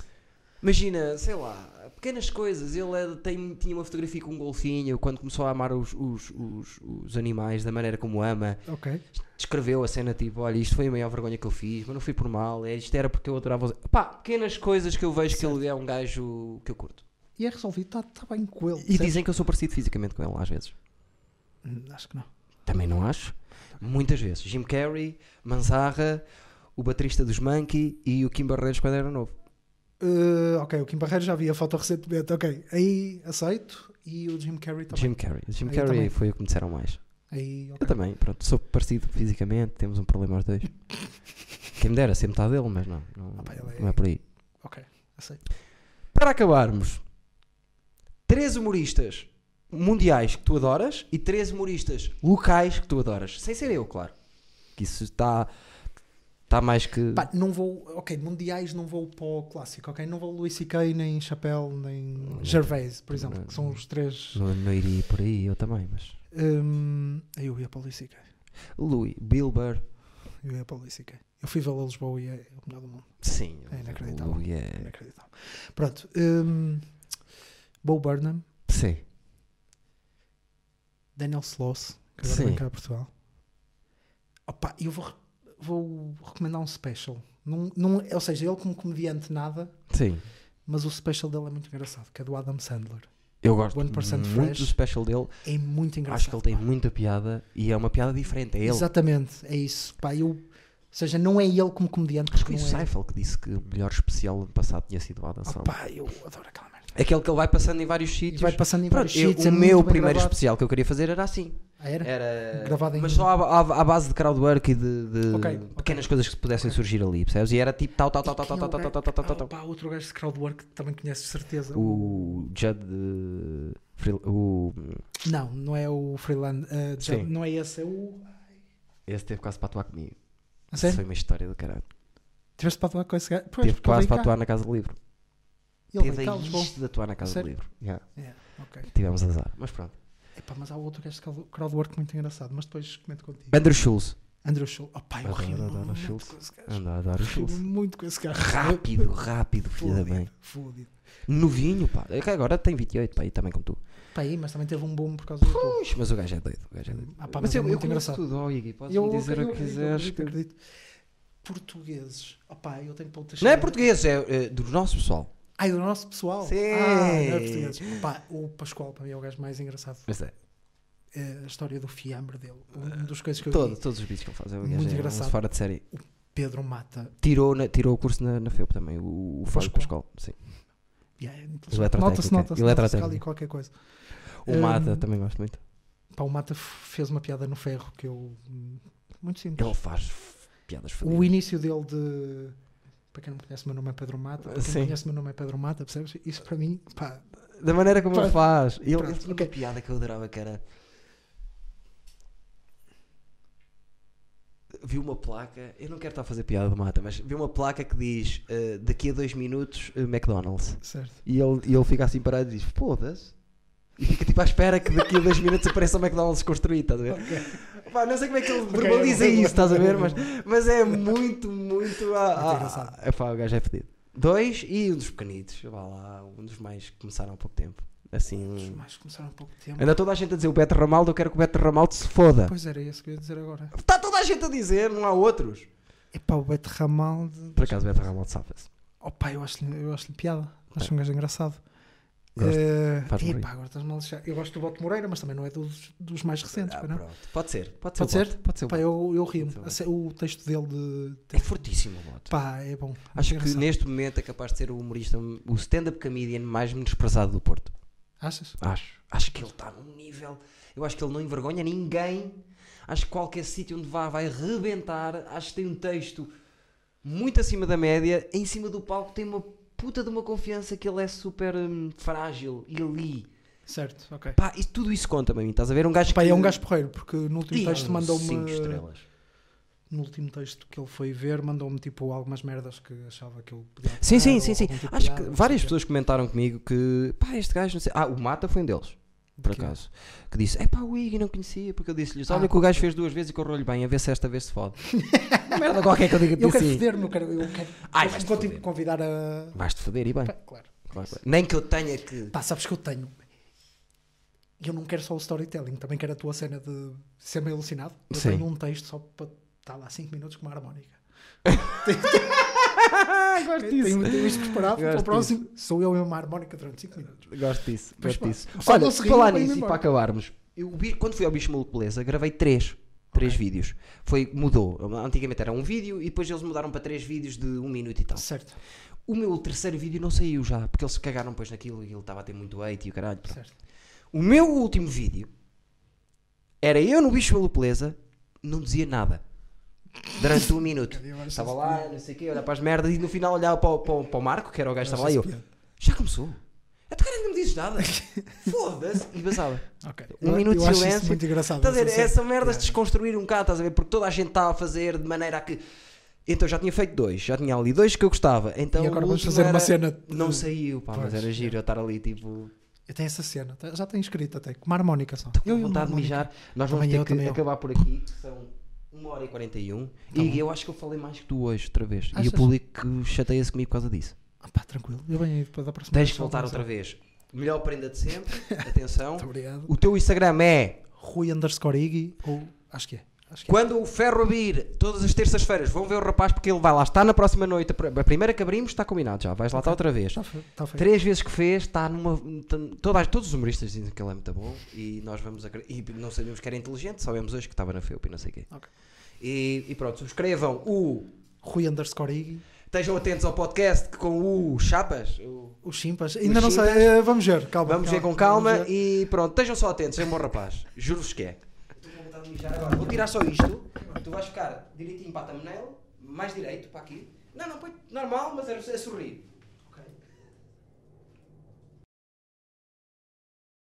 Speaker 1: Imagina, sei lá, pequenas coisas. Ele é- tem- tinha uma fotografia com um golfinho quando começou a amar os, os- os- os animais da maneira como ama.
Speaker 2: ok.
Speaker 1: Descreveu a cena tipo: olha, isto foi a maior vergonha que eu fiz, mas não fui por mal. É, isto era porque eu adorava. os- Pá, pequenas coisas que eu vejo que ele é um gajo que eu curto.
Speaker 2: E é resolvido. Está está bem com ele.
Speaker 1: E
Speaker 2: percebes?
Speaker 1: dizem que eu sou parecido fisicamente com ele às vezes.
Speaker 2: Hum, Acho que não.
Speaker 1: Também não acho. Muitas vezes. Jim Carrey, Manzarra, o baterista dos Monkey e o Kim Barreiros quando era novo.
Speaker 2: Uh, ok, o Kim Barreiro já vi a foto recentemente. Ok, aí aceito. E o Jim Carrey também.
Speaker 1: Jim Carrey. Jim
Speaker 2: Eu
Speaker 1: Carrey
Speaker 2: também.
Speaker 1: foi o que me disseram mais.
Speaker 2: Aí,
Speaker 1: Eu
Speaker 2: ok.
Speaker 1: também, pronto, sou parecido fisicamente, temos um problema aos dois. Quem me dera ser metade dele, mas não, não,
Speaker 2: Ah pá, ele é-
Speaker 1: não é por aí.
Speaker 2: Ok, aceito.
Speaker 1: Para acabarmos, três humoristas mundiais que tu adoras e três humoristas locais que tu adoras, sem ser eu, claro. Que isso está está mais que
Speaker 2: Pá, não vou, ok, mundiais não vou para o clássico, ok? Não vou Luís C.K., nem Chapelle, nem
Speaker 1: Hum.
Speaker 2: Gervais, por exemplo, que são os três.
Speaker 1: não, não iria por aí, eu também, mas
Speaker 2: Hum, eu ia para o Luís C.K.,
Speaker 1: Louis, Bill Burr,
Speaker 2: eu ia para o Luís C.K. Eu fui vê-lo a Lisboa e é o melhor do mundo,
Speaker 1: sim,
Speaker 2: É inacreditável.
Speaker 1: Louis
Speaker 2: é
Speaker 1: é,
Speaker 2: inacreditável. Pronto, hum, Bo Burnham,
Speaker 1: sim,
Speaker 2: Daniel Sloss, que agora
Speaker 1: Sim.
Speaker 2: vem cá a Portugal. Opa, eu vou, re- vou recomendar um special. Não, não, ou seja, ele como comediante nada,
Speaker 1: sim.
Speaker 2: mas o special dele é muito engraçado, que é do Adam Sandler.
Speaker 1: Eu gosto
Speaker 2: 1%
Speaker 1: muito do
Speaker 2: Fresh.
Speaker 1: special dele,
Speaker 2: É muito engraçado.
Speaker 1: acho que ele tem
Speaker 2: pá.
Speaker 1: muita piada e é uma piada diferente, é ele.
Speaker 2: Exatamente, é isso. Pá, eu, ou seja, não é ele como comediante.
Speaker 1: Acho que
Speaker 2: porque
Speaker 1: foi o
Speaker 2: não é...
Speaker 1: Seifel que disse que o melhor especial do ano passado tinha sido o Adam
Speaker 2: Oh,
Speaker 1: Sandler.
Speaker 2: pá, eu adoro aquela merda.
Speaker 1: Aquele que ele vai passando em vários
Speaker 2: E
Speaker 1: sítios.
Speaker 2: vai passando em
Speaker 1: Pronto,
Speaker 2: vários
Speaker 1: eu-
Speaker 2: sítios.
Speaker 1: o
Speaker 2: é muito
Speaker 1: meu
Speaker 2: bem
Speaker 1: primeiro
Speaker 2: gravado.
Speaker 1: especial que eu queria fazer era assim.
Speaker 2: Ah, era?
Speaker 1: Era.
Speaker 2: Gravado em-
Speaker 1: Mas só à, à- à base de crowdwork e de, de
Speaker 2: Ok, ok.
Speaker 1: pequenas coisas que pudessem surgir ali, percebes? E era tipo tal, tal, tal, tal,
Speaker 2: E quem
Speaker 1: tal,
Speaker 2: é
Speaker 1: tal,
Speaker 2: o
Speaker 1: tal,
Speaker 2: gajo-
Speaker 1: tal, tal, tal, tal.
Speaker 2: Ah, pá, outro gajo de crowdwork que também conheces de certeza.
Speaker 1: tá, O Judd. eh, Freel- O.
Speaker 2: Não, não é o Freeland. ah, já-
Speaker 1: Sim.
Speaker 2: não é esse, é o.
Speaker 1: Esse teve quase para atuar comigo.
Speaker 2: A
Speaker 1: Isso
Speaker 2: sério?
Speaker 1: foi uma história do caralho.
Speaker 2: Tiveste para atuar com esse gajo? Pois,
Speaker 1: Teve
Speaker 2: porque ele
Speaker 1: quase
Speaker 2: veio
Speaker 1: para
Speaker 2: cá.
Speaker 1: atuar na Casa do Livro.
Speaker 2: Ele
Speaker 1: Teve
Speaker 2: veio cá, Lisboa.
Speaker 1: isto de atuar na Casa do
Speaker 2: sério?
Speaker 1: Livro. Yeah.
Speaker 2: É, ok.
Speaker 1: Tivemos azar, mas pronto.
Speaker 2: Epá, mas há outro gajo de crowd- crowdwork muito engraçado, mas depois comento contigo.
Speaker 1: Andrew Schulz.
Speaker 2: Andrew Schultz. Oh, pá, eu
Speaker 1: Adoro,
Speaker 2: rio
Speaker 1: adoro
Speaker 2: muito
Speaker 1: Schultz.
Speaker 2: com esse gajo.
Speaker 1: Anda, adoro o
Speaker 2: Rio
Speaker 1: Schulz.
Speaker 2: muito com esse gajo. *laughs*
Speaker 1: Rápido, rápido, filha da mãe.
Speaker 2: Fúdido, fúdido.
Speaker 1: Novinho, pá. É que agora tem 28, pá, e também como tu.
Speaker 2: Pá, aí, mas também teve um boom por causa do
Speaker 1: *laughs*
Speaker 2: YouTube.
Speaker 1: Puxa, mas o gajo é doido. O gajo é doido.
Speaker 2: Ah, pá,
Speaker 1: mas
Speaker 2: mas
Speaker 1: eu,
Speaker 2: é
Speaker 1: eu
Speaker 2: muito
Speaker 1: conheço
Speaker 2: engraçado.
Speaker 1: tudo, ó Iggy. Podes-me dizer o que
Speaker 2: acredito,
Speaker 1: quiseres.
Speaker 2: acredito,
Speaker 1: que-
Speaker 2: acredito. Portugueses. Opá, eu tenho para outras
Speaker 1: Não é
Speaker 2: cidades.
Speaker 1: português, é, é do nosso pessoal.
Speaker 2: Ah, é do nosso pessoal.
Speaker 1: Sim.
Speaker 2: Ah, não é portugueses. Opá, o Pascoal para mim é o gajo mais engraçado.
Speaker 1: Mas é,
Speaker 2: É a história do fiambre dele. Uma das coisas que eu
Speaker 1: todo,
Speaker 2: vi.
Speaker 1: todos os vídeos que ele faz. É um
Speaker 2: Muito
Speaker 1: gajo é um
Speaker 2: engraçado.
Speaker 1: fora de série.
Speaker 2: Pedro Mata.
Speaker 1: Tirou, na- tirou o curso na, na FEUP também, o, o Fábio
Speaker 2: Pascoal.
Speaker 1: Pascoal. Sim.
Speaker 2: Yeah, é inteligente.
Speaker 1: Eletrotécnica.
Speaker 2: nota-se, nota-se. Nota-se
Speaker 1: Eletrotécnica.
Speaker 2: ali qualquer coisa.
Speaker 1: O
Speaker 2: Hum.
Speaker 1: Mata também gosto muito.
Speaker 2: Pá, o Mata f- fez uma piada no ferro que eu. hum, Muito simples.
Speaker 1: Ele faz f- piadas
Speaker 2: o
Speaker 1: fodidas.
Speaker 2: início dele de para quem não me conhece, o meu nome é Pedro Mata. Para quem
Speaker 1: Sim.
Speaker 2: não conhece, o meu nome é Pedro Mata, percebes? Isso para mim, pá,
Speaker 1: Da maneira como ele
Speaker 2: Pronto.
Speaker 1: faz. Ele, ele
Speaker 2: Pronto,
Speaker 1: tinha
Speaker 2: ok.
Speaker 1: uma piada que eu adorava que era. Viu uma placa, eu não quero estar a fazer piada do mata, mas viu uma placa que diz eh, daqui a dois minutos eh, McDonald's.
Speaker 2: certo.
Speaker 1: E ele, e ele fica assim parado e diz: Foda-se. E fica tipo à espera que daqui a dois minutos apareça o McDonald's construído, estás a ver? Pá, não sei como é que ele
Speaker 2: Ok,
Speaker 1: verbaliza
Speaker 2: ok,
Speaker 1: isso,
Speaker 2: boa,
Speaker 1: estás a
Speaker 2: boa,
Speaker 1: ver?
Speaker 2: boa,
Speaker 1: Mas, mas é muito, muito.
Speaker 2: Muito
Speaker 1: Ah,
Speaker 2: engraçado.
Speaker 1: ah, epá, o gajo é fedido. Dois e um dos pequenitos, vá lá, um dos mais que começaram há pouco tempo.
Speaker 2: Os
Speaker 1: Assim.
Speaker 2: mais começaram há pouco tempo.
Speaker 1: Anda toda a gente a dizer o Beto Ramaldo, eu quero que o Beto Ramaldo se foda.
Speaker 2: Pois era isso que eu ia dizer agora.
Speaker 1: Está toda a gente a dizer, não há outros.
Speaker 2: Epá, o Beto Ramaldo.
Speaker 1: Por acaso o Beto Ramaldo safa-se.
Speaker 2: Opá, eu acho-lhe eu acho piada. Acho um gajo engraçado.
Speaker 1: Gosto.
Speaker 2: Eh,
Speaker 1: Faz-me rir.
Speaker 2: epá, agora estás-me a lixar. Eu gosto do Bote Moreira, mas também não é dos, dos mais recentes.
Speaker 1: Ah,
Speaker 2: pois não?
Speaker 1: pronto. Então Pode ser, pode ser.
Speaker 2: Pode
Speaker 1: o Bote.
Speaker 2: ser?
Speaker 1: Pode ser. o
Speaker 2: Pá,
Speaker 1: Bote.
Speaker 2: eu, eu rio-me.
Speaker 1: Muito bem.
Speaker 2: A sé- O texto dele de.
Speaker 1: É fortíssimo o Bote.
Speaker 2: Pá, é bom.
Speaker 1: Acho que
Speaker 2: Engraçado.
Speaker 1: neste momento é capaz de ser o humorista, o stand-up comedian mais menosprezado do Porto.
Speaker 2: Achas?
Speaker 1: Acho. Acho que ele está num nível. Eu acho que ele não envergonha ninguém. Acho que qualquer sítio onde vá vai rebentar. Acho que tem um texto muito acima da média. Em cima do palco tem uma puta de uma confiança que ele é super hum, frágil e ali.
Speaker 2: Certo, ok.
Speaker 1: Pá, e tudo isso conta para mim. Estás a ver? Um gajo
Speaker 2: Pá,
Speaker 1: que.
Speaker 2: é um gajo porreiro, porque no último
Speaker 1: Ih,
Speaker 2: texto
Speaker 1: um cinco
Speaker 2: mandou-me.
Speaker 1: estrelas.
Speaker 2: No último texto que ele foi ver, mandou-me tipo algumas merdas que achava que eu podia.
Speaker 1: Sim,
Speaker 2: apagar
Speaker 1: sim,
Speaker 2: ou
Speaker 1: sim, sim.
Speaker 2: algum tipo de
Speaker 1: Acho que
Speaker 2: piada, não sei
Speaker 1: várias
Speaker 2: o quê.
Speaker 1: pessoas comentaram comigo que pá, este gajo não sei. Ah, o Mata foi um deles, por
Speaker 2: quê?
Speaker 1: acaso. Que disse, é pá, o Iggy não conhecia, porque eu disse-lhes, olha
Speaker 2: Ah,
Speaker 1: que o gajo fez duas vezes e correu-lhe bem, a ver se esta vez se
Speaker 2: *laughs*
Speaker 1: fode. Uma merda qualquer que eu diga
Speaker 2: Eu quero
Speaker 1: assim.
Speaker 2: foder-me, eu quero. Eu quero
Speaker 1: Ai,
Speaker 2: eu
Speaker 1: vais-te
Speaker 2: vou te
Speaker 1: foder.
Speaker 2: convidar a.
Speaker 1: Vais-te foder e
Speaker 2: *laughs*
Speaker 1: bem.
Speaker 2: Pá, claro.
Speaker 1: Claro, claro. Nem que eu tenha que.
Speaker 2: Pá, sabes que eu tenho. Eu não quero só o storytelling, também quero a tua cena de ser meio alucinado. Eu
Speaker 1: Sim.
Speaker 2: tenho um texto só para estar lá 5 minutos com uma *laughs* harmónica.
Speaker 1: Gosto
Speaker 2: Tenho, tenho isto preparado para
Speaker 1: Gosto
Speaker 2: o próximo. Sou eu e uma harmónica durante 5 minutos.
Speaker 1: Gosto disso,
Speaker 2: Pois
Speaker 1: gosto
Speaker 2: pá,
Speaker 1: disso.
Speaker 2: o pessoal
Speaker 1: Olha,
Speaker 2: não se riu,
Speaker 1: falar
Speaker 2: vai-me
Speaker 1: nisso e para
Speaker 2: embora.
Speaker 1: acabarmos, eu, vi- quando fui ao Bicho Maluco Beleza, gravei três. Três vídeos. Foi, mudou. Antigamente era um vídeo e depois eles mudaram para três vídeos de um minuto e tal.
Speaker 2: Certo,
Speaker 1: O meu terceiro vídeo não saiu já, porque eles se cagaram depois naquilo e ele estava a ter muito hate e o caralho. pronto.
Speaker 2: certo.
Speaker 1: O meu último vídeo era eu no bicho pela beleza, não dizia nada. Durante um minuto.
Speaker 2: *laughs* Eu acho
Speaker 1: Estava
Speaker 2: isso
Speaker 1: lá, não sei o quê, olhar para as merdas e no final olhava para, o- para o- para o Marco, que era o gajo que
Speaker 2: Eu
Speaker 1: estava lá e eu.
Speaker 2: acho isso
Speaker 1: Já começou. A tu caralho não me dizes
Speaker 2: *laughs*
Speaker 1: nada. Foda-se. E basava.
Speaker 2: Ok.
Speaker 1: Um
Speaker 2: Eu-
Speaker 1: minuto
Speaker 2: eu
Speaker 1: de
Speaker 2: acho isso
Speaker 1: silêncio.
Speaker 2: muito engraçado.
Speaker 1: Estás a ver? é
Speaker 2: essa cena. É.
Speaker 1: Essa merda se desconstruir um bocado, estás a ver? Porque toda a gente está a fazer de maneira a que. Então já tinha feito dois, já tinha ali dois que eu gostava. Então
Speaker 2: E agora
Speaker 1: o
Speaker 2: vamos
Speaker 1: último
Speaker 2: fazer uma
Speaker 1: era-
Speaker 2: cena-
Speaker 1: Não saiu, pá, mas
Speaker 2: Pois,
Speaker 1: era giro eu estar ali tipo.
Speaker 2: Eu tenho essa cena, tá- já tenho escrito até, com uma harmónica só.
Speaker 1: Com vontade de mijar. Nós vamos
Speaker 2: Também
Speaker 1: ter
Speaker 2: eu,
Speaker 1: que
Speaker 2: também eu. Tá
Speaker 1: acabar por aqui, que são 1 hora e 41. e eu acho que eu falei mais que tu hoje, outra vez. E o
Speaker 2: Achas?
Speaker 1: público que chateia-se comigo por causa disso.
Speaker 2: Ah, pá, tranquilo. Eu venho aí depois da próxima
Speaker 1: Tens
Speaker 2: vez,
Speaker 1: que voltar
Speaker 2: mas-
Speaker 1: outra vez. Melhor prenda de sempre.
Speaker 2: *laughs*
Speaker 1: Atenção.
Speaker 2: Muito obrigado.
Speaker 1: O teu Instagram é.
Speaker 2: Rui underscore Iggy, ou acho que é. Acho que é.
Speaker 1: Quando o ferro abrir, todas as terças-feiras, vão ver o rapaz porque ele vai lá estar na próxima noite. A pr- A primeira que abrimos está combinado já. Vais lá estar outra vez.
Speaker 2: Está feito. Tá feito.
Speaker 1: Três vezes que fez, está numa. tem- todas- todos os humoristas dizem que ele é muito bom e nós vamos. acre- E não sabemos que era inteligente, sabemos hoje que estava na FEUP e não sei o quê.
Speaker 2: Ok.
Speaker 1: E, e pronto, subscrevam o.
Speaker 2: Rui underscore Iggy.
Speaker 1: Estejam atentos ao podcast que com o Chapas. o-
Speaker 2: Os chimpas, ainda não
Speaker 1: chimpas.
Speaker 2: sei, eh, vamos ver, calma.
Speaker 1: Vamos ver com calma
Speaker 2: vamos ver.
Speaker 1: e pronto, estejam só atentos, é um bom rapaz. Juro-vos que é. Vou tirar só isto. Tu vais ficar direitinho para a thumbnail, mais direito para aqui. Não, não, põe normal, mas é, é sorrir.